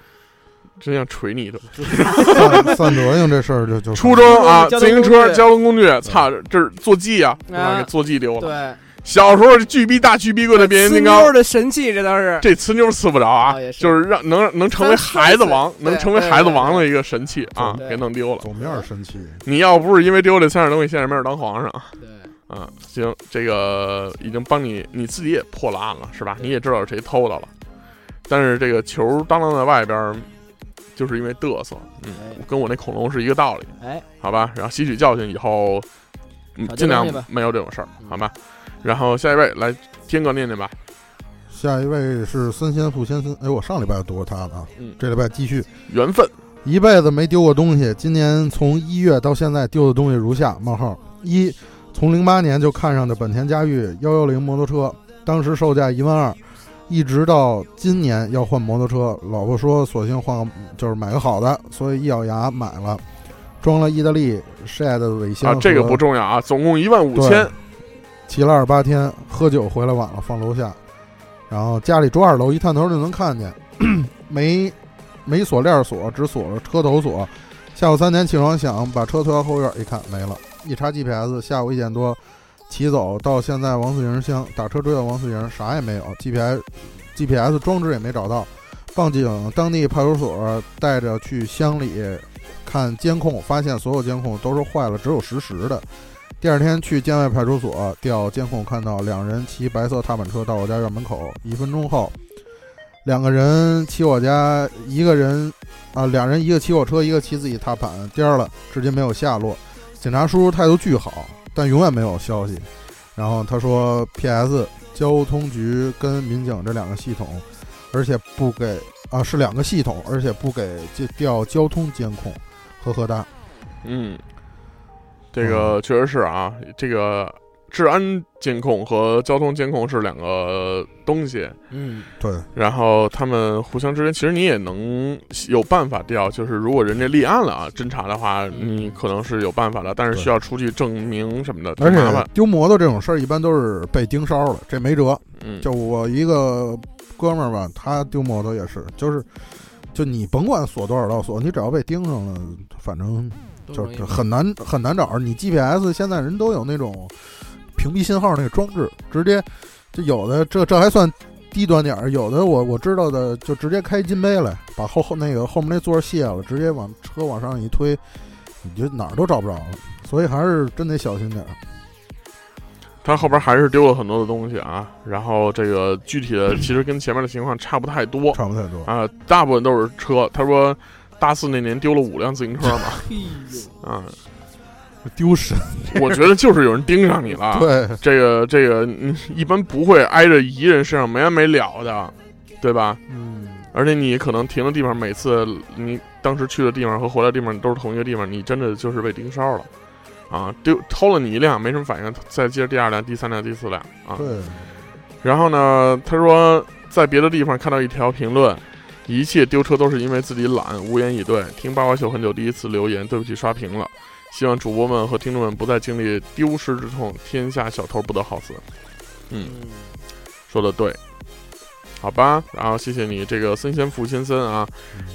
Speaker 1: 真想捶你一顿。
Speaker 3: (laughs) 散散德性这事儿就就
Speaker 1: 初中啊，
Speaker 4: 嗯交
Speaker 1: 自
Speaker 4: 通
Speaker 1: 行
Speaker 4: 工具
Speaker 1: 车交通工具，操，这是坐骑啊，我让给坐骑丢了。
Speaker 4: 对，啊
Speaker 1: 小时候这巨逼大巨逼贵的变形金
Speaker 6: 妞
Speaker 1: 刚
Speaker 6: 儿，的神器，这倒是
Speaker 1: (laughs) 这呲妞儿呲不着啊
Speaker 4: 哦也，是
Speaker 1: 就是让能能成为孩子王，
Speaker 6: 对
Speaker 1: 能成为
Speaker 6: 对
Speaker 1: 孩子王的一个神器啊，
Speaker 4: 对
Speaker 1: 给弄丢了。
Speaker 3: 总面儿生气，
Speaker 1: 你要不是因为丢这三样东西，现在没人当皇上。
Speaker 4: 对，
Speaker 1: 啊，行，这个已经帮你，你自己也破了案了，是吧？你也知道是谁偷的了，但是这个球当啷在外边儿，就是因为嘚瑟，嗯，跟我那恐龙是一个道理，
Speaker 4: 哎，
Speaker 1: 好吧？然后吸取教训以后，嗯，
Speaker 4: 少丢
Speaker 1: 尽量
Speaker 4: 东西吧
Speaker 1: 没有这种事儿，
Speaker 4: 嗯
Speaker 1: 好吧？然后下一位来天哥念念吧，
Speaker 3: 下一位是森仙傅先森，哎，我上礼拜就读过他了啊，
Speaker 1: 嗯
Speaker 3: 这礼拜继续。
Speaker 1: 缘分，
Speaker 3: 一辈子没丢过东西，今年从一月到现在丢的东西如下：冒号一，从零八年就看上的本田嘉裕幺幺零摩托车，当时售价一万二，一直到今年要换摩托车，老婆说索性换个就是买个好的，所以一咬牙买了，装了意大利晒的尾箱
Speaker 1: 啊，
Speaker 3: 和
Speaker 1: 这个不重要啊，总共一万五千
Speaker 3: 对，骑了二十八天，喝酒回来晚了，放楼下，然后家里住二楼，一探头就能看见，没没锁链锁，只锁了车头锁。下午三点起床想把车推到后院，一看没了，一查 GPS，下午一点多骑走到现在王四营乡，打车追到王四营，啥也没有，GPS GPS 装置也没找到。报警，当地派出所带着去乡里看监控，发现所有监控都是坏了，只有实时的。第二天去建外派出所调监控，看到两人骑白色踏板车到我家院门口。一分钟后，两个人骑我家，一个人啊，两人一个骑我车，一个骑自己踏板，颠儿了，至今没有下落。警察叔叔态度巨好，但永远没有消息。然后他说：“P.S. 交通局跟民警这两个系统，而且不给啊，是两个系统，而且不给这调交通监控。”呵呵哒，
Speaker 1: 嗯，这
Speaker 3: 嗯
Speaker 1: 个确实是啊，这个治安监控和交通监控是两个东西，
Speaker 4: 嗯，
Speaker 3: 对，
Speaker 1: 然后他们互相之间，其实你也能有办法调，就是如果人家立案了啊，侦查的话，你可能是有办法的，但是需要出具证明什么的，
Speaker 3: 而
Speaker 1: 挺麻
Speaker 3: 且
Speaker 1: 烦。
Speaker 3: 丢摩托这种事儿一般都是被盯梢了，这没辙。
Speaker 1: 嗯，
Speaker 3: 就我一个哥们儿吧，他丢摩托也是，就是就你甭管锁多少道锁，你只要被盯上了，反正就
Speaker 4: 都容易
Speaker 3: 就很难很难找着。你 GPS 现在人都有那种屏蔽信号那个装置，直接就有的这这还算低端点儿，有的我我知道的就直接开金杯来，把后后那个后面那座儿卸了，直接往车往上一推，你就哪儿都找不着了。所以还是真得小心点儿。
Speaker 1: 他后边还是丢了很多的东西啊，然后这个具体
Speaker 3: 嗯
Speaker 1: 的其实跟前面的情况差不太多
Speaker 3: 差不太多。
Speaker 1: 啊，大部分都是车。他说大四那年丢了五辆自行车嘛，啊，
Speaker 3: 丢失，
Speaker 1: (laughs) 我觉得就是有人盯上你了。
Speaker 3: 对，
Speaker 1: 这个这个，嗯一般不会挨着一人身上没完没了的，对吧？
Speaker 3: 嗯，
Speaker 1: 而且你可能停的地方，每次你当时去的地方和回来的地方都是同一个地方，你真的就是被盯梢了，啊，丢偷了你一辆没什么反应，再接着第二辆、第三辆、第四辆啊。
Speaker 3: 对，
Speaker 1: 然后呢，他说在别的地方看到一条评论，一切丢车都是因为自己懒，无言以对。听八卦秀很久，第一次留言，对不起，刷屏了。希望主播们和听众们不再经历丢失之痛，天下小偷不得好死。嗯，说的对，好吧。然后谢谢你这个森贤富先生啊。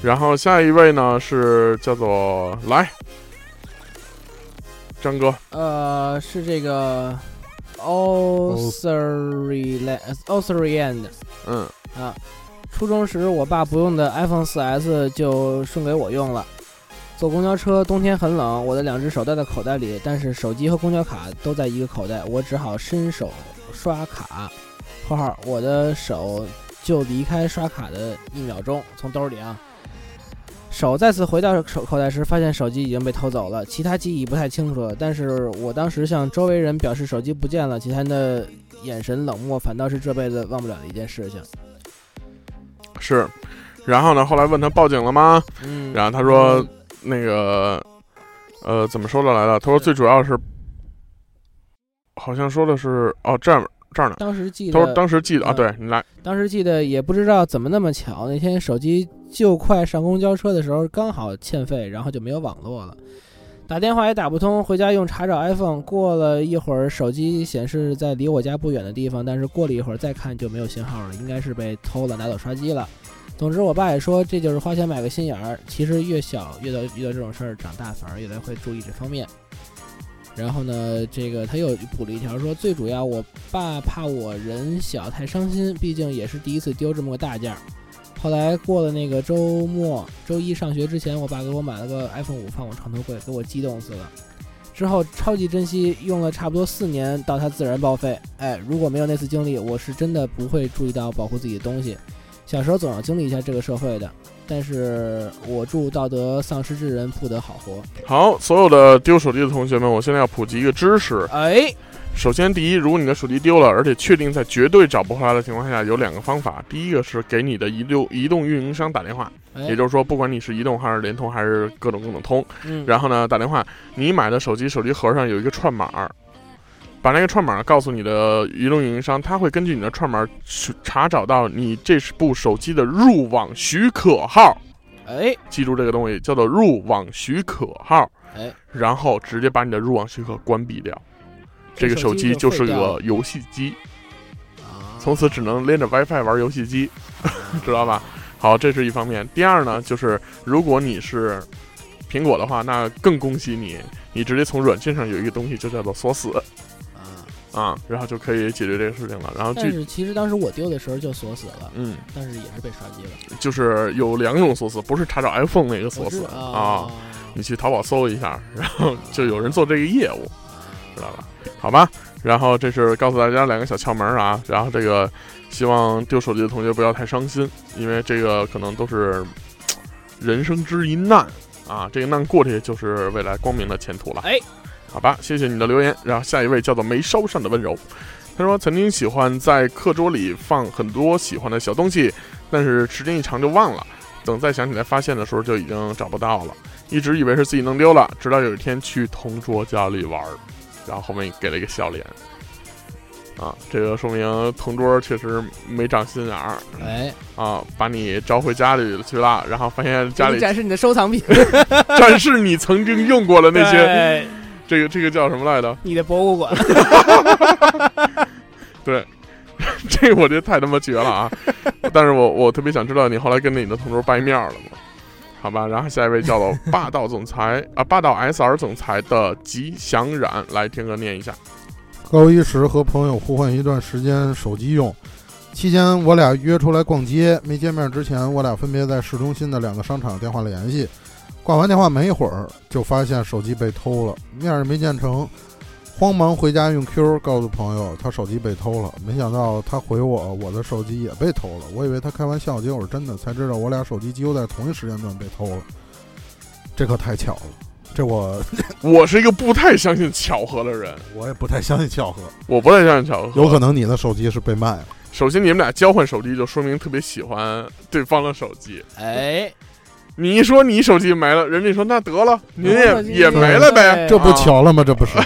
Speaker 1: 然后下一位呢是叫做来，张哥，
Speaker 4: 呃，是这个 o s r i l a n o s r i a n
Speaker 1: 嗯
Speaker 4: 初中时我爸不用的 iPhone 4S 就送给我用了。坐公交车，冬天很冷，我的两只手袋在口袋里，但是手机和公交卡都在一个口袋，我只好伸手刷卡。（括号我的手就离开刷卡的一秒钟，从兜里啊。）手再次回到手口袋时，发现手机已经被偷走了，其他记忆不太清楚了。但是我当时向周围人表示手机不见了，其他人的眼神冷漠，反倒是这辈子忘不了的一件事情。
Speaker 1: 是。然后呢，后来问他报警了吗？
Speaker 4: 嗯，
Speaker 1: 然后他说那个，呃，怎么说的来了？他说最主要是，好像说的是哦，这儿这儿呢。
Speaker 4: 当时记
Speaker 1: 他说
Speaker 4: 得，
Speaker 1: 当时记得啊，
Speaker 4: 嗯
Speaker 1: 对你来，
Speaker 4: 当时记得也不知道怎么那么巧，那天手机就快上公交车的时候刚好欠费，然后就没有网络了，打电话也打不通，回家用查找 iPhone，过了一会儿手机显示在离我家不远的地方，但是过了一会儿再看就没有信号了，应该是被偷了拿走刷机了。总之，我爸也说这就是花钱买个心眼儿。其实越小越到遇到这种事儿，长大反而越来越会注意这方面。然后呢，这个他又补了一条说，最主要我爸怕我人小太伤心，毕竟也是第一次丢这么个大件儿。后来过了那个周末，周一上学之前，我爸给我买了个 iPhone 五放我床头柜，给我激动死了。之后超级珍惜，用了差不多四年到它自然报废。哎，如果没有那次经历，我是真的不会注意到保护自己的东西。小时候总要经历一下这个社会的，但是我祝道德丧失之人不得好活。
Speaker 1: 好，所有的丢手机的同学们，我现在要普及一个知识。
Speaker 4: 哎，
Speaker 1: 首先，第一，如果你的手机丢了，而且确定在绝对找不回来的情况下，有两个方法。第一个是给你的移动移动运营商打电话，
Speaker 4: 哎
Speaker 1: 也就是说，不管你是移动还是联通还是各种各种通，
Speaker 4: 嗯，
Speaker 1: 然后呢打电话，你买的手机手机盒上有一个串码儿，把那个串码告诉你的移动运营商，他会根据你的串码去查找到你这部手机的入网许可号。
Speaker 4: 哎，
Speaker 1: 记住这个东西叫做入网许可号，
Speaker 4: 哎，
Speaker 1: 然后直接把你的入网许可关闭掉，这个手机
Speaker 4: 就
Speaker 1: 就是
Speaker 4: 废掉了
Speaker 1: 个游戏机，
Speaker 4: 啊
Speaker 1: 从此只能连着 WiFi 玩游戏机， (laughs) 知道吧？好，这是一方面。第二呢，就是如果你是苹果的话，那更恭喜你，你直接从软件上有一个东西就叫做锁死
Speaker 4: 啊。
Speaker 1: 啊，然后就可以解决这个事情了。然后
Speaker 4: 但
Speaker 1: 具
Speaker 4: 是其实当时我丢的时候就锁死了，
Speaker 1: 嗯，
Speaker 4: 但是也是被刷机了。
Speaker 1: 就是有两种锁死，不是查找 iPhone 那个锁
Speaker 4: 我知
Speaker 1: 死
Speaker 4: 道
Speaker 1: 啊
Speaker 6: 哦
Speaker 4: 啊，
Speaker 1: 你去淘宝搜一下，然后就有人做这个业务，知道吧？好吧，然后这是告诉大家两个小窍门啊，然后这个希望丢手机的同学不要太伤心，因为这个可能都是嘖人生之一难啊，这个难过去就是未来光明的前途了。
Speaker 4: 哎，
Speaker 1: 好吧，谢谢你的留言，然后下一位叫做没梢上的温柔。他说：“曾经喜欢在课桌里放很多喜欢的小东西，但是时间一长就忘了。等再想起来发现的时候，就已经找不到了。一直以为是自己弄丢了，直到有一天去同桌家里玩儿，然后后面给了一个笑脸。啊，这个说明同桌确实没长心眼儿
Speaker 4: 哎，
Speaker 1: 啊，把你招回家里去了，然后发现家
Speaker 6: 给
Speaker 1: 里
Speaker 4: (laughs)
Speaker 6: 你展示你的收藏品，
Speaker 1: 展示你曾经用过的那些，
Speaker 6: 对
Speaker 1: 这个这个叫什么来着？
Speaker 6: 你的博物馆，
Speaker 1: (laughs) 这个我觉得太他妈绝了啊！但是我我特别想知道你后来跟你的同桌掰面了吗？好吧，然后下一位叫做霸道总裁啊，霸道 SR 总裁的吉祥冉，来听哥念一下。
Speaker 3: 高一时和朋友互换一段时间手机用，期间我俩约出来逛街，没见面之前，我俩分别在市中心的两个商场电话联系。挂完电话没一会儿，就发现手机被偷了，面儿没见成，慌忙回家用 Q 告诉朋友他手机被偷了，没想到他回我我的手机也被偷了，我以为他开玩笑，结果是真的，才知道我俩手机几乎在同一时间段被偷了，这可太巧了，这我
Speaker 1: 我是一个不太相信巧合的人，
Speaker 3: 我也不太相信巧合，
Speaker 1: 我不太相信巧合。
Speaker 3: (laughs) 有可能你的手机是被卖了。
Speaker 1: 首先你们俩交换手机，就说明特别喜欢对方的手机。
Speaker 4: 哎，
Speaker 1: (laughs) 你一说你手机没了，人家说那得了，您
Speaker 6: 我手
Speaker 1: 也
Speaker 6: 机
Speaker 1: 也没了呗，
Speaker 3: 这不
Speaker 1: 啊
Speaker 3: 巧了吗？这不是，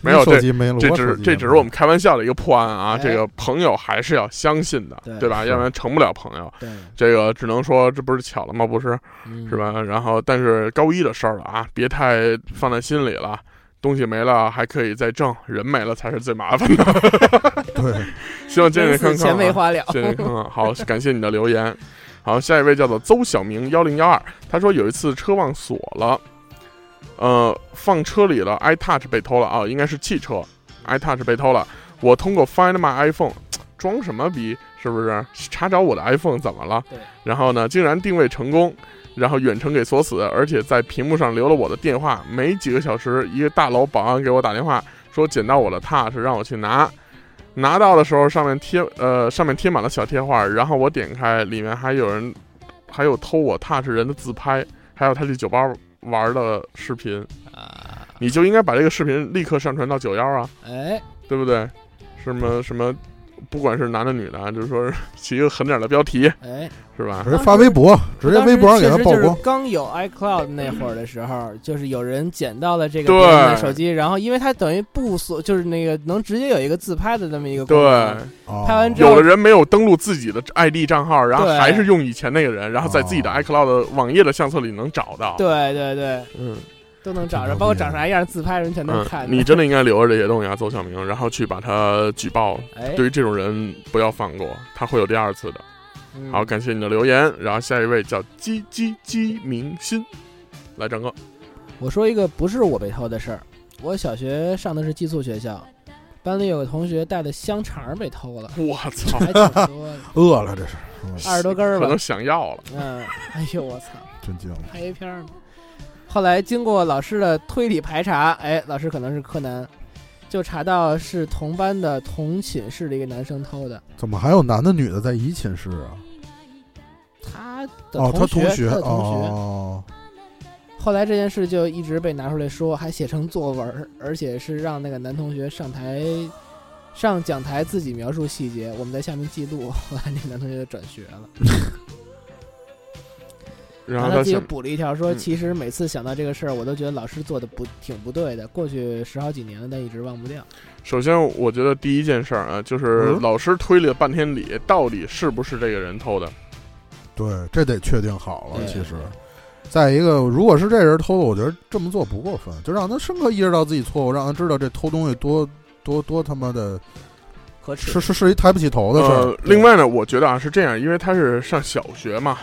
Speaker 1: 没有
Speaker 3: 你手
Speaker 1: 这
Speaker 3: 机没了，
Speaker 1: 这
Speaker 3: 我
Speaker 1: 只
Speaker 3: 手
Speaker 1: 是
Speaker 3: 机
Speaker 1: 这
Speaker 3: 也
Speaker 1: 只
Speaker 3: 没
Speaker 1: 是
Speaker 3: 了
Speaker 1: 我们开玩笑的一个破案啊，
Speaker 4: 哎
Speaker 1: 这个朋友还是要相信的，
Speaker 4: 对
Speaker 1: 对吧？
Speaker 3: 是
Speaker 1: 要不然成不了朋友。
Speaker 4: 对，
Speaker 1: 这个只能说这不是巧了吗？不是，
Speaker 4: 嗯
Speaker 1: 是？吧？然后但是高一的事儿了啊，别太放在心里了。东西没了还可以再挣，人没了才是最麻烦的。
Speaker 3: 对，
Speaker 1: 希望健健
Speaker 6: 真是
Speaker 1: 康康、啊。
Speaker 6: 钱没花了，
Speaker 1: 谢谢嗯，好，感谢你的留言。好，下一位叫做邹小明幺零幺二，他说有一次车忘锁了，呃，放车里了，iTouch 被偷了啊，应该是汽车，iTouch 被偷了。我通过 Find My iPhone 装什么逼，是不是查找我的 iPhone 怎么了
Speaker 4: 对？
Speaker 1: 然后呢，竟然定位成功，然后远程给锁死，而且在屏幕上留了我的电话。没几个小时，一个大楼保安给我打电话说捡到我的 Touch，让我去拿。拿到的时候，上面贴呃上面贴满了小贴画，然后我点开，里面还有人，还有偷我 Touch 人的自拍，还有他去酒吧玩的视频。
Speaker 4: 啊，
Speaker 1: 你就应该把这个视频立刻上传到九幺啊，
Speaker 4: 哎，
Speaker 1: 对不对？什么什么，不管是男的女的啊，就是说起一个狠点的标题
Speaker 4: 哎，
Speaker 1: 是吧？
Speaker 3: 直接发微博，直接微博上给他
Speaker 6: 当时
Speaker 3: 曝
Speaker 6: 确实
Speaker 3: 光
Speaker 6: 就是。刚有 iCloud 那会儿的时候，就是有人捡到了这个
Speaker 1: 对
Speaker 6: 别人的手机，然后因为它等于不锁，就是那个能直接有一个自拍的这么一个功
Speaker 1: 对，
Speaker 6: 能，
Speaker 3: 哦
Speaker 6: 拍完之后
Speaker 1: 有的人没有登录自己的 ID 账号，然后
Speaker 6: 对
Speaker 1: 还是用以前那个人，然后在自己的
Speaker 3: 哦
Speaker 1: iCloud 网页的相册里能找到。
Speaker 6: 对对对，
Speaker 1: 嗯，
Speaker 6: 都能找
Speaker 3: 挺牛
Speaker 6: 着，
Speaker 3: 逼
Speaker 6: 包括长啥样，自拍人全能
Speaker 1: 嗯
Speaker 6: 看见。
Speaker 1: 你真的应该留着这些东西啊，邹小明，然后去把他举报。
Speaker 6: 哎，
Speaker 1: 对于这种人，不要放过，他会有第二次的。
Speaker 6: 嗯
Speaker 1: 好，感谢你的留言。然后下一位叫鸡鸡鸡明心，来张哥，
Speaker 4: 我说一个不是我被偷的事儿，我小学上的是寄宿学校，班里有个同学带的香肠儿被偷了，
Speaker 1: 我操，
Speaker 4: 还挺多的，
Speaker 3: 饿了，这是
Speaker 4: (laughs) 二十多根儿
Speaker 1: 哦 (laughs) 可
Speaker 4: 吧
Speaker 1: 能。想要了。
Speaker 4: 嗯，哎呦我操，
Speaker 3: 真惊了。
Speaker 4: 拍一片儿呢。
Speaker 6: 后来经过老师的推理排查，哎，老师可能是柯南，就查到是同班的同寝室的一个男生偷的。
Speaker 3: 怎么还有男的女的在一寝室啊？
Speaker 4: 他的
Speaker 3: 哦，他
Speaker 4: 同学，
Speaker 3: 学
Speaker 4: 他的同学。
Speaker 3: 哦，
Speaker 6: 后来这件事就一直被拿出来说，还写成作文儿，而且是让那个男同学上台上讲台自己描述细 (laughs) 节，我们在下面记录。后来那个男同学就转学了。
Speaker 1: 然
Speaker 6: 然
Speaker 1: 后
Speaker 6: 后他自己又
Speaker 1: 想，
Speaker 6: 补了一条说，
Speaker 1: 嗯
Speaker 6: 其实每次想到这个事儿，我都觉得老师做的不挺不对的，过去十好几年了，但一直忘不掉。
Speaker 1: 首先我觉得第一件事儿啊，就是
Speaker 3: 嗯
Speaker 1: 老师推理了半天理，到底是不是这个人偷的？
Speaker 3: 对，这得确定好了。
Speaker 6: 对
Speaker 3: 其实，再一个，如果是这人偷的，我觉得这么做不过分，就让他深刻意识到自己错误，让他知道这偷东西多多多他妈的
Speaker 4: 可耻
Speaker 3: 是。是是一抬不起头的事儿
Speaker 1: 呃。，另外呢，我觉得啊是这样，因为他是上小学嘛，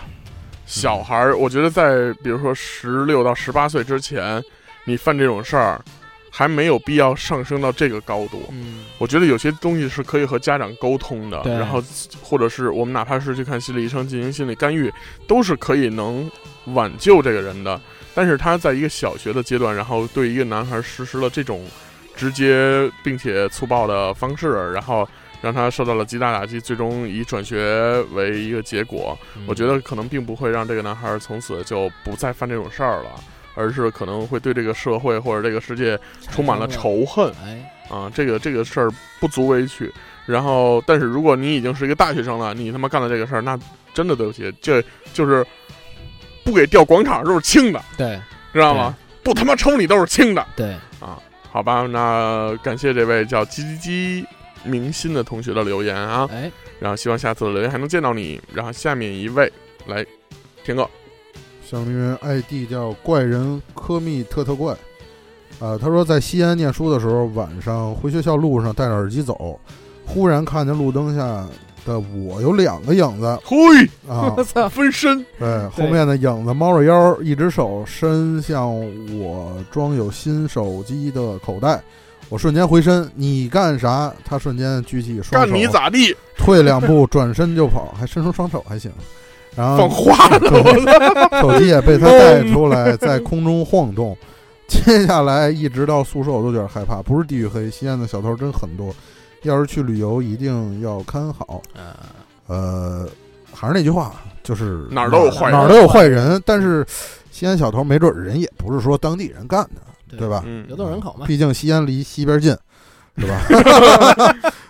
Speaker 1: 小孩儿，我觉得在比如说十六到十八岁之前，你犯这种事儿，还没有必要上升到这个高度。
Speaker 4: 嗯，
Speaker 1: 我觉得有些东西是可以和家长沟通的，
Speaker 4: 对
Speaker 1: 然后或者是我们哪怕是去看心理医生进行心理干预，都是可以能挽救这个人的。但是他在一个小学的阶段，然后对一个男孩实施了这种直接并且粗暴的方式，然后让他受到了极大打击，最终以转学为一个结果。
Speaker 6: 嗯
Speaker 4: 嗯
Speaker 1: 我觉得可能并不会让这个男孩从此就不再犯这种事儿了，而是可能会对这个社会或者这个世界充满了仇恨。
Speaker 4: 哎，
Speaker 1: 啊，这个这个事儿不足为取。然后，但是如果你已经是一个大学生了，你他妈干了这个事儿，那真的对不起，这就是不给调广场都是轻的，
Speaker 4: 对
Speaker 1: 知道吗？不他妈抽你都是轻的，
Speaker 4: 对，
Speaker 1: 好吧？那感谢这位叫叽叽叽明心的同学的留言啊， (laughs)
Speaker 4: 哎，
Speaker 1: 然后希望下次的留言还能见到你。然后下面一位来，天哥，
Speaker 3: 像名人 ID 叫怪人科密特特怪，呃，他说在西安念书的时候，晚上回学校路上戴着耳机走，忽然看见路灯下的我有两个影子
Speaker 1: 嘿， (laughs)
Speaker 3: 啊，
Speaker 6: 我操！
Speaker 1: 分身，
Speaker 3: 对，后面的影子猫着腰，一只手伸向我装有新手机的口袋，我瞬间回身，你干啥？他瞬间举起双
Speaker 1: 干
Speaker 3: 手，
Speaker 1: 你咋地？
Speaker 3: 退两步，转身就跑，还伸出双手还行。然
Speaker 1: 放
Speaker 3: 后
Speaker 1: 花了，
Speaker 3: 对
Speaker 1: 我操！
Speaker 3: (laughs) 手机也被他带出来，在空中晃 (laughs) 动。接下来一直到宿舍，我都有点害怕。不是地域黑，西安的小偷真很多，要是去旅游一定要看好。
Speaker 6: 哦
Speaker 3: 呃，还是那句话，就是
Speaker 1: 哪儿都有坏人
Speaker 3: 哪儿都有坏人。但是西安小偷没准人也不是说当地人干的，
Speaker 6: 对
Speaker 3: 对吧？
Speaker 1: 嗯
Speaker 6: 流，动人口嘛，
Speaker 3: 毕竟西安离西边近，是吧？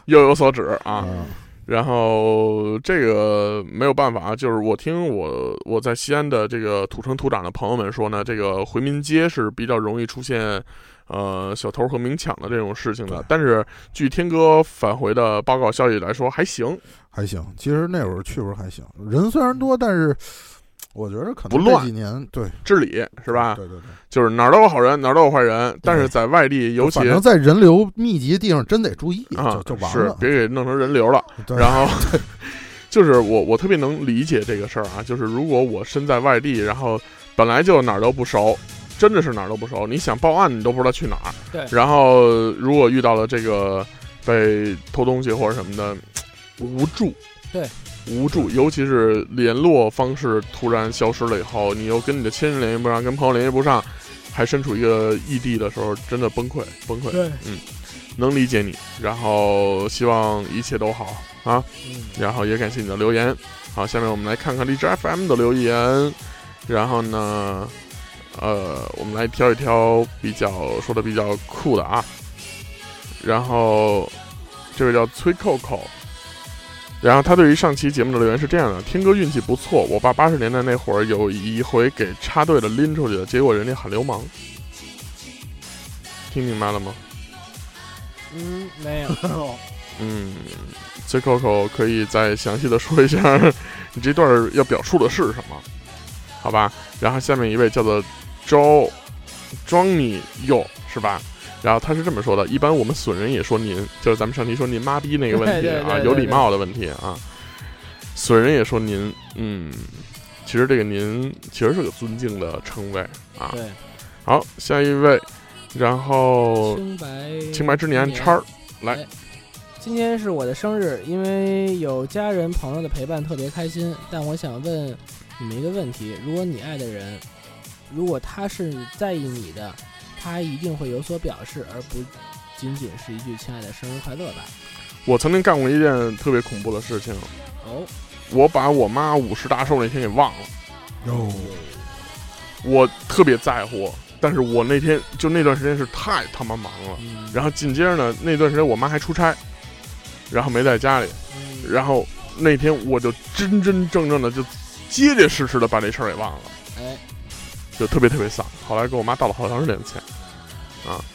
Speaker 1: 又有所指啊。
Speaker 3: (laughs) 嗯
Speaker 1: 然后这个没有办法啊，就是我听我我在西安的这个土生土长的朋友们说呢，这个回民街是比较容易出现呃小偷和明抢的这种事情的
Speaker 3: 对。
Speaker 1: 但是据天哥返回的报告消息来说，还行，
Speaker 3: 还行。其实那会儿去时候还行，人虽然多，但是我觉得可
Speaker 1: 不
Speaker 3: 能
Speaker 1: 乱
Speaker 3: 这几年对
Speaker 1: 治理是吧？
Speaker 3: 对对对。
Speaker 1: 就是哪儿都有好人，哪儿都有坏人，但是在外地，尤其
Speaker 3: 反正在人流密集的地方，真得注意，
Speaker 1: 啊
Speaker 3: 就就，完
Speaker 1: 是
Speaker 3: 了。
Speaker 1: 别给弄成人流了。
Speaker 3: 对
Speaker 1: 然后 (laughs) 就是我我特别能理解这个事儿啊，就是如果我身在外地，然后本来就哪儿都不熟，真的是哪儿都不熟，你想报案你都不知道去哪儿。
Speaker 4: 对
Speaker 1: 然后如果遇到了这个被偷东西或者什么的，无助。
Speaker 4: 对。
Speaker 1: 无助，尤其是联络方式突然消失了以后，你又跟你的亲人联系不上，跟朋友联系不上，还身处一个异地的时候，真的崩溃，崩溃。
Speaker 4: 对，
Speaker 1: 嗯，能理解你，然后希望一切都好啊，然后也感谢你的留言。好，下面我们来看看荔枝 FM 的留言，然后呢，呃，我们来挑一挑比较说的比较酷的啊，然后这位叫崔扣扣。然后他对于上期节目的留言是这样的：天哥运气不错，我爸八十年代那会儿有一回给插队的拎出去了，结果人家喊流氓。听明白了吗？
Speaker 6: 嗯，没有，
Speaker 1: 嗯，崔 Coco 可以再详细的说一下 (laughs) 你这段儿要表述的是什么，好吧？然后下面一位叫做周 Johnny Yo 是吧？然后他是这么说的：一般我们损人也说您，就是咱们上期说您妈逼那个问
Speaker 6: (laughs)
Speaker 1: 题
Speaker 6: 对对
Speaker 1: 啊，
Speaker 6: 对
Speaker 1: 有礼貌的问题啊。损人也说您，嗯，其实这个您其实是个尊敬的称谓啊。
Speaker 4: 对，
Speaker 1: 好，下一位，然后
Speaker 6: 清白。
Speaker 1: 清白之年
Speaker 6: 年
Speaker 1: 叉儿，来
Speaker 6: 哎今天是我的生日，因为有家人朋友的陪伴特别开心。但我想问你们一个问题：如果你爱的人，如果他是在意你的，他一定会有所表示，而不仅仅是一句“亲爱的，生日快乐”吧？
Speaker 1: 我曾经干过一件特别恐怖的事情，
Speaker 6: 哦，
Speaker 1: 我把我妈五十大寿那天给忘了，
Speaker 3: 哟，
Speaker 1: 我特别在乎，但是我那天就那段时间是太他妈忙了，
Speaker 6: 嗯，
Speaker 1: 然后紧接着呢，那段时间我妈还出差，然后没在家里，
Speaker 6: 嗯
Speaker 1: 然后那天我就真真正正的就结结实实的把这事儿给忘了，就特别特别丧。后来给我妈道了好长时间歉，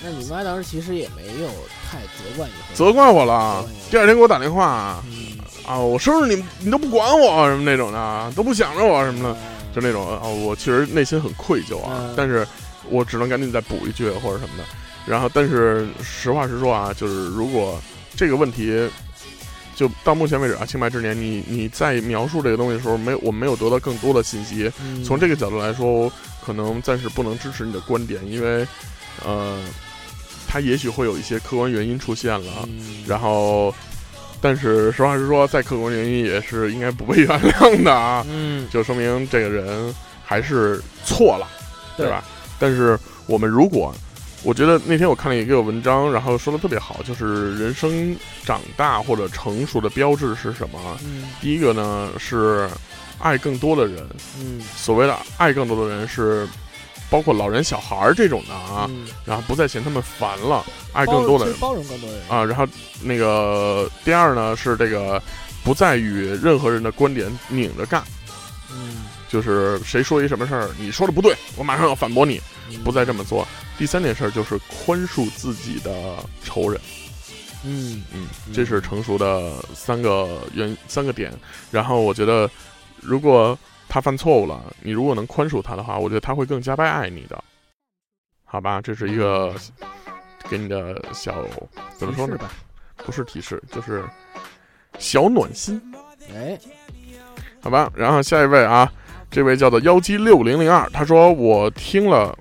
Speaker 4: 那你妈当时其实也没有太责怪你，
Speaker 1: 责怪我了。啊 (laughs) 第二天给我打电话
Speaker 4: 嗯，
Speaker 1: 啊，我生日你你都不管我啊什么那种的，都不想着我什么的，就那种啊，我其实内心很愧疚啊
Speaker 4: 嗯，
Speaker 1: 但是我只能赶紧再补一句或者什么的。然后，但是实话实说啊，就是如果这个问题，就到目前为止啊，清白之年，你你在描述这个东西的时候，没有我没有得到更多的信息，
Speaker 4: 嗯
Speaker 1: 从这个角度来说，我可能暂时不能支持你的观点，因为，呃，它也许会有一些客观原因出现了，然后，但是实话实说，再客观原因也是应该不被原谅的啊，
Speaker 4: 嗯
Speaker 1: 就说明这个人还是错了，对
Speaker 4: 对
Speaker 1: 吧？但是我们如果，我觉得那天我看了一个文章，然后说的特别好，就是人生长大或者成熟的标志是什么？
Speaker 4: 嗯
Speaker 1: 第一个呢是爱更多的人，
Speaker 4: 嗯
Speaker 1: 所谓的爱更多的人是包括老人、小孩儿这种的啊，
Speaker 4: 嗯哦
Speaker 1: 然后不再嫌他们烦了，爱
Speaker 4: 包
Speaker 1: 更多的
Speaker 4: 其
Speaker 1: 人
Speaker 4: 实包容更多的人，
Speaker 1: 啊。然后那个第二呢是这个不再与任何人的观点拧着干，
Speaker 4: 嗯，
Speaker 1: 就是谁说一什么事儿，你说的不对，我马上要反驳你，
Speaker 4: 嗯
Speaker 1: 不再这么做。第三件事儿就是宽恕自己的仇人，
Speaker 4: 嗯
Speaker 1: 嗯，这是成熟的三个原三个点。然后我觉得，如果他犯错误了，你如果能宽恕他的话，我觉得他会更加倍爱你的，好吧？这是一个给你的小怎么说呢
Speaker 4: 提示？吧？
Speaker 1: 不是提示，就是小暖心，
Speaker 4: 哎，
Speaker 1: 好吧？然后下一位啊，这位叫做幺七六零零二，他说我听了。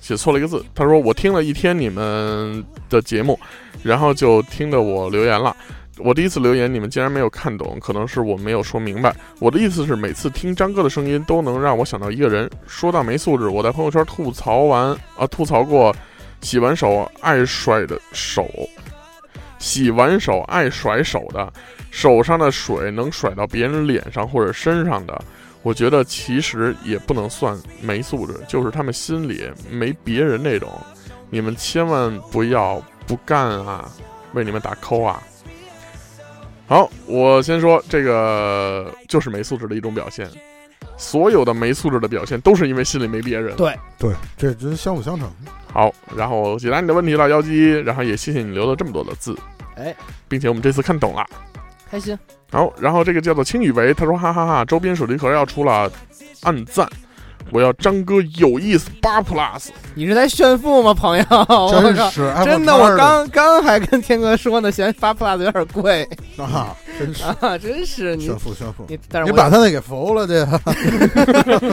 Speaker 1: 写错了一个字，他说我听了一天你们的节目，然后就听得我留言了。我第一次留言，你们竟然没有看懂，可能是我没有说明白。我的意思是，每次听张哥的声音都能让我想到一个人。说到没素质，我在朋友圈吐槽完啊，吐槽过洗完手爱甩的手，洗完手爱甩手的，手上的水能甩到别人脸上或者身上的。我觉得其实也不能算没素质，就是他们心里没别人那种。你们千万不要不干啊，为你们打 call 啊！好，我先说这个就是没素质的一种表现。所有的没素质的表现都是因为心里没别人。
Speaker 3: 对，这这相辅相成。
Speaker 1: 好，然后解答你的问题了，妖姬，然后也谢谢你留了这么多的字，
Speaker 4: 哎，
Speaker 1: 并且我们这次看懂了。
Speaker 4: 开心，
Speaker 1: 好，然后这个叫做青雨为，他说哈哈哈周边手机壳要出了，暗赞，我要张哥有意思八 plus，
Speaker 4: 你是在炫富
Speaker 1: (laughs)
Speaker 4: 吗，朋友？我
Speaker 3: 真
Speaker 4: 靠！
Speaker 3: 是
Speaker 4: 哦
Speaker 3: 哎
Speaker 4: 真的，我刚刚还跟天哥说呢，嫌八 plus 有点贵
Speaker 3: 刚啊，真是
Speaker 4: 啊，真是 (laughs) 你
Speaker 3: 炫富炫富。
Speaker 4: 你，但
Speaker 3: 你
Speaker 4: 是我
Speaker 3: 把他那给服了，这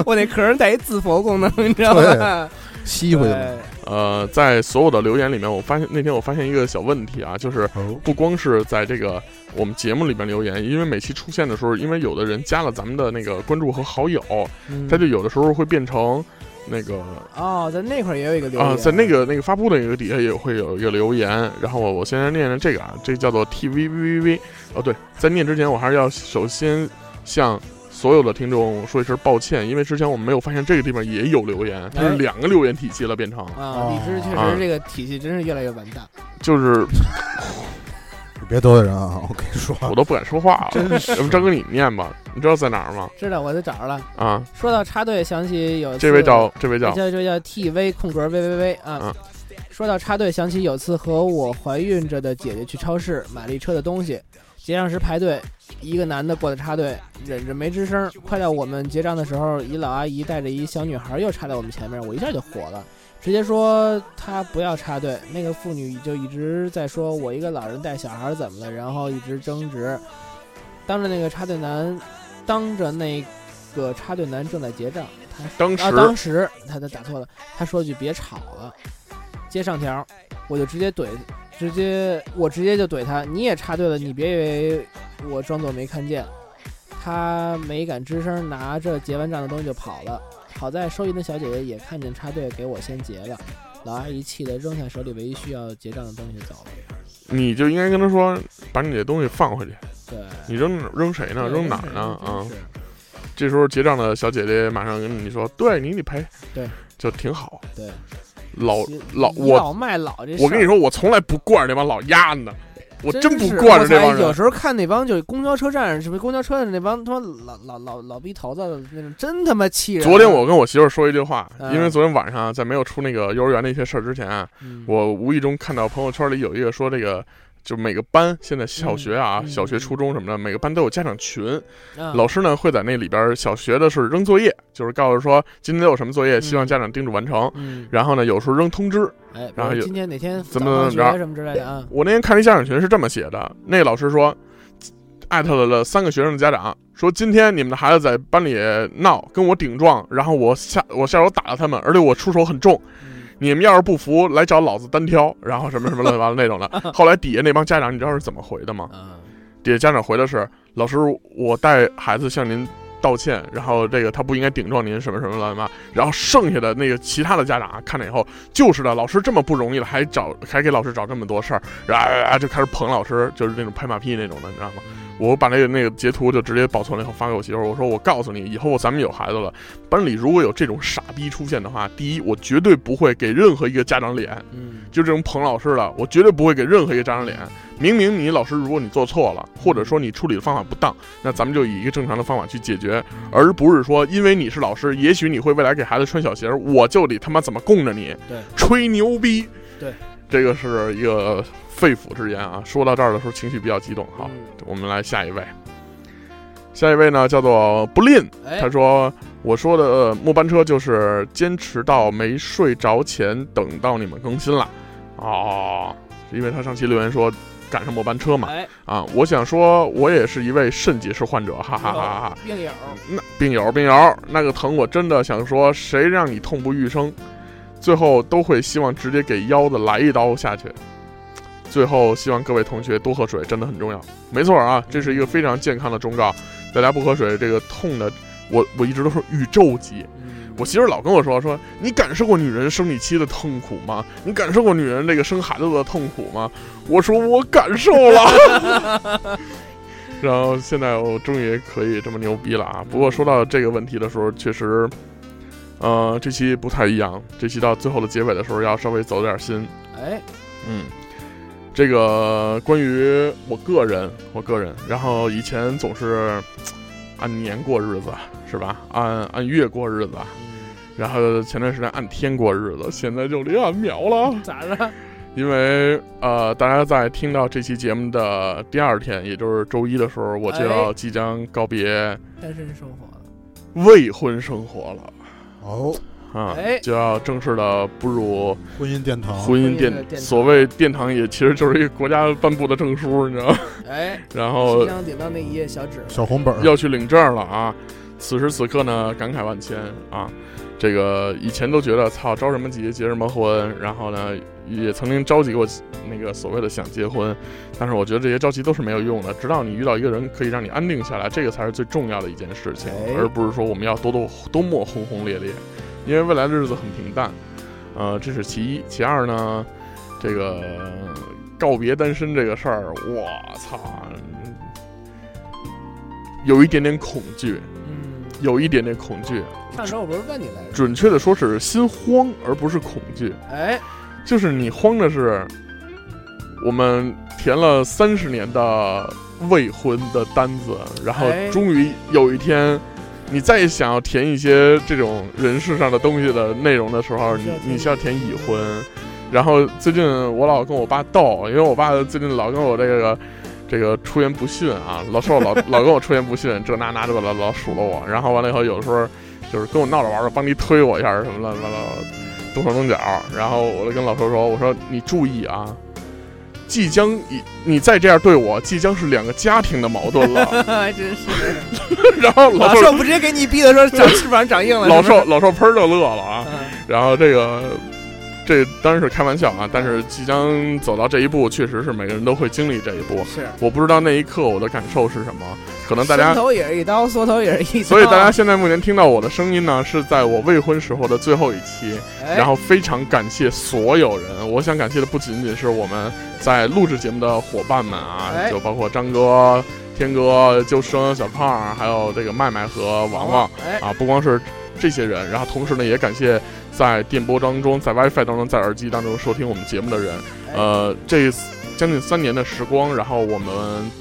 Speaker 4: 我那壳上带一自佛功能，你知道
Speaker 3: 对
Speaker 4: 吗？
Speaker 3: (laughs) 吸回去了。
Speaker 4: 对
Speaker 1: 呃，在所有的留言里面，我发现那天我发现一个小问题啊，就是
Speaker 3: 哦，
Speaker 1: 不光是在这个我们节目里面留言，因为每期出现的时候，因为有的人加了咱们的那个关注和好友，
Speaker 4: 嗯
Speaker 1: 他就有的时候会变成那个
Speaker 4: 哦，在那块儿也有一个留言
Speaker 1: 啊，在那个那个发布的一个底下也会有一个留言，然后我我先来念念这个啊，这叫做 TVVV。哦，对，在念之前，我还是要首先向所有的听众说一声抱歉，因为之前我们没有发现这个地方也有留言，它是
Speaker 4: 哎
Speaker 1: 两个留言体系了，变成
Speaker 4: 啊，荔枝确
Speaker 1: 啊
Speaker 4: 实这个体系真是越来越完蛋。
Speaker 1: 就是
Speaker 3: 你别得罪人啊！我跟你说，
Speaker 1: 我都不敢说话了。啊
Speaker 3: 真是
Speaker 1: 要不张哥你念吧，你知道在哪儿吗？
Speaker 4: 知道，我都找着了。
Speaker 1: 啊，
Speaker 4: 说到插队，想起有一次
Speaker 1: 这位叫这位
Speaker 4: 这
Speaker 1: 叫
Speaker 4: 哎叫这叫 TV 空格 VVV 啊
Speaker 1: 嗯。
Speaker 4: 说到插队，想起有次和我怀孕着的姐姐去超市买了一车的东西，结账时排队，一个男的过来插队，忍着没吱声。快到我们结账的时候，一老阿姨带着一小女孩又插在我们前面，我一下就火了。直接说她不要插队，那个妇女就一直在说我一个老人带小孩怎么了，然后一直争执。当着那个插队男，当着那个插队男正在结账，他
Speaker 1: 当时
Speaker 4: 啊，当时他他打错了，他说了句“别吵了”，接上条，我就直接怼，直接我直接就怼他，你也插队了，你别以为我装作没看见。他没敢吱声，拿着结完账的东西就跑了。好在收银的小姐姐也看见插队，给我先结了。老阿姨气得扔下手里唯一需要结账的东西走了。
Speaker 1: 你就应该跟他说，把你的东西放回去。
Speaker 4: 对，
Speaker 1: 你扔扔谁呢？扔哪儿呢？啊、
Speaker 4: 真是
Speaker 1: 这时候结账的小姐姐马上跟你说：“对你得赔。”
Speaker 4: 对，
Speaker 1: 就挺好。
Speaker 4: 对，
Speaker 1: 老
Speaker 4: 其实
Speaker 1: 老
Speaker 4: 倚
Speaker 1: 我
Speaker 4: 老卖老这事儿，
Speaker 1: 我跟你说，我从来不惯着那帮老鸭子，我
Speaker 4: 真
Speaker 1: 不
Speaker 4: 是
Speaker 1: 惯
Speaker 4: 我
Speaker 1: 着这
Speaker 4: 操
Speaker 1: 帮
Speaker 4: 有
Speaker 1: 人。
Speaker 4: 时候看那帮就是公交车站什么公交车站那帮他妈老老老老逼头子那种，真他妈气人。
Speaker 1: 昨天我跟我媳妇儿说一句话，
Speaker 4: 啊嗯
Speaker 1: 因为昨天晚上啊在没有出那个幼儿园那些事儿之前啊，
Speaker 4: 嗯
Speaker 1: 我无意中看到朋友圈里有一个说这个。就每个班现在小学啊，
Speaker 4: 嗯嗯
Speaker 1: 小学、
Speaker 4: 嗯
Speaker 1: 初中什么的，每个班都有家长群，
Speaker 4: 啊
Speaker 1: 老师呢会在那里边儿小学的是扔作业，就是告诉说今天都有什么作业，希望家长叮嘱完成。
Speaker 4: 嗯，
Speaker 1: 然后呢，有时候扔通知。
Speaker 4: 哎，
Speaker 1: 然后
Speaker 4: 比如
Speaker 1: 有
Speaker 4: 今天哪天
Speaker 1: 怎
Speaker 4: 早
Speaker 1: 么
Speaker 4: 放
Speaker 1: 怎么着
Speaker 4: 学什么之类的啊？
Speaker 1: 我那天看一家长群是这么写的，那个老师说，艾特了三个学生的家长，说今天你们的孩子在班里闹，跟我顶撞，然后我下我下手打了他们，而且我出手很重。
Speaker 4: 嗯
Speaker 1: 你们要是不服，来找老子单挑，然后什么什么乱七八糟那种的。后来底下那帮家长，你知道是怎么回的吗？
Speaker 4: 啊，
Speaker 1: 底下家长回的是：“老师，我带孩子向您道歉，然后这个他不应该顶撞您，什么什么乱七八。”然后剩下的那个其他的家长啊，看了以后，就是的，老师这么不容易了，还找还给老师找这么多事儿，然后、啊就开始捧老师，就是那种拍马屁那种的，你知道吗？我把那个那个截图就直接保存了以后发给我媳妇儿，我说我告诉你，以后咱们有孩子了，班里如果有这种傻逼出现的话，第一，我绝对不会给任何一个家长脸，
Speaker 4: 嗯，
Speaker 1: 就这种捧老师的，我绝对不会给任何一个家长脸。明明你老师，如果你做错了，或者说你处理的方法不当，那咱们就以一个正常的方法去解决，而不是说因为你是老师，也许你会未来给孩子穿小鞋，我就得他妈怎么供着你，
Speaker 4: 对，
Speaker 1: 吹牛逼，
Speaker 4: 对，
Speaker 1: 这个是一个肺腑之言啊。说到这儿的时候，情绪比较激动，好，
Speaker 4: 嗯
Speaker 1: 我们来下一位。下一位呢，叫做不吝，
Speaker 4: 哎
Speaker 1: 他说：“我说的呃末班车就是坚持到没睡着前等到你们更新了。”哦，因为他上期留言说赶上末班车嘛。
Speaker 4: 哎，
Speaker 1: 啊，我想说，我也是一位肾结石患者，哈哈哈哈。
Speaker 4: 病友，
Speaker 1: 那病友，病友，那个疼我真的想说，谁让你痛不欲生？最后都会希望直接给腰子来一刀下去。最后希望各位同学多喝水，真的很重要。没错啊，这是一个非常健康的忠告，大家不喝水，这个痛的，我我一直都是宇宙级。嗯
Speaker 4: 嗯
Speaker 1: 我媳妇儿老跟我说说，你感受过女人生理期的痛苦吗？你感受过女人这个生孩子的痛苦吗？我说我感受了。 (laughs) 然后现在我终于可以这么牛逼了啊！不过说到这个问题的时候，确实，呃，这期不太一样。这期到最后的结尾的时候，要稍微走点心。
Speaker 4: 哎，
Speaker 1: 嗯，这个关于我个人，我个人，然后以前总是按年过日子，是吧？按按月过日子，然后前段时间按天过日子，现在就得按秒了。
Speaker 4: 咋着？
Speaker 1: 因为呃，大家在听到这期节目的第二天，也就是周一的时候，我就要即将告别
Speaker 4: 单身生活了，
Speaker 1: 未婚生活了。
Speaker 3: 哦，
Speaker 1: 啊
Speaker 4: 哎，
Speaker 1: 就要正式的步入
Speaker 3: 婚姻殿堂，
Speaker 1: 哦婚姻
Speaker 4: 姻的
Speaker 1: 殿，
Speaker 4: 殿堂
Speaker 1: 所谓殿堂也其实就是一个国家颁布的证书，你知道吗？
Speaker 4: 哎，
Speaker 1: 然
Speaker 4: 即
Speaker 1: 后
Speaker 4: 将顶到那一页小纸，
Speaker 3: 小红本儿，
Speaker 1: 要去领证了啊！此时此刻呢，感慨万千啊！这个以前都觉得操着什么急，结什么婚，然后呢，也曾经着急过那个所谓的想结婚，但是我觉得这些着急都是没有用的，直到你遇到一个人可以让你安定下来，这个才是最重要的一件事情，
Speaker 4: 哎
Speaker 1: 而不是说我们要多多多么轰轰烈烈，因为未来的日子很平淡，呃，这是其一，其二呢，这个告别单身这个事儿，我操，有一点点恐惧，
Speaker 4: 嗯，
Speaker 1: 有一点点恐惧，
Speaker 4: 上周我不是问你来着？
Speaker 1: 准确的说是心慌，而不是恐惧。
Speaker 4: 哎， (laughs)
Speaker 1: 就是你慌的是，我们填了三十年的未婚的单子，然后
Speaker 4: 哎
Speaker 1: 终于有一天，你再想要填一些这种人事上的东西的内容的时候，你你需要填已婚。然后最近我老跟我爸斗，因为我爸最近老跟我这个这个出言不逊啊，老说我老老跟我出言不逊，这那那这老老数落我，然后完了以后有时候就是跟我闹着玩儿，帮你推我一下什么乱七八糟，动手动脚，然后我就跟老头说，我说你注意啊。即将你你再这样对我，即将是两个家庭的矛盾了。 (laughs)
Speaker 4: 还真是，
Speaker 1: 然后老
Speaker 4: 老
Speaker 1: 寿
Speaker 4: 寿不直接给你逼的说长翅膀长硬了，
Speaker 1: (laughs) 老
Speaker 4: 是不是
Speaker 1: 寿老寿喷儿就乐了啊。
Speaker 4: 嗯
Speaker 1: 然后这个这当然是开玩笑啊，但是
Speaker 4: 嗯
Speaker 1: 即将走到这一步，确实是每个人都会经历这一步。
Speaker 4: 是，
Speaker 1: 我不知道那一刻我的感受是什么，可能大
Speaker 4: 伸
Speaker 1: 家，
Speaker 4: 头也是一刀，缩头也是一刀，
Speaker 1: 所以大家现在目前听到我的声音呢，是在我未婚时候的最后一期。
Speaker 4: 哎，
Speaker 1: 然后非常感谢所有人，我想感谢的不仅仅是我们在录制节目的伙伴们啊，
Speaker 4: 哎
Speaker 1: 就包括张哥、天哥、救生、小胖儿，还有这个麦麦和王王。
Speaker 4: 哎，
Speaker 1: 啊，不光是这些人，然后同时呢，也感谢在电波当中、在 WiFi 当中、在耳机当中收听我们节目的人。呃，这将近三年的时光，然后我们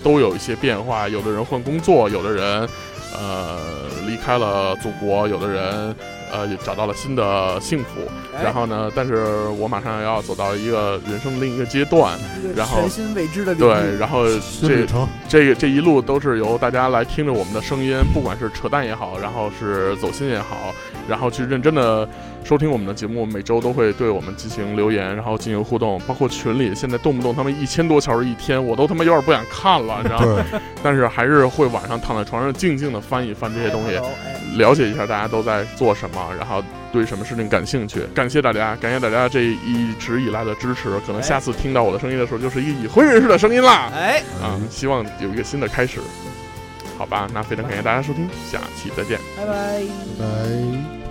Speaker 1: 都有一些变化，有的人换工作，有的人呃离开了祖国，有的人呃也找到了新的幸福。
Speaker 4: 哎
Speaker 1: 然后呢，但是我马上要走到一个人生的另一个阶段，
Speaker 4: 嗯
Speaker 7: 一个
Speaker 1: 然后
Speaker 7: 全新未知的领
Speaker 1: 对
Speaker 7: 域，，
Speaker 1: 然后
Speaker 3: 新
Speaker 1: 这
Speaker 3: 旅程，
Speaker 1: 这个这一路都是由大家来听着我们的声音，不管是扯淡也好，然后是走心也好，然后去认真的收听我们的节目，每周都会对我们进行留言，然后进行互动，包括群里现在动不动他们一千多条儿一天，我都他妈有点不想看了，你知道吗？
Speaker 3: 对，
Speaker 1: 但是还是会晚上躺在床上静静的翻一翻这些东西，
Speaker 7: 哎
Speaker 1: 了解一下大家都在做什么，然后对什么事情感兴趣。感谢大家，感谢大家这一直以来的支持，可能下次听到我的声音的时候，就是一个已婚人士的声音啦。
Speaker 7: 哎，
Speaker 1: 啊，
Speaker 3: 嗯
Speaker 1: 希望有一个新的开始，好吧？那非常感谢大家收听，下期再见。
Speaker 7: 拜拜。
Speaker 3: 拜拜。